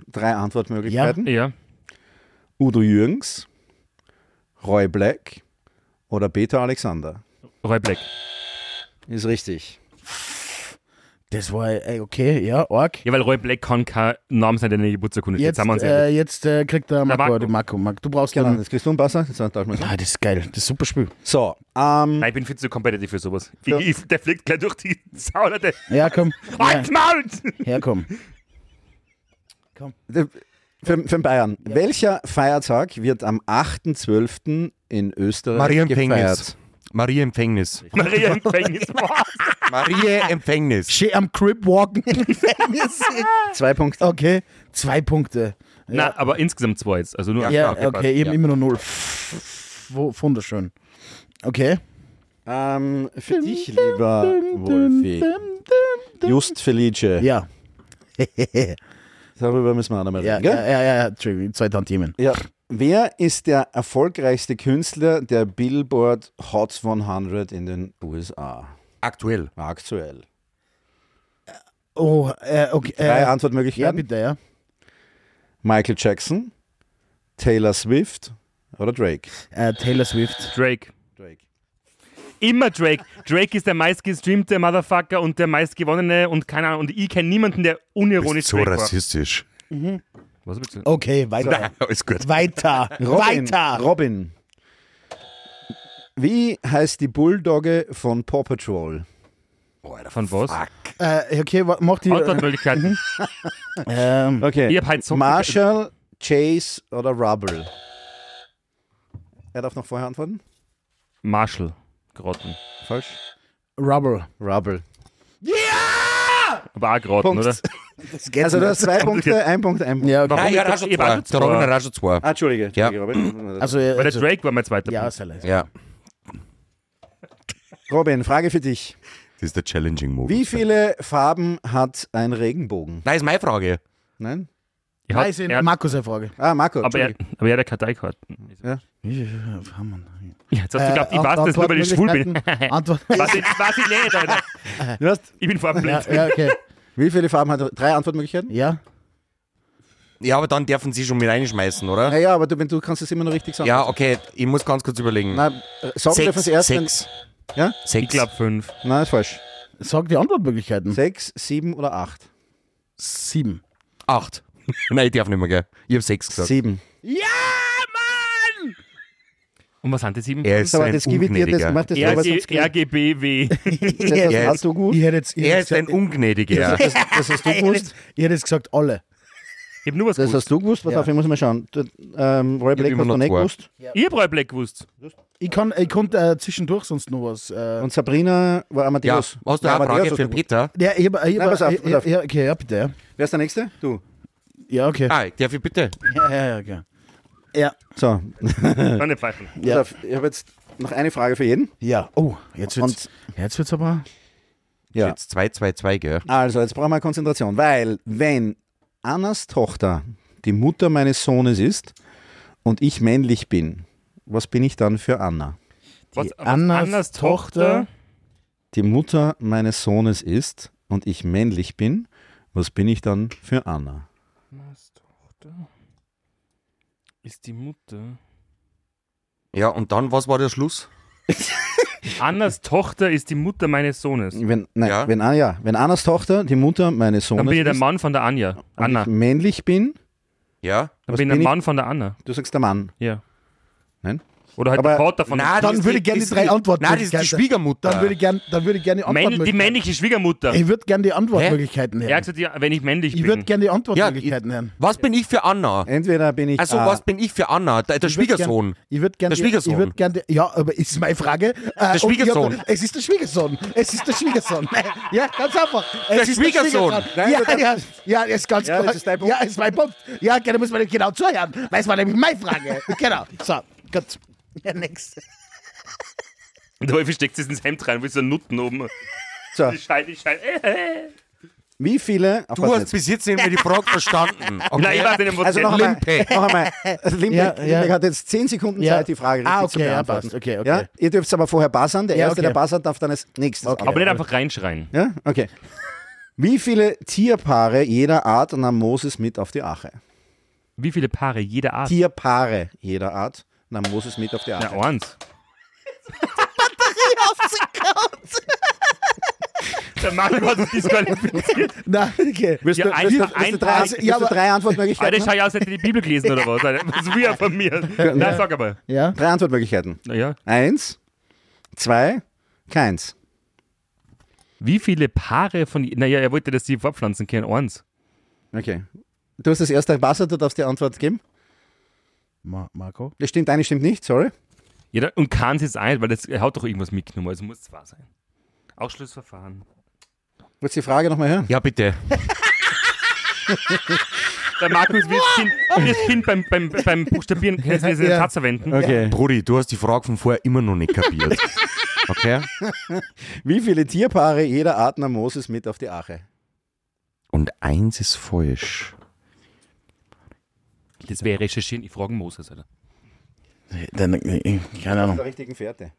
Drei Antwortmöglichkeiten.
Ja.
Udo Jürgens, Roy Black oder Peter Alexander?
Roy Black.
Ist richtig.
Das war äh, okay, ja, arg.
Ja, weil Roy Black kann kein Name sein, der nicht Geburtsurkunde steht.
Jetzt,
Sagen wir uns
äh,
ehrlich.
jetzt äh, kriegt der Marco,
Marco.
den Marco. Marco. Du brauchst
Genau,
genau.
jetzt kriegst du einen Passer. Jetzt tauschen wir so.
Ah, das ist geil. Das ist ein super Spiel.
So, ähm,
Nein, ich bin viel zu kompetitiv für sowas. Ich, ich, der fliegt gleich durch die Sauna. Der,
Ja, komm. Ja,
Halt's Maul!
herkomm.
für, für den Bayern. Welcher Feiertag wird am 8.12. in Österreich gefeiert?
Marienempfängnis. Marienempfängnis.
Maria im Gefängnis.
Marienempfängnis.
Schön am Crib walken im Gefängnis.
Zwei Punkte.
Okay, zwei Punkte.
Na, aber insgesamt zwei jetzt. Also nur acht.
Ja,
klar, gepasst,
okay, eben
ja.
immer noch null. Wo- Wunderschön. Okay.
Ähm, für dich, lieber Wolfi. Just Felice.
Ja.
Darüber müssen wir auch noch mal
Ja,
reden,
ja,
gell?
ja, ja, Entschuldigung, zwei Tantiemen.
Ja. Wer ist der erfolgreichste Künstler der Billboard Hot 100 in den USA?
Aktuell.
Aktuell.
Oh, äh, okay.
Drei
Äh, ja,
Antwortmöglichkeiten.
bitte, ja.
Michael Jackson, Taylor Swift oder Drake?
Äh, Taylor Swift.
Drake.
Drake.
Immer Drake. Drake ist der meistgestreamte Motherfucker und der meistgewonnene und keine Ahnung. Und ich kenne niemanden, der unironisch
Bist so
Drake war.
rassistisch.
Was willst du?
Okay, weiter.
Alles gut.
Weiter.
Robin,
Weiter.
Robin. Wie heißt die Bulldogge von Paw Patrol?
Von was?
Äh, okay, wa- mach die.
Antwortmöglichkeiten.
Ähm,
Okay.
Ich hab halt so-
Marshall, Chase oder Rubble? Er darf noch vorher antworten?
Marshall. Grotten.
Falsch.
Rubber.
Rubble.
Aber auch Grotten,
Punkt.
oder?
Das geht
Also
nicht.
du hast zwei Punkte, ein Punkt, ein Punkt.
Ja, okay.
Nein,
ich
ja,
hab-
Raja
ich hab
2.
auch
Der
zwei.
Robin hat Raja 2.
Ah, Entschuldige,
Ja.
Entschuldige Robin.
Also, äh,
Weil der
also,
Drake war mein zweiter.
ja, ist ja leise.
Ja.
Robin, Frage für dich.
Das ist der Challenging Move.
Wie viele Farben hat ein Regenbogen?
Nein, ist meine Frage.
Nein?
Er hat-
Nein, ist in-
er hat-
Markus, eine Frage.
Ah, Marco,
aber, er,
Entschuldige.
aber er hat ja keine Teigkarten.
Ich
Ja, Jetzt hast
Äh,
du geglaubt, ich weiß das nur, weil ich schwul bin.
Antwort.
Was ich, was ich nicht, Alter.
Du hast,
Ich bin
ja,
farbenblind.
ja, okay.
wie viele Farben hat er? Drei Antwortmöglichkeiten?
Ja.
Ja, aber dann dürfen sie schon mit reinschmeißen, oder?
Naja, aber du, wenn du kannst es immer noch richtig sagen.
Ja, okay. Ich muss ganz kurz überlegen.
Nein, äh, sagen wir
sechs.
das erst. wenn-
sechs.
Ja?
Sechs.
Ich glaube fünf.
Nein, ist falsch.
Sag die
Hm.
Antwortmöglichkeiten.
Sechs, sieben oder acht?
Sieben.
Acht. Nein, ich darf nicht mehr, gell? Ich hab sechs gesagt.
Sieben.
Und was sind die sieben?
Er ist
aber
ein
das gibt dir, das
Ungnädiger.
macht das aber sonst kriegt-
RGBW.
das
Ja,
hast du gut.
Ich hätte jetzt, ich
Er
hätte
ist ein
gesagt,
Ungnädiger.
Das, das hast du gewusst.
ich hätte jetzt gesagt alle.
Ich hab nur was
Das
gewusst.
hast du gewusst. Pass auf, ich muss mal schauen. Du, ähm, Roy Black
immer
hast
noch
du nicht
zwei.
gewusst.
Ich hab Roy Black gewusst.
Ich kann, ich konnte äh, zwischendurch sonst noch was. Äh,
Und Sabrina war
Ja.
Amadeus.
Hast du eine
Amadeus
Frage
hast
für
du gewusst.
Peter?
ja, ich habe, ich
Nein, pass auf, pass
ja,
auf.
ja, okay, ja, bitte, ja.
Wer ist der Nächste? Du.
Ja, okay.
Ah, darf ich bitte?
Ja, ja, ja, okay.
So,
Nein, nicht pfeifen.
Ja.
pass auf, ich habe jetzt noch eine Frage für jeden.
Ja, oh, jetzt wird's, jetzt wird's aber.
Ja.
Jetzt zwei, zwei, zwei, gell?
Also, jetzt brauchen wir Konzentration, weil wenn Annas Tochter die Mutter meines Sohnes ist und ich männlich bin, was bin ich dann für Anna?
Was, was
Annas Tochter-
Die Mutter meines Sohnes ist und ich männlich bin, was bin ich dann für Anna?
Annas Tochter ist die Mutter.
Ja, und dann, was war der Schluss?
Annas Tochter ist die Mutter meines Sohnes.
Wenn, nein,
Ja.
wenn, Anna, ja, wenn Annas Tochter die Mutter meines Sohnes
Dann bin ich der
ist
Mann von der Anja.
und
Anna.
ich männlich bin,
Ja?
Dann
was
bin ich der
bin ich?
Mann von der Anna.
du sagst der Mann.
Ja.
Nein?
Oder halt der
Aber-
Vater von
Nein,
Dann
das ist
würde ich gerne die
das ist
drei Antworten-
Nein, das ist die Schwiegermutter.
Dann würde ich gerne, dann würde ich gerne die
der Männ, Die
Antwortmöglichkeiten.
männliche Schwiegermutter.
Ich würde gerne die Antwortmöglichkeiten
Er hat
hören.
gesagt, ja, wenn ich männlich
Ich
bin.
würde gerne die
ja,
Antwortmöglichkeiten hören.
ich, was bin ich für Anna?
Entweder bin ich
Also,
A,
was bin ich für Anna? Der, der
Äh, Ich würd
Schwiegersohn.
Gern, ich würde gerne.
Der Schwiegersohn.
Ich würd gern, die- ja, aber ist meine Frage. Äh, und ich
Schwiegersohn.
Hab, es ist der Schwiegersohn. Es ist der Schwiegersohn. ja, ganz einfach. Es
Der
ist
Schwiegersohn.
Der
Nein,
Schwiegersohn.
du
Ja, ja, ja, ist ganz
Ja,
klar.
das ist dein Punkt.
Ja, ist mein Punkt. Ja, genau, muss man dem genau zuhören. Weil es war nämlich meine Frage. genau. So, gut. Ja, next.
Der Wolfi steckt es ins Hemd rein, willst du Nutten oben.
So.
Ich scheide, ich scheide. Äh, äh.
wie viele? Ach,
Du
warte
hast
jetzt.
bis jetzt nicht mehr die Frage verstanden. Okay.
Nein, ich weiß nicht, was
Also noch einmal,
Limpe.
noch einmal. Limbeck,
Ja, ja.
Limbeck hat jetzt 10 Sekunden
Ja.
Zeit, die Frage richtig
Ah,
zu
okay, ja,
beantworten.
passt. Okay, okay.
Ja? Ihr dürft aber vorher buzzern. Der
Ja,
Erste,
okay.
der buzzert, darf dann als nächstes.
Okay.
Aber nicht einfach reinschreien.
Ja? Okay. Wie viele Tierpaare jeder Art nahm Moses mit auf die Ache?
Wie viele Paare jeder Art?
Tierpaare jeder Art nahm Moses mit auf die Ache.
Na, eins. Der Marco hat uns disqualifiziert.
Nein, okay.
Willst du,
Ja,
willst du,
ein-
willst du
ein-
drei,
ein-
willst
ja,
du
aber-
drei
Alter,
Antwortmöglichkeiten?
ich
haben?
schau ja aus, hätte ich die Bibel gelesen oder was. Alter. Was will er von mir? Na, sag aber.
Ja.
Drei Antwortmöglichkeiten.
Naja.
Eins, zwei, keins.
Wie viele Paare von. Naja, er wollte, dass die fortpflanzen können. Eins.
Okay. Du hast das erste Wasser, du darfst die Antwort geben.
Ma Marco?
Das stimmt, eine stimmt nicht, sorry.
Jeder, und kann es jetzt ein, weil das er hat doch irgendwas mitgenommen. Also muss es wahr sein. Ausschlussverfahren.
Wolltest du die Frage nochmal hören?
Ja, bitte.
Der Markus wird Kind, wird kind beim, beim, beim Buchstabieren. Kannst du diesen
Ja.
Satz verwenden?
Okay.
Brudi, du hast die Frage von vorher immer noch nicht kapiert. Okay?
Wie viele Tierpaare jeder Art nahm Moses mit auf die Ache?
Und eins ist falsch.
Das wäre recherchieren. Ich frage Moses, Alter.
Dann, keine Ahnung.
Der richtigen Fährte.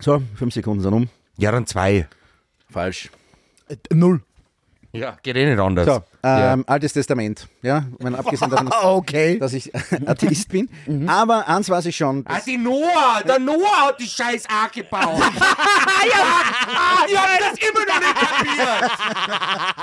So, fünf Sekunden sind um.
Ja, dann zwei.
Falsch.
Null.
Ja, geht eh nicht anders.
So, ähm, Altes Testament. Ja, wenn abgesehen davon,
Okay.
dass ich Atheist bin. Aber eins weiß ich schon.
Ah, die Noah! Der Noah hat die Ah, scheiß Ark gebaut!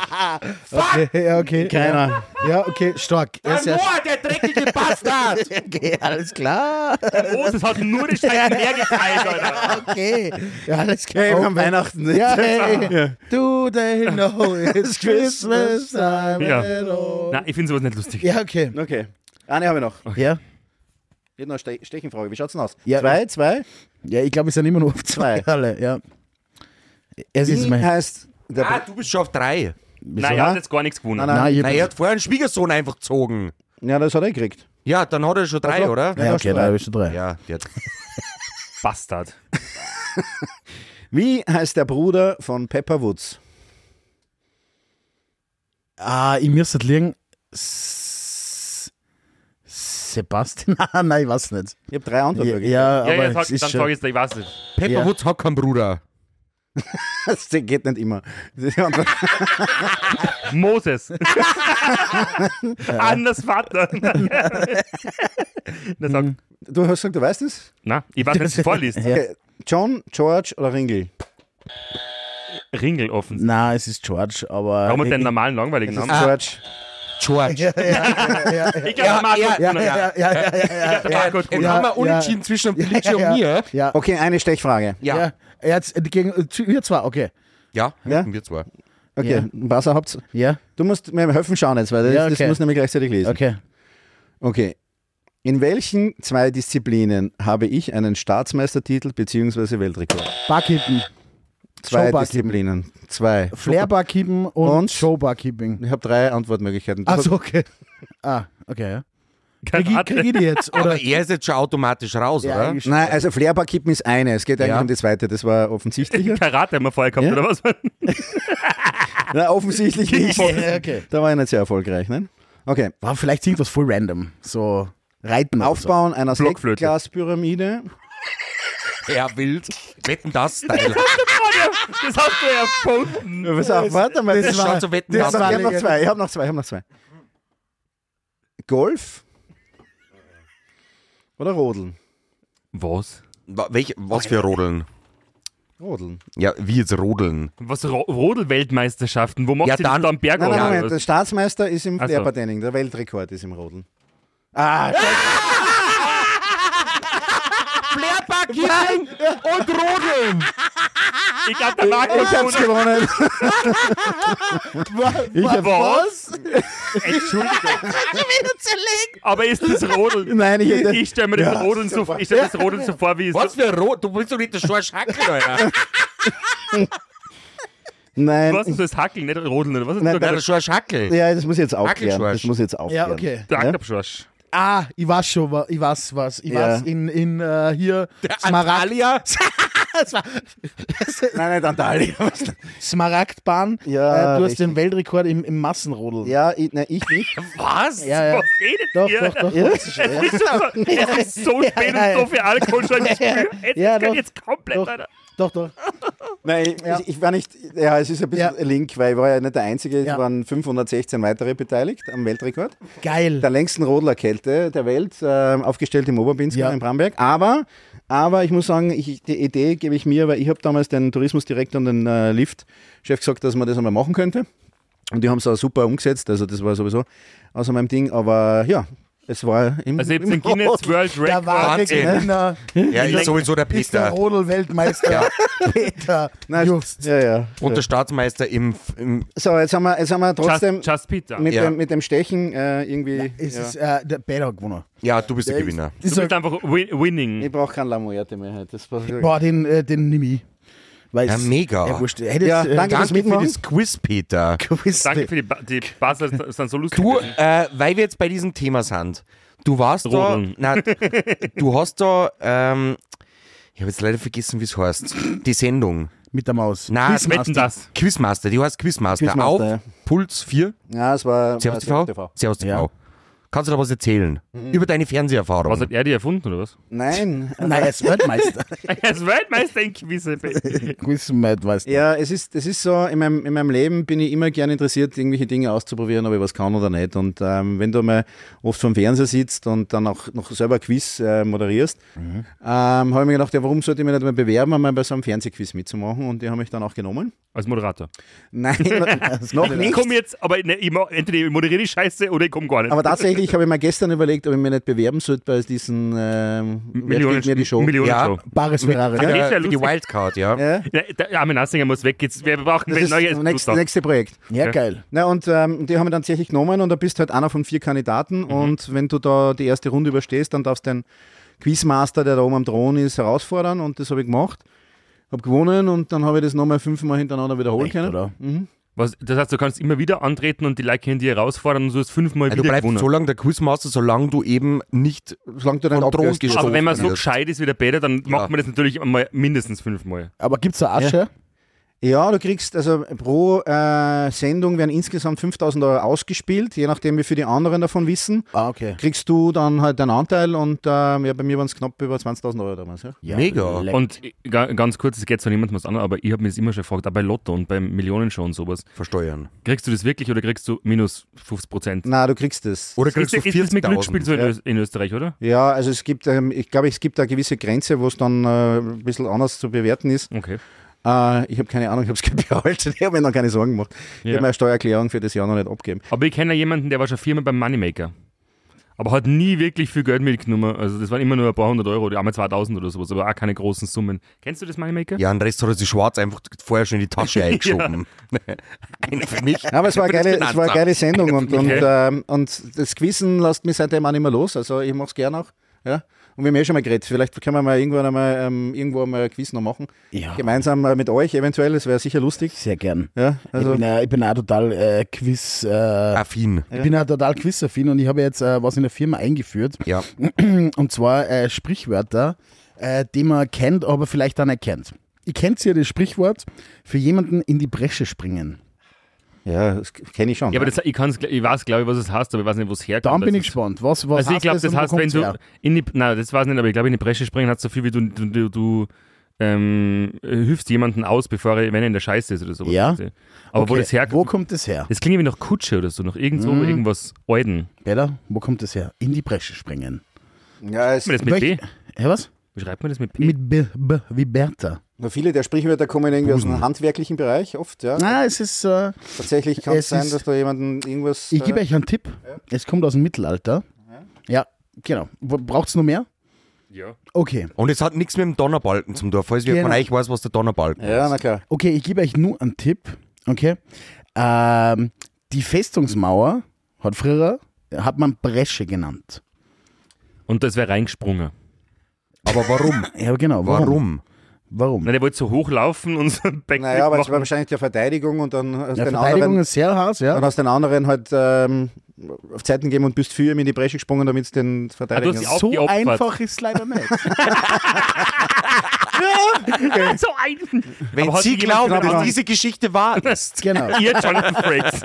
Ja, okay.
Keiner.
Ja, okay, stark. Ja, sehr stark.
der dreckige Bastard!
Okay, alles klar.
Moses Oh, hat nur die Scheiße mehr geteilt, Alter.
Okay. Ja, alles klar.
Hey, wir
Okay.
haben Weihnachten.
Ja, hey. Do they know it's Christmas time?
Ja.
at all?
Nein, ich finde sowas nicht lustig.
Ja, okay.
Okay. Eine habe ich noch.
Ja,
Ich hab noch eine Ste- Stechenfrage. Wie schaut's denn aus?
Ja.
Zwei, zwei.
ja ich glaube, es sind immer nur auf zwei.
Zwei.
Alle, ja. Es ist
Wie
mein.
heißt der
Ah, du bist schon auf drei.
Nein, er hat jetzt gar nichts gewonnen.
Ah, Nein, nein.
Nein, ich
Na,
hab-
er hat vorher einen Schwiegersohn einfach gezogen.
Ja, das hat er gekriegt.
Ja, dann hat er schon drei,
Also,
oder?
ja.
ja, okay, da habe ich schon drei.
Ja, der hat
Bastard.
Wie heißt der Bruder von Pepper Woods?
Ah, ich müsste liegen. S- Sebastian? Ah, nein, ich weiß nicht.
Ich habe drei
Ja,
Antwortmöglichkeiten.
ja,
Ja,
aber
ja,
es
sag,
ist
dann
schon-
sag ich es dir, ich weiß es.
Pepper
Ja.
Woods hat keinen Bruder.
Das geht nicht immer. Die Antwort-
Moses. Anders Vater. Na, sag,
Du hast gesagt, du weißt es?
na, ich weiß nicht, was du vorliest.
Ja.
Okay. John, George oder Ringel?
Ringel offen.
Nein, es ist George, aber.
Warum hat den normalen, langweiligen
Das ist
Namen?
George.
George.
Ich glaube, Marco.
ja,
Ja, ja, ja, ja,
Äh,
ja, ja.
Marco,
Jetzt
Ja,
haben wir
ja.
unentschieden zwischen Felice und mir.
Ja,
Ah, Okay, eine Stechfrage.
Ja.
ja. Jetzt äh, gegen äh, zu- ihr zwei, okay.
Ja,
Ja.
wir zwei.
Okay,
Ja.
Wasser habt
Ja,
Du musst mir helfen schauen jetzt, weil das,
Ja, okay.
das muss nämlich gleichzeitig lesen.
okay.
Okay. In welchen zwei Disziplinen habe ich einen Staatsmeistertitel bzw. Weltrekord?
Barkeeping,
Zwei
Showbarkeeping.
Disziplinen. Zwei.
Flair-Barkeeping und,
Und?
Show-Barkeeping.
Ich habe drei Antwortmöglichkeiten. Du
Achso, okay. Ah, okay, ja.
Keine
Krieg ich,
Ahnung.
krieg ich die jetzt, oder?
Aber er ist jetzt schon automatisch raus,
Ja,
oder?
eigentlich schon.
Nein, also Flairbar kippen ist eine. Es geht eigentlich
Ja.
um die zweite. Das war offensichtlich.
Karate haben wir vorher gehabt,
Ja.
oder was?
Nein, offensichtlich nicht.
Ja, okay.
Da war ich nicht sehr erfolgreich. Nein? Okay.
War vielleicht irgendwas voll random. So Reiten oder so.
Aufbauen einer
Blockflöte.
Sektglaspyramide.
Er will. Wetten das, Style.
Das hast du ja erfunden.
Pass auf, warte mal.
Das schaut so wetten
Das
das.
ich
aus.
habe noch zwei. Ich habe noch zwei. Ich habe noch zwei. Golf oder Rodeln?
Was?
Wa- Welch, was für Rodeln?
Rodeln.
Ja, wie jetzt Rodeln?
Was? Ro Rodel-Weltmeisterschaften? Wo macht
Ja,
ihr das
dann-
da am Berg
Nein,
oder
nein, Moment.
was?
Der Staatsmeister ist im
Ach so.
Flairbar-Training. Der Weltrekord ist im Rodeln.
Flairparkieren und Rodeln!
Ich glaube, der Markus
Ich hab's gewonnen.
Ich hab was? Entschuldigung. Aber ist das Rodeln?
Nein, ich hätte-
ich stelle mir das
Ja,
Rodeln so vor. Ich stelle mir das Rodeln so vor, wie es
Was für Rodeln? Du bist doch nicht der Schorsch Hackel, Alter.
Nein.
Was ist das Hackeln, nicht Rodeln oder was? ist
Nein,
so
Der
geil?
Schorsch Hackel.
Ja, das muss ich jetzt aufklären.
Hackelschorsch.
Das muss ich jetzt aufklären.
Ja, okay.
Der
Ja?
Ackerpschorsch.
Ah, ich weiß schon, wa- ich weiß was. Ich
Ja.
weiß in, in äh, hier Smaragd,
Alia?
Nein, nein, dann Dali.
Smaragdbahn.
Ja,
äh, du hast
richtig.
den Weltrekord im, im Massenrodeln.
Ja, ich, nein, ich nicht.
Was?
ja, ja.
Was redet
Doch,
ihr?
doch, doch.
Ja.
Es ist so- es ist so spät
ja,
und so viel Alkohol schon im Spiel. Jetzt,
Ja,
ich kann
doch,
jetzt komplett,
doch.
Alter.
Doch, doch.
Nein, ich, ich- ich war nicht, ja, es ist ein bisschen
Ja.
ein Link, weil ich war ja nicht der Einzige,
Ja.
es waren 516 weitere beteiligt am Weltrekord.
Geil.
Der längsten Rodlerkälte der Welt, ähm, aufgestellt im Oberbinsgau
Ja.
in Bramberg. Aber, aber ich muss sagen, ich, die Idee gebe ich mir, weil ich habe damals den Tourismusdirektor und den äh, Liftchef gesagt, dass man das einmal machen könnte. Und die haben es auch super umgesetzt, also das war sowieso außer meinem Ding, aber ja, es war im,
Also ich
im
habe den Guinness
Rot-
World
Der wahre
Wahnsinn.
Gewinner
Ja, ist sowieso der
ist der
Peter.
Rodel-Weltmeister Peter
Nein,
Just.
Ja, ja.
Und der Staatsmeister im, im
So, jetzt haben wir, jetzt haben wir trotzdem
Just, just Peter.
mit,
Ja.
dem, mit dem Stechen äh, irgendwie.
Es
ja.
ist äh, der Peter gewonnen.
Ja, du bist der Gewinner.
Du bist einfach wi- winning.
Ich brauche keinen Lamoyette mehr. heute. Das war
Boah, den, äh, den nimm ich. Weil
Ja,
es-
mega.
Ja, wurscht. Hättest,
Ja,
äh,
danke.
Danke
das
für
mitmachen?
das Quiz, Peter.
gewusst.
Danke für die, ba die Basler, sind so lustig.
Du, äh, weil wir jetzt bei diesem Thema sind. Du warst
Rodeln.
da. Nein, du hast da. Ähm, ich habe jetzt leider vergessen, wie es heißt. Die Sendung.
Mit der Maus.
Nein,
Wetten das.
Quizmaster. Die heißt Quizmaster.
Quizmaster,
Auf
ja.
Puls 4.
Ja, es war.
Servus
war
TV. Servus TV. Kannst du da was erzählen?
Mhm.
Über deine Fernseherfahrung.
Was hat er die erfunden, oder was?
Nein.
Nein, er ist Weltmeister.
Er ist Weltmeister in Quizze.
Quizmeister.
Ja, es ist, es ist so, in meinem, in meinem Leben bin ich immer gerne interessiert, irgendwelche Dinge auszuprobieren, ob ich was kann oder nicht. Und ähm, wenn du mal oft vom Fernseher sitzt und dann auch noch selber Quiz äh, moderierst,
Mhm.
ähm, habe ich mir gedacht, ja, warum sollte ich mich nicht mal bewerben, einmal bei so einem Fernsehquiz mitzumachen? Und die haben mich dann auch genommen.
Als Moderator.
Nein, noch
Ich
nicht.
komme jetzt, aber ne, ich, ma- entweder ich moderiere die Scheiße oder ich komme gar nicht.
Aber tatsächlich habe ich mir gestern überlegt, ob ich mich nicht bewerben sollte bei diesen ähm, Wer
Millionen,
steht mir die Show.
Millionen
Ja.
Bares Ferrari.
ist ja
Äh, für die
lustig.
Wildcard, ja.
Ja?
Ja, der Armin Assinger muss weg. Jetzt, wir brauchen
Das
ein
ist
neues
das nächste,
Gustav.
nächste Projekt.
Ja, geil.
Na, und ähm, die haben wir dann tatsächlich genommen und da bist halt einer von vier Kandidaten.
Mhm.
Und wenn du da die erste Runde überstehst, dann darfst du den Quizmaster, der da oben am Thron ist, herausfordern. Und das habe ich gemacht. Habe gewonnen und dann habe ich das nochmal fünfmal hintereinander wiederholen
Echt,
können.
oder?
Was, das heißt, du kannst immer wieder antreten und die Leute können dich herausfordern und du hast fünfmal
Ja, Du
wieder
bleibst so
gewonnen.
lange der Quizmaster, solange du eben nicht
Solange du dann
vom Thron
abgelöst bist.
gestoßen
Aber wenn man so
wirst.
gescheit ist wie der Peter, dann macht man das natürlich einmal mindestens fünfmal.
Aber gibt's da Asche?
Ja, du kriegst, also pro äh, Sendung werden insgesamt 5000 Euro ausgespielt, je nachdem, wie viel die anderen davon wissen.
Ah, okay.
Kriegst du dann halt deinen Anteil und ähm, ja, bei mir waren es knapp über 20.000 Euro damals. Ja.
Ja,
Mega.
leck.
Und ich- ga- ganz kurz, es geht zwar niemandem was an, aber ich habe mir das immer schon gefragt, auch bei Lotto und beim Millionenshow und sowas.
versteuern.
Kriegst du das wirklich oder kriegst du minus 50 Prozent?
Na, du kriegst es.
Oder kriegst
ist,
du
ist das mit
40.000.
Glücksspiel so in, Ö- in Österreich, oder?
Ja, also es gibt, ähm, ich glaube, es gibt da eine gewisse Grenze, wo es dann äh, ein bisschen anders zu bewerten ist.
Okay.
Äh, ich habe keine Ahnung, ich habe es behalten, ich habe mir noch keine Sorgen gemacht. Ich
Ja.
habe meine Steuererklärung für das Jahr noch nicht abgegeben.
Aber ich kenne ja jemanden, der war schon viermal beim Moneymaker. Aber hat nie wirklich viel Geld mitgenommen. Also das waren immer nur ein paar hundert Euro, die einmal 2000 oder sowas, aber auch keine großen Summen. Kennst du das Moneymaker?
Ja, und Rest hat er sich schwarz einfach vorher schon in die Tasche eingeschoben. Eine für mich.
Ja, aber es war eine
Für das
geile, es war eine
Finanzamt.
geile Sendung und, und,
Okay.
ähm, und das Quizzen lasst mich seitdem auch nicht mehr los. Also ich mache es gerne auch. Ja? Und wir haben eh schon mal geredet. Vielleicht können wir mal irgendwann einmal ähm, irgendwo mal ein Quiz noch machen.
Ja.
Gemeinsam äh, mit euch eventuell, das wäre sicher lustig.
Sehr gern.
Ja,
ich,
also
bin, äh, ich bin auch total äh, Quiz. Äh,
Affin.
Ich bin ja total quizaffin und ich habe jetzt äh, was in der Firma eingeführt.
Ja.
Und zwar äh, Sprichwörter, äh, die man kennt, aber vielleicht dann erkennt. Ich kennt ja das Sprichwort für jemanden in die Bresche springen.
ja, das kenne ich schon.
Ja, aber das, ich, kann's, gl- ich weiß, glaube ich, was es heißt, aber ich weiß nicht, wo es herkommt.
Dann bin ich
Also,
gespannt. Was, was
Also ich glaube, das
und wo
heißt, wenn
kommt's
du
her?
in die, nein, das weiß ich nicht, aber ich glaube, in die Bresche springen hat so viel wie du, du, du, du ähm, hilfst jemanden aus, bevor er, wenn er in der Scheiße ist oder sowas.
Ja.
Aber wo
Okay,
das herkommt,
Wo Mhm. kommt das her?
das klingt wie nach Kutsche oder so, nach irgend so irgendwas Alten.
Peter, wo kommt das her? In die Bresche springen.
ja, es,
Schreibt man das mit
Welch-
B?
Hä, was?
Wie schreibt man das mit B?
Mit B, B wie Bertha.
nur viele der Sprichwörter kommen irgendwie aus dem handwerklichen Bereich oft. Ja.
Na, es ist. Äh,
Tatsächlich kann es
Es
sein,
ist-
dass da jemanden irgendwas.
ich gebe
äh,
euch einen Tipp. Es kommt aus dem Mittelalter. Ja, genau. Braucht es noch mehr?
ja.
Okay.
Und es hat nichts mit dem Donnerbalken zum Dorf. Falls wer von
Genau.
euch weiß, was der Donnerbalken
ja,
ist.
na klar.
Okay, ich gebe euch nur einen Tipp. Okay. Ähm, die Festungsmauer hat früher hat man Bresche genannt.
Und das wäre reingesprungen.
Aber warum?
Ja, genau.
Warum?
Warum?
Nein, der wollte so hochlaufen und so ein Backflip
Naja, aber es war
machen.
wahrscheinlich der Verteidigung und dann aus
Ja,
den
Verteidigung
anderen.
ist sehr hart,
Dann
ja.
aus den anderen halt ähm, auf Zeiten gegeben und bist für ihm in die Bresche gesprungen, damit es den
Ah, du
Verteidiger.
hast
So
Aufgeopfert.
einfach ist es leider nicht.
So ein.
Wenn
Aber hat
Sie
sich jemand
glauben, dass
geopfert?
diese Geschichte wahr ist. Genau.
genau.
Ihr Jonathan Frakes.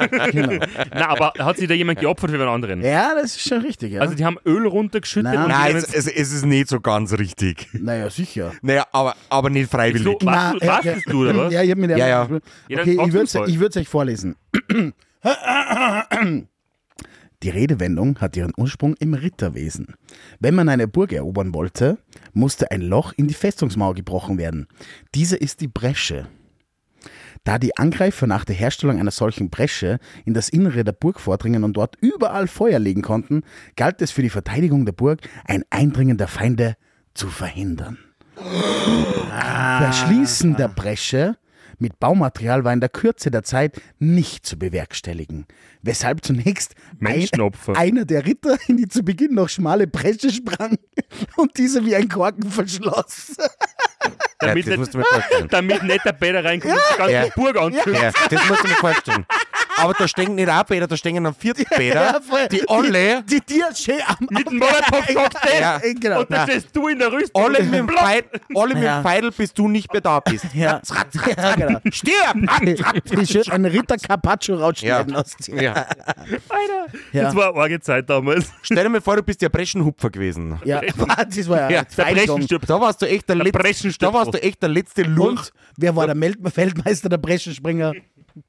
Na, aber hat sich da jemand geopfert für den anderen?
Ja, das ist schon richtig. Ja.
Also die haben Öl runtergeschüttet
Nein.
und die
Nein,
haben
es,
jetzt,
es, es ist nicht so ganz richtig.
naja, sicher.
Naja, aber, aber nicht
so,
freiwillig.
Na, äh,
was, was bist du, oder was?
Ja, ich hab mir
Ja, ja.
Ja, dann
Okay, ich
trotzdem voll.
würde es euch vorlesen. Die Redewendung hat ihren Ursprung im Ritterwesen. Wenn man eine Burg erobern wollte, musste ein Loch in die Festungsmauer gebrochen werden. Diese ist die Bresche. Da die Angreifer nach der Herstellung einer solchen Bresche in das Innere der Burg vordringen und dort überall Feuer legen konnten, galt es für die Verteidigung der Burg, ein Eindringen der Feinde zu verhindern.
Ah.
Verschließen der Bresche mit Baumaterial war in der Kürze der Zeit nicht zu bewerkstelligen, weshalb zunächst ein,
Menschenopfer.
einer der Ritter in die zu Beginn noch schmale Bresche sprang und diese wie ein Korken verschloss.
Ja,
damit
das
nicht-
musst du mir vorstellen.
Damit nicht der Bäder reinkommt und die ganze
Ja.
Burg anzündet.
Ja, das musst du mir vorstellen. Aber da stehen nicht ein Bäder, da stehen dann 40 Bäder,
voll.
die alle,
Die dir schön am
Mit dem Molotov-Cocktail.
Ja.
genau.
Und da stehst du in der Rüstung.
alle mit dem
Block.
Pfeil, alle mit
Ja.
dem Pfeil, bis du nicht mehr da bist.
Ja. ja, genau.
Stirb! Ah.
Die schön einen Ritter Carpaccio rausschneiden
Ja.
lassen.
Ja.
Ja.
Das war eine arge Zeit damals.
Stell dir mal vor, du bist der Breschenhupfer gewesen.
Ja, das war ja,
Ja,
Der
Feinsong.
Brechenstirb.
Da warst du echt der, letzte,
Breschenstück-
da warst du echt der letzte Lurch.
Und wer war der Meld Feldmeister der Breschenspringer?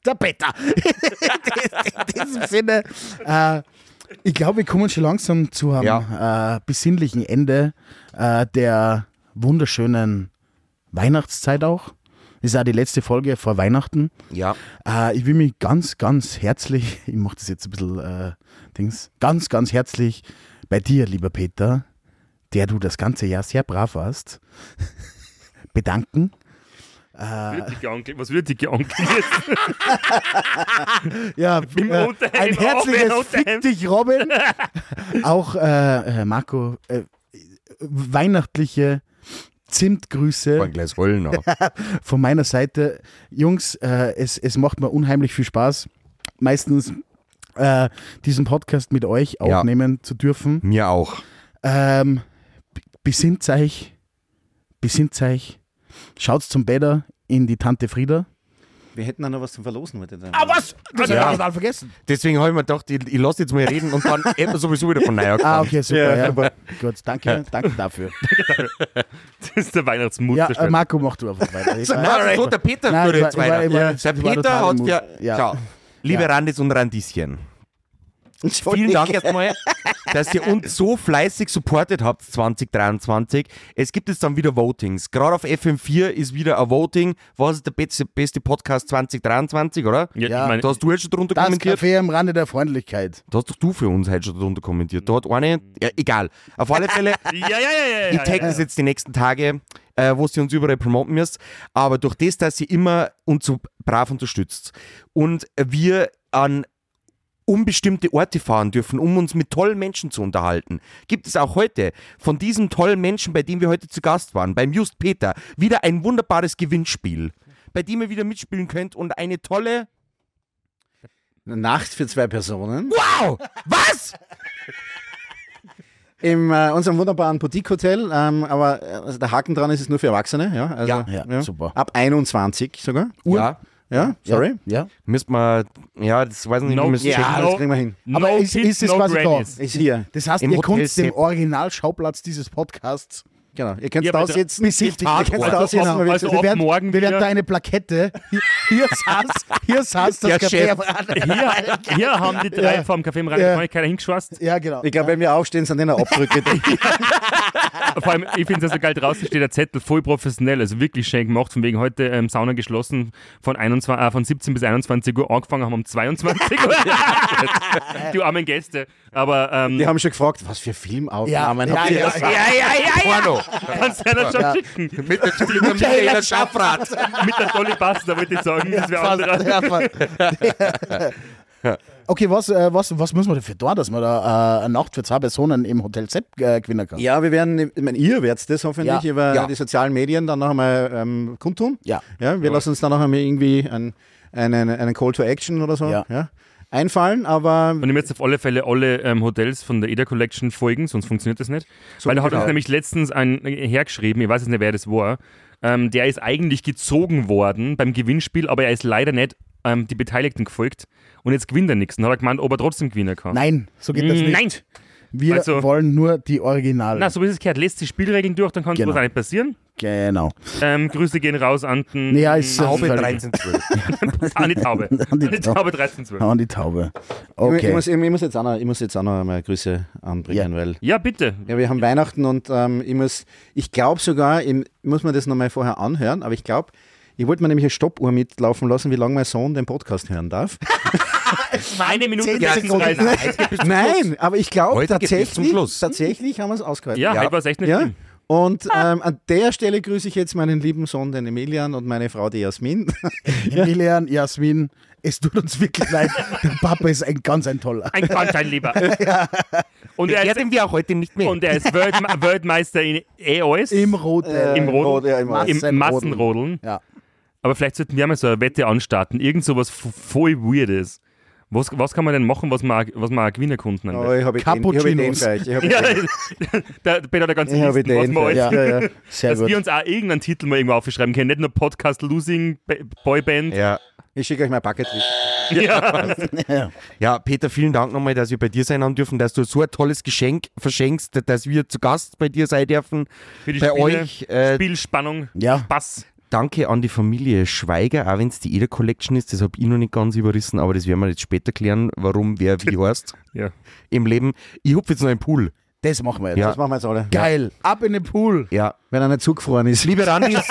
Der Peter. In diesem Sinne, äh, ich glaube, wir kommen schon langsam zu einem äh, besinnlichen Ende äh, der wunderschönen Weihnachtszeit auch. Das ist auch die letzte Folge vor Weihnachten.
Ja.
Äh, ich will mich ganz, ganz herzlich, ich mache das jetzt ein bisschen äh, Dings, ganz, ganz herzlich bei dir, lieber Peter, der du das ganze Jahr sehr brav warst, bedanken.
Ah.
Würdige Onkel, was würdige Onkel jetzt?
Ja, äh,
Unterhemd,
ein herzliches
Robin,
Fick
Unterhemd.
dich, Robin. Auch äh, äh, Marco, äh, weihnachtliche Zimtgrüße.
Ein Glas Rollen auch.
von meiner Seite. Jungs, äh, es, es macht mir unheimlich viel Spaß, meistens äh, diesen Podcast mit euch
Ja.
aufnehmen zu dürfen.
Mir auch.
Ähm, b- besinnt euch, besinnt euch, schaut zum Bäder in die Tante Frieda.
Wir hätten da noch was zu verlosen heute. Dann.
was? Also, Das
Ja.
hab ich total vergessen.
Deswegen habe ich mir gedacht, ich, ich lasse jetzt mal reden und dann hätten wir sowieso wieder von neu
Ah,
angefangen.
okay, super. Ja, Gut, danke, danke dafür.
Das ist der Weihnachtsmut.
Ja,
der
äh,
Schwester.
Marco, mach du einfach weiter. Ich war-
Nein, so, der Peter
Nein,
würde
ich
jetzt
war- ich
weiter.
war- ich war-
Ja.
ich
Der
war
Peter
total
hat
im
ja.
Mut. Ja.
Schau, liebe Randis und Randischen, vielen Dank erstmal, dass ihr uns so fleißig supportet habt 2023. Es gibt jetzt dann wieder Votings. Gerade auf FM4 ist wieder ein Voting. Was ist der beste, beste Podcast 2023, oder?
Ja,
Ja,
ich meine,
Da hast du jetzt schon drunter
Das
kommentiert.
Café am Rande der Freundlichkeit.
Da hast doch du für uns heute schon drunter kommentiert. Da hat eine, ja, egal. Auf alle Fälle,
ja, ja, ja, ja,
ich
ja,
tag das jetzt die nächsten Tage, äh, wo sie uns überall promoten müsst. Aber durch das, dass ihr immer uns so brav unterstützt und wir an unbestimmte Orte fahren dürfen, um uns mit tollen Menschen zu unterhalten. Gibt es auch heute von diesem tollen Menschen, bei dem wir heute zu Gast waren, beim Just Peter, wieder ein wunderbares Gewinnspiel, bei dem ihr wieder mitspielen könnt und eine tolle...
Nacht für zwei Personen.
Wow! Was?
In äh, unserem wunderbaren Boutique-Hotel. Ähm, aber äh, also der Haken dran ist, es ist nur für Erwachsene. Ja, also,
Ja.
Ja, super.
Ab 21 sogar.
Ja,
Ja, sorry.
Ja.
müsst man... Ja, das weiß ich nicht,
No,
wir müssen
ja.
checken.
Ah, das kriegen wir hin.
No
Aber ist-
kids,
ist es
no
quasi da?
grannies.
Ist hier.
Das heißt,
Im
ihr
Hotel
konntet den
Sepp.
Originalschauplatz dieses Podcasts
Genau. Ihr könnt
Ja,
es
aber
da
da-
sitzen.
besichtigen.
Ihr könnt es da sitzen.
Also,
aber
also,
wir-
wir
ab
werden,
morgen
wir werden
wieder-
da eine Plakette. Hier, hier saß, hier saß das
Der
Café.
Chef.
am Rande.
Hier, hier haben die drei
Ja.
vom Café im Rhein
Ja.
ja. keiner hingeschwast.
Ja, genau.
Ich glaube, wenn wir aufstehen, sind in der Abdrücke.
Vor allem, ich finde es ja so geil, draußen steht der Zettel voll professionell, also wirklich schön gemacht, von wegen heute ähm, Sauna geschlossen, von, 21, äh, von 17 bis 21 Uhr angefangen, haben um 22 Uhr. die armen Gäste. Aber ähm,
Die haben schon gefragt, was für Filmaufnahmen
Ja,
habt ihr?
ja,
erst?
ja,
Porno.
kannst du einer schon schicken.
Mit der Stimme Michaela Schaffrath.
Mit der Dolly Buster, wollte ich sagen. Das wäre
Fast-
andere.
ja, fast. Okay, was, äh, was, was muss man dafür tun, dass man da äh, eine Nacht für zwei Personen im Hotel Sepp äh, gewinnen kann?
Ja, wir werden, ich meine, ihr werdet das hoffentlich
Ja.
über
Ja.
die sozialen Medien dann noch einmal ähm, kundtun.
Ja.
ja wir lassen uns dann noch einmal irgendwie ein, einen, einen Call to Action oder so.
Ja.
Ja. einfallen, aber
Und ich möchte jetzt auf alle Fälle alle ähm, Hotels von der Eder Collection folgen, sonst funktioniert das nicht. Weil da hat
genau.
uns nämlich letztens ein äh, hergeschrieben, ich weiß jetzt nicht, wer das war, ähm, der ist eigentlich gezogen worden beim Gewinnspiel, aber er ist leider nicht ähm, die Beteiligten gefolgt und jetzt gewinnt er nichts. Dann hat er gemeint, ob er trotzdem gewinnen kann.
Nein, so geht das nicht.
Mm, Nein!
Wir
Also-
wollen nur die Originale.
Na, so wie es gehört, lässt die Spielregeln durch, dann kann es
Genau.
was auch nicht passieren.
genau.
Ähm, Grüße gehen raus an den
Ja, ist
Taube
völlig-
1312.
an die Taube.
An die
an die
Taube.
Taube 1312.
An die Taube.
ich, ich,
Okay.
muss, ich, muss jetzt auch noch, ich muss jetzt auch noch mal Grüße anbringen,
Ja.
weil
Ja, bitte.
Ja, wir haben Weihnachten und ähm, ich muss, ich glaube sogar, ich muss mir das nochmal vorher anhören, aber ich glaube, ich wollte mir nämlich eine Stoppuhr mitlaufen lassen, wie lange mein Sohn den Podcast hören darf.
Eine Minute
zehn
36.
Sekunden.
Nein, aber ich glaube
Heute geht's bis zum
tatsächlich,
Schluss.
tatsächlich haben wir es ausgehalten.
Ja,
Ja.
halt war es echt nicht
Ja?
schlimm.
Und ähm, an der Stelle grüße ich jetzt meinen lieben Sohn, den Emilian, und meine Frau, die Jasmin.
Emilian, Jasmin, es tut uns wirklich leid. Der Papa ist ein ganz ein toller.
Ein Quantein lieber. Und er
Der,
ist,
den wir auch heute nicht mehr.
und er ist Weltme Weltmeister in E EOS.
Im Roten.
Äh,
Äh,
Im Rodeln.
ja, im Rodeln.
Im
Massenrodeln.
Massenrodeln.
Ja.
Aber vielleicht sollten wir mal so eine Wette anstarten. Irgend so was f- voll Weirdes. Was, was kann man denn machen, was man, was man Gewinnerkunden
Oh,
nennt?
ich habe ich den, ich hab den
Cappuccinos.
gleich. Ich habe
Ja,
den,
da bin ich da ganz
ich hab
Listen, was
den
wir
gleich.
alles-
Ja, ja, ja.
Sehr
Dass
gut.
wir uns auch irgendeinen Titel mal irgendwo aufschreiben können. Nicht nur Podcast Losing Ba- Boyband.
ja.
Ich schicke euch mal Bucketlist.
Ja.
ja, Peter, vielen Dank nochmal, dass wir bei dir sein haben dürfen, dass du so ein tolles Geschenk verschenkst, dass wir zu Gast bei dir sein dürfen.
Für die
bei
Spiele,
euch. Äh,
Spielspannung,
Ja.
Spaß.
Danke an die Familie Schweiger, auch wenn es die Eder Collection ist, das habe ich noch nicht ganz überrissen, aber das werden wir jetzt später klären, warum wer wie heißt
Ja.
im Leben. Ich hupfe jetzt noch im Pool.
Das machen wir jetzt.
Ja.
Das machen wir jetzt alle.
Geil. Ab in den Pool.
Ja.
Wenn er nicht zugefroren ist.
Liebe Randis,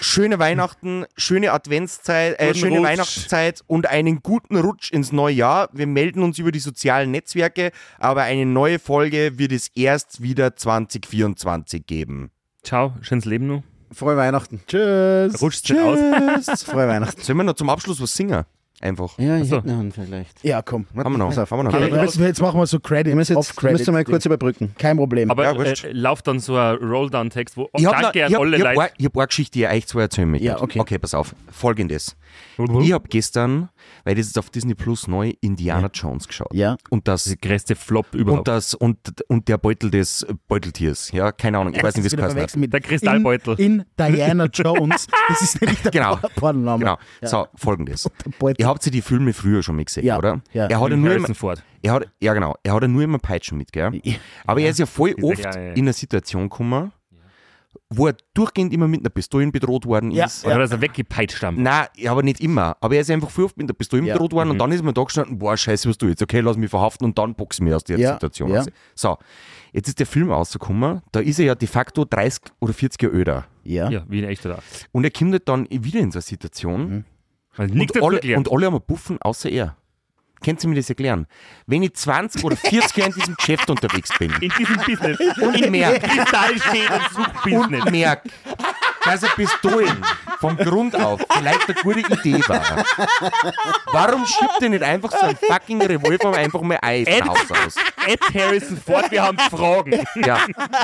schöne Weihnachten, schöne Adventszeit, äh,
Guten
schöne
Rutsch.
Weihnachtszeit und einen guten Rutsch ins neue Jahr. Wir melden uns über die sozialen Netzwerke, aber eine neue Folge wird es erst wieder 2024 geben.
Ciao, schönes Leben noch.
Frohe Weihnachten.
Tschüss.
Rutscht's nicht aus.
Frohe Weihnachten.
Sollen wir noch zum Abschluss was singen? Einfach.
Ja, ich
Achso.
hätte noch einen vielleicht.
Ja, komm.
Haben wir noch? Haben wir noch?
Aber jetzt, jetzt machen wir so Credit.
Ich muss jetzt
Off-Credit.
müsst ihr mal kurz überbrücken.
Kein Problem.
Aber
Ja, wurscht.
äh, lauft dann so ein Rolldown-Text, wo
Ich habe
Danke
ich
an
hab,
alle
ich hab,
Leute.
ein- ich hab eine Geschichte, die ich euch zwei erzählen möchte.
Ja, okay.
Okay, pass auf. Folgendes.
Hm?
Ich habe gestern, weil das ist auf Disney Plus neu, Indiana Jones geschaut.
Ja.
Und das
Größte Flop
und
überhaupt.
das und, und der Beutel des Beuteltiers. Ja, keine Ahnung. Ich weiß nicht, wie es
wieder
heißt.
verwechselt mit
Der Kristallbeutel.
In, in Diana Jones. Das ist nämlich der
Genau.
Por- Pornonname.
Genau. So, folgendes.
Beutel.
Ihr habt sie die Filme früher schon mal gesehen,
Ja,
oder?
ja.
Er hat ja
Mit
nur
Harrison
immer,
Ford.
er hat, ja genau, er hat ja nur immer Peitschen mit, gell? Aber er ist ja voll
Ist ja
oft
geil, ja.
in eine Situation gekommen, wo er durchgehend immer mit einer Pistole bedroht worden
Ja,
ist.
Oder dass er weggepeitscht haben.
Nein, aber nicht immer. Aber er ist einfach viel oft mit der Pistole
Ja. Mhm.
bedroht worden und dann ist mir da gestanden, boah, scheiße, was du jetzt? Okay, lass mich verhaften und dann boxen wir aus der
Ja,
Situation
ja.
raus. So, jetzt ist der Film rausgekommen, da ist er ja de facto 30 oder 40 Jahre öder.
Ja.
Ja, wie ein echter da.
Und er kommt halt dann wieder in so eine
Mhm.
Situation,
Also nichts
und,
dazu
alle,
erklärt.
und alle haben einen Buffen, außer er. Könnt ihr mir das erklären? Wenn ich 20 oder 40 Jahre in diesem Geschäft unterwegs bin
In diesem Business.
und merke,
Kristallschäden sucht Business.
und merk, dass ein Pistolen vom Grund auf vielleicht eine gute Idee war, warum schiebt ihr nicht einfach so einen fucking Revolver einfach mal Eis
Ed-
raus aus?
Ed Harrison Ford, wir haben Fragen.
Ja,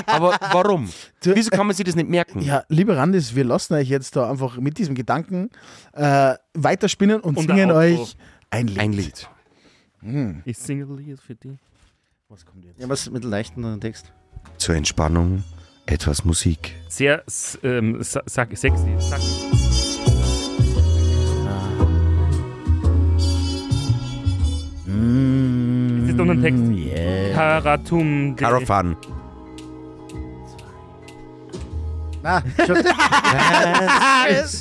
aber warum? Wieso kann man sich das nicht merken?
Ja, liebe Randis, wir lassen euch jetzt da einfach mit diesem Gedanken äh, weiterspinnen und,
Und
singen
ein Outro.
euch ein Lied.
Ein Lied.
Ich singe ein Lied für dich.
Ja, was mit leichten Text.
Zur Entspannung etwas Musik.
Sehr s- ähm, sa sa sexy. Sa
Ah.
Es ist unten Text.
Mm,
Karatum.
Karofan.
Ah,
Na, schon.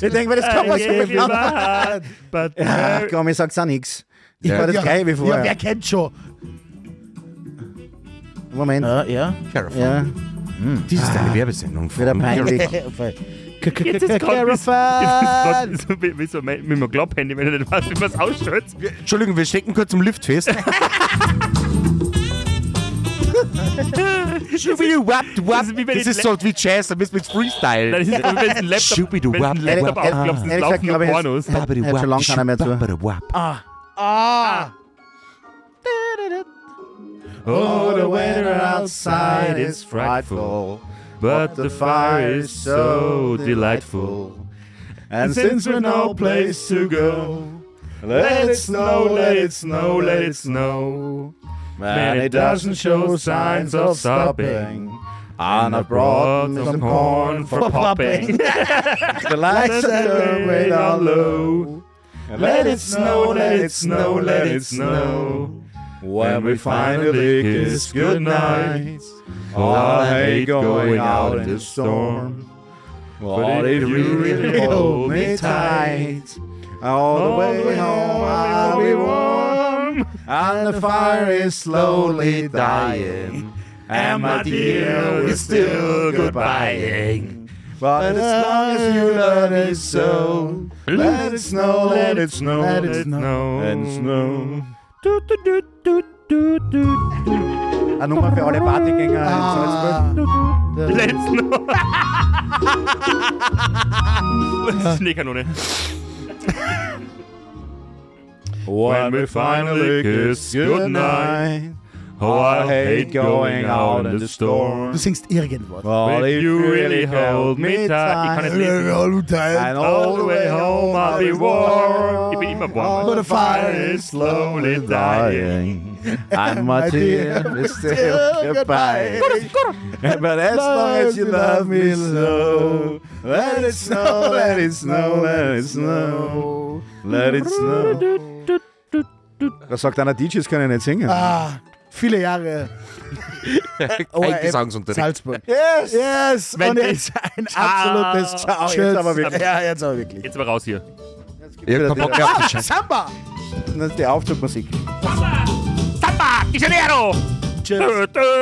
ich denke mir, das kann man so beim
Ja,
Ach komm, ich sag's auch nix. Ich
Ja.
war das gleiche wie
Ja, wer
vorher.
kennt schon?
Moment.
Ja, ja.
Karofan.
Ja, Ah.
Dies Hm. ist eine Werbesendung
wieder
von
peinlich.
Jetzt ist gerade wie, so, wie, wie so mein- mit meinem Glob-Handy, wenn du nicht weißt, wie man es ausstellt.
Entschuldigung, wir stecken kurz im Lift fest.
Das ist wie wenn
Das
ich
ist
Lap-
so wie Jazz, da bist du mit Freestyle.
Nein, Das ist so, wie wenn du einen Laptop, wenn
Schubidu,
du einen
wap,
Laptop
wap,
aufklappst,
ah.
es
Ehrlich
laufen
gesagt, glaub
nur
ich,
Pornos.
Babidi
Hört schon
wap,
lang keiner mehr zu. Ah,
schubbidi wap.
Oh,
the weather outside is
frightful, but the fire is so delightful.
And
since we've no place to go, Let it snow, let it snow, let it snow. Man, it doesn't show signs of stopping. And I brought some corn for popping.
The lights are way down low.
Let it snow, let it snow, let it snow.
When we finally kiss goodnight, oh, I hate going out in the storm. But it really hold me tight. All the way home I'll be warm, and the fire is slowly dying. And my dear, we're still goodbying. But as long as you love it so, let it snow, let it snow, let it snow, let it snow. Eine Nummer für alle Partygänger in Salzburg.
Let it snow. Das ist Schneekanone.
When we finally kiss goodnight, oh, I hate going out in the storm.
Du singst irgendwas.
But
Will
if
you really hold me tight? Ich kann nicht lesen.
And all the way home I'll be warm.
Ich bin immer warm.
But the fire is slowly dying. And my tear is still goodbye. But as long as you love me so, let it snow, let it snow, let it snow. Let it snow. Da sagt einer, DJs können nicht singen.
Ah, viele Jahre
oh,
Ein Gesangsunterricht.
Salzburg.
Yes! Ah.
Yes,
Wenn
und jetzt ein absolutes Ciao.
Jetzt aber wirklich.
Ja, jetzt aber wirklich.
Jetzt aber raus hier.
Ich hab keinen Bock mehr auf die Scheiße.
Samba!
Das ist die Aufzugmusik.
Samba! Samba! Di Janeiro!
Tschüss.
Tö, tö.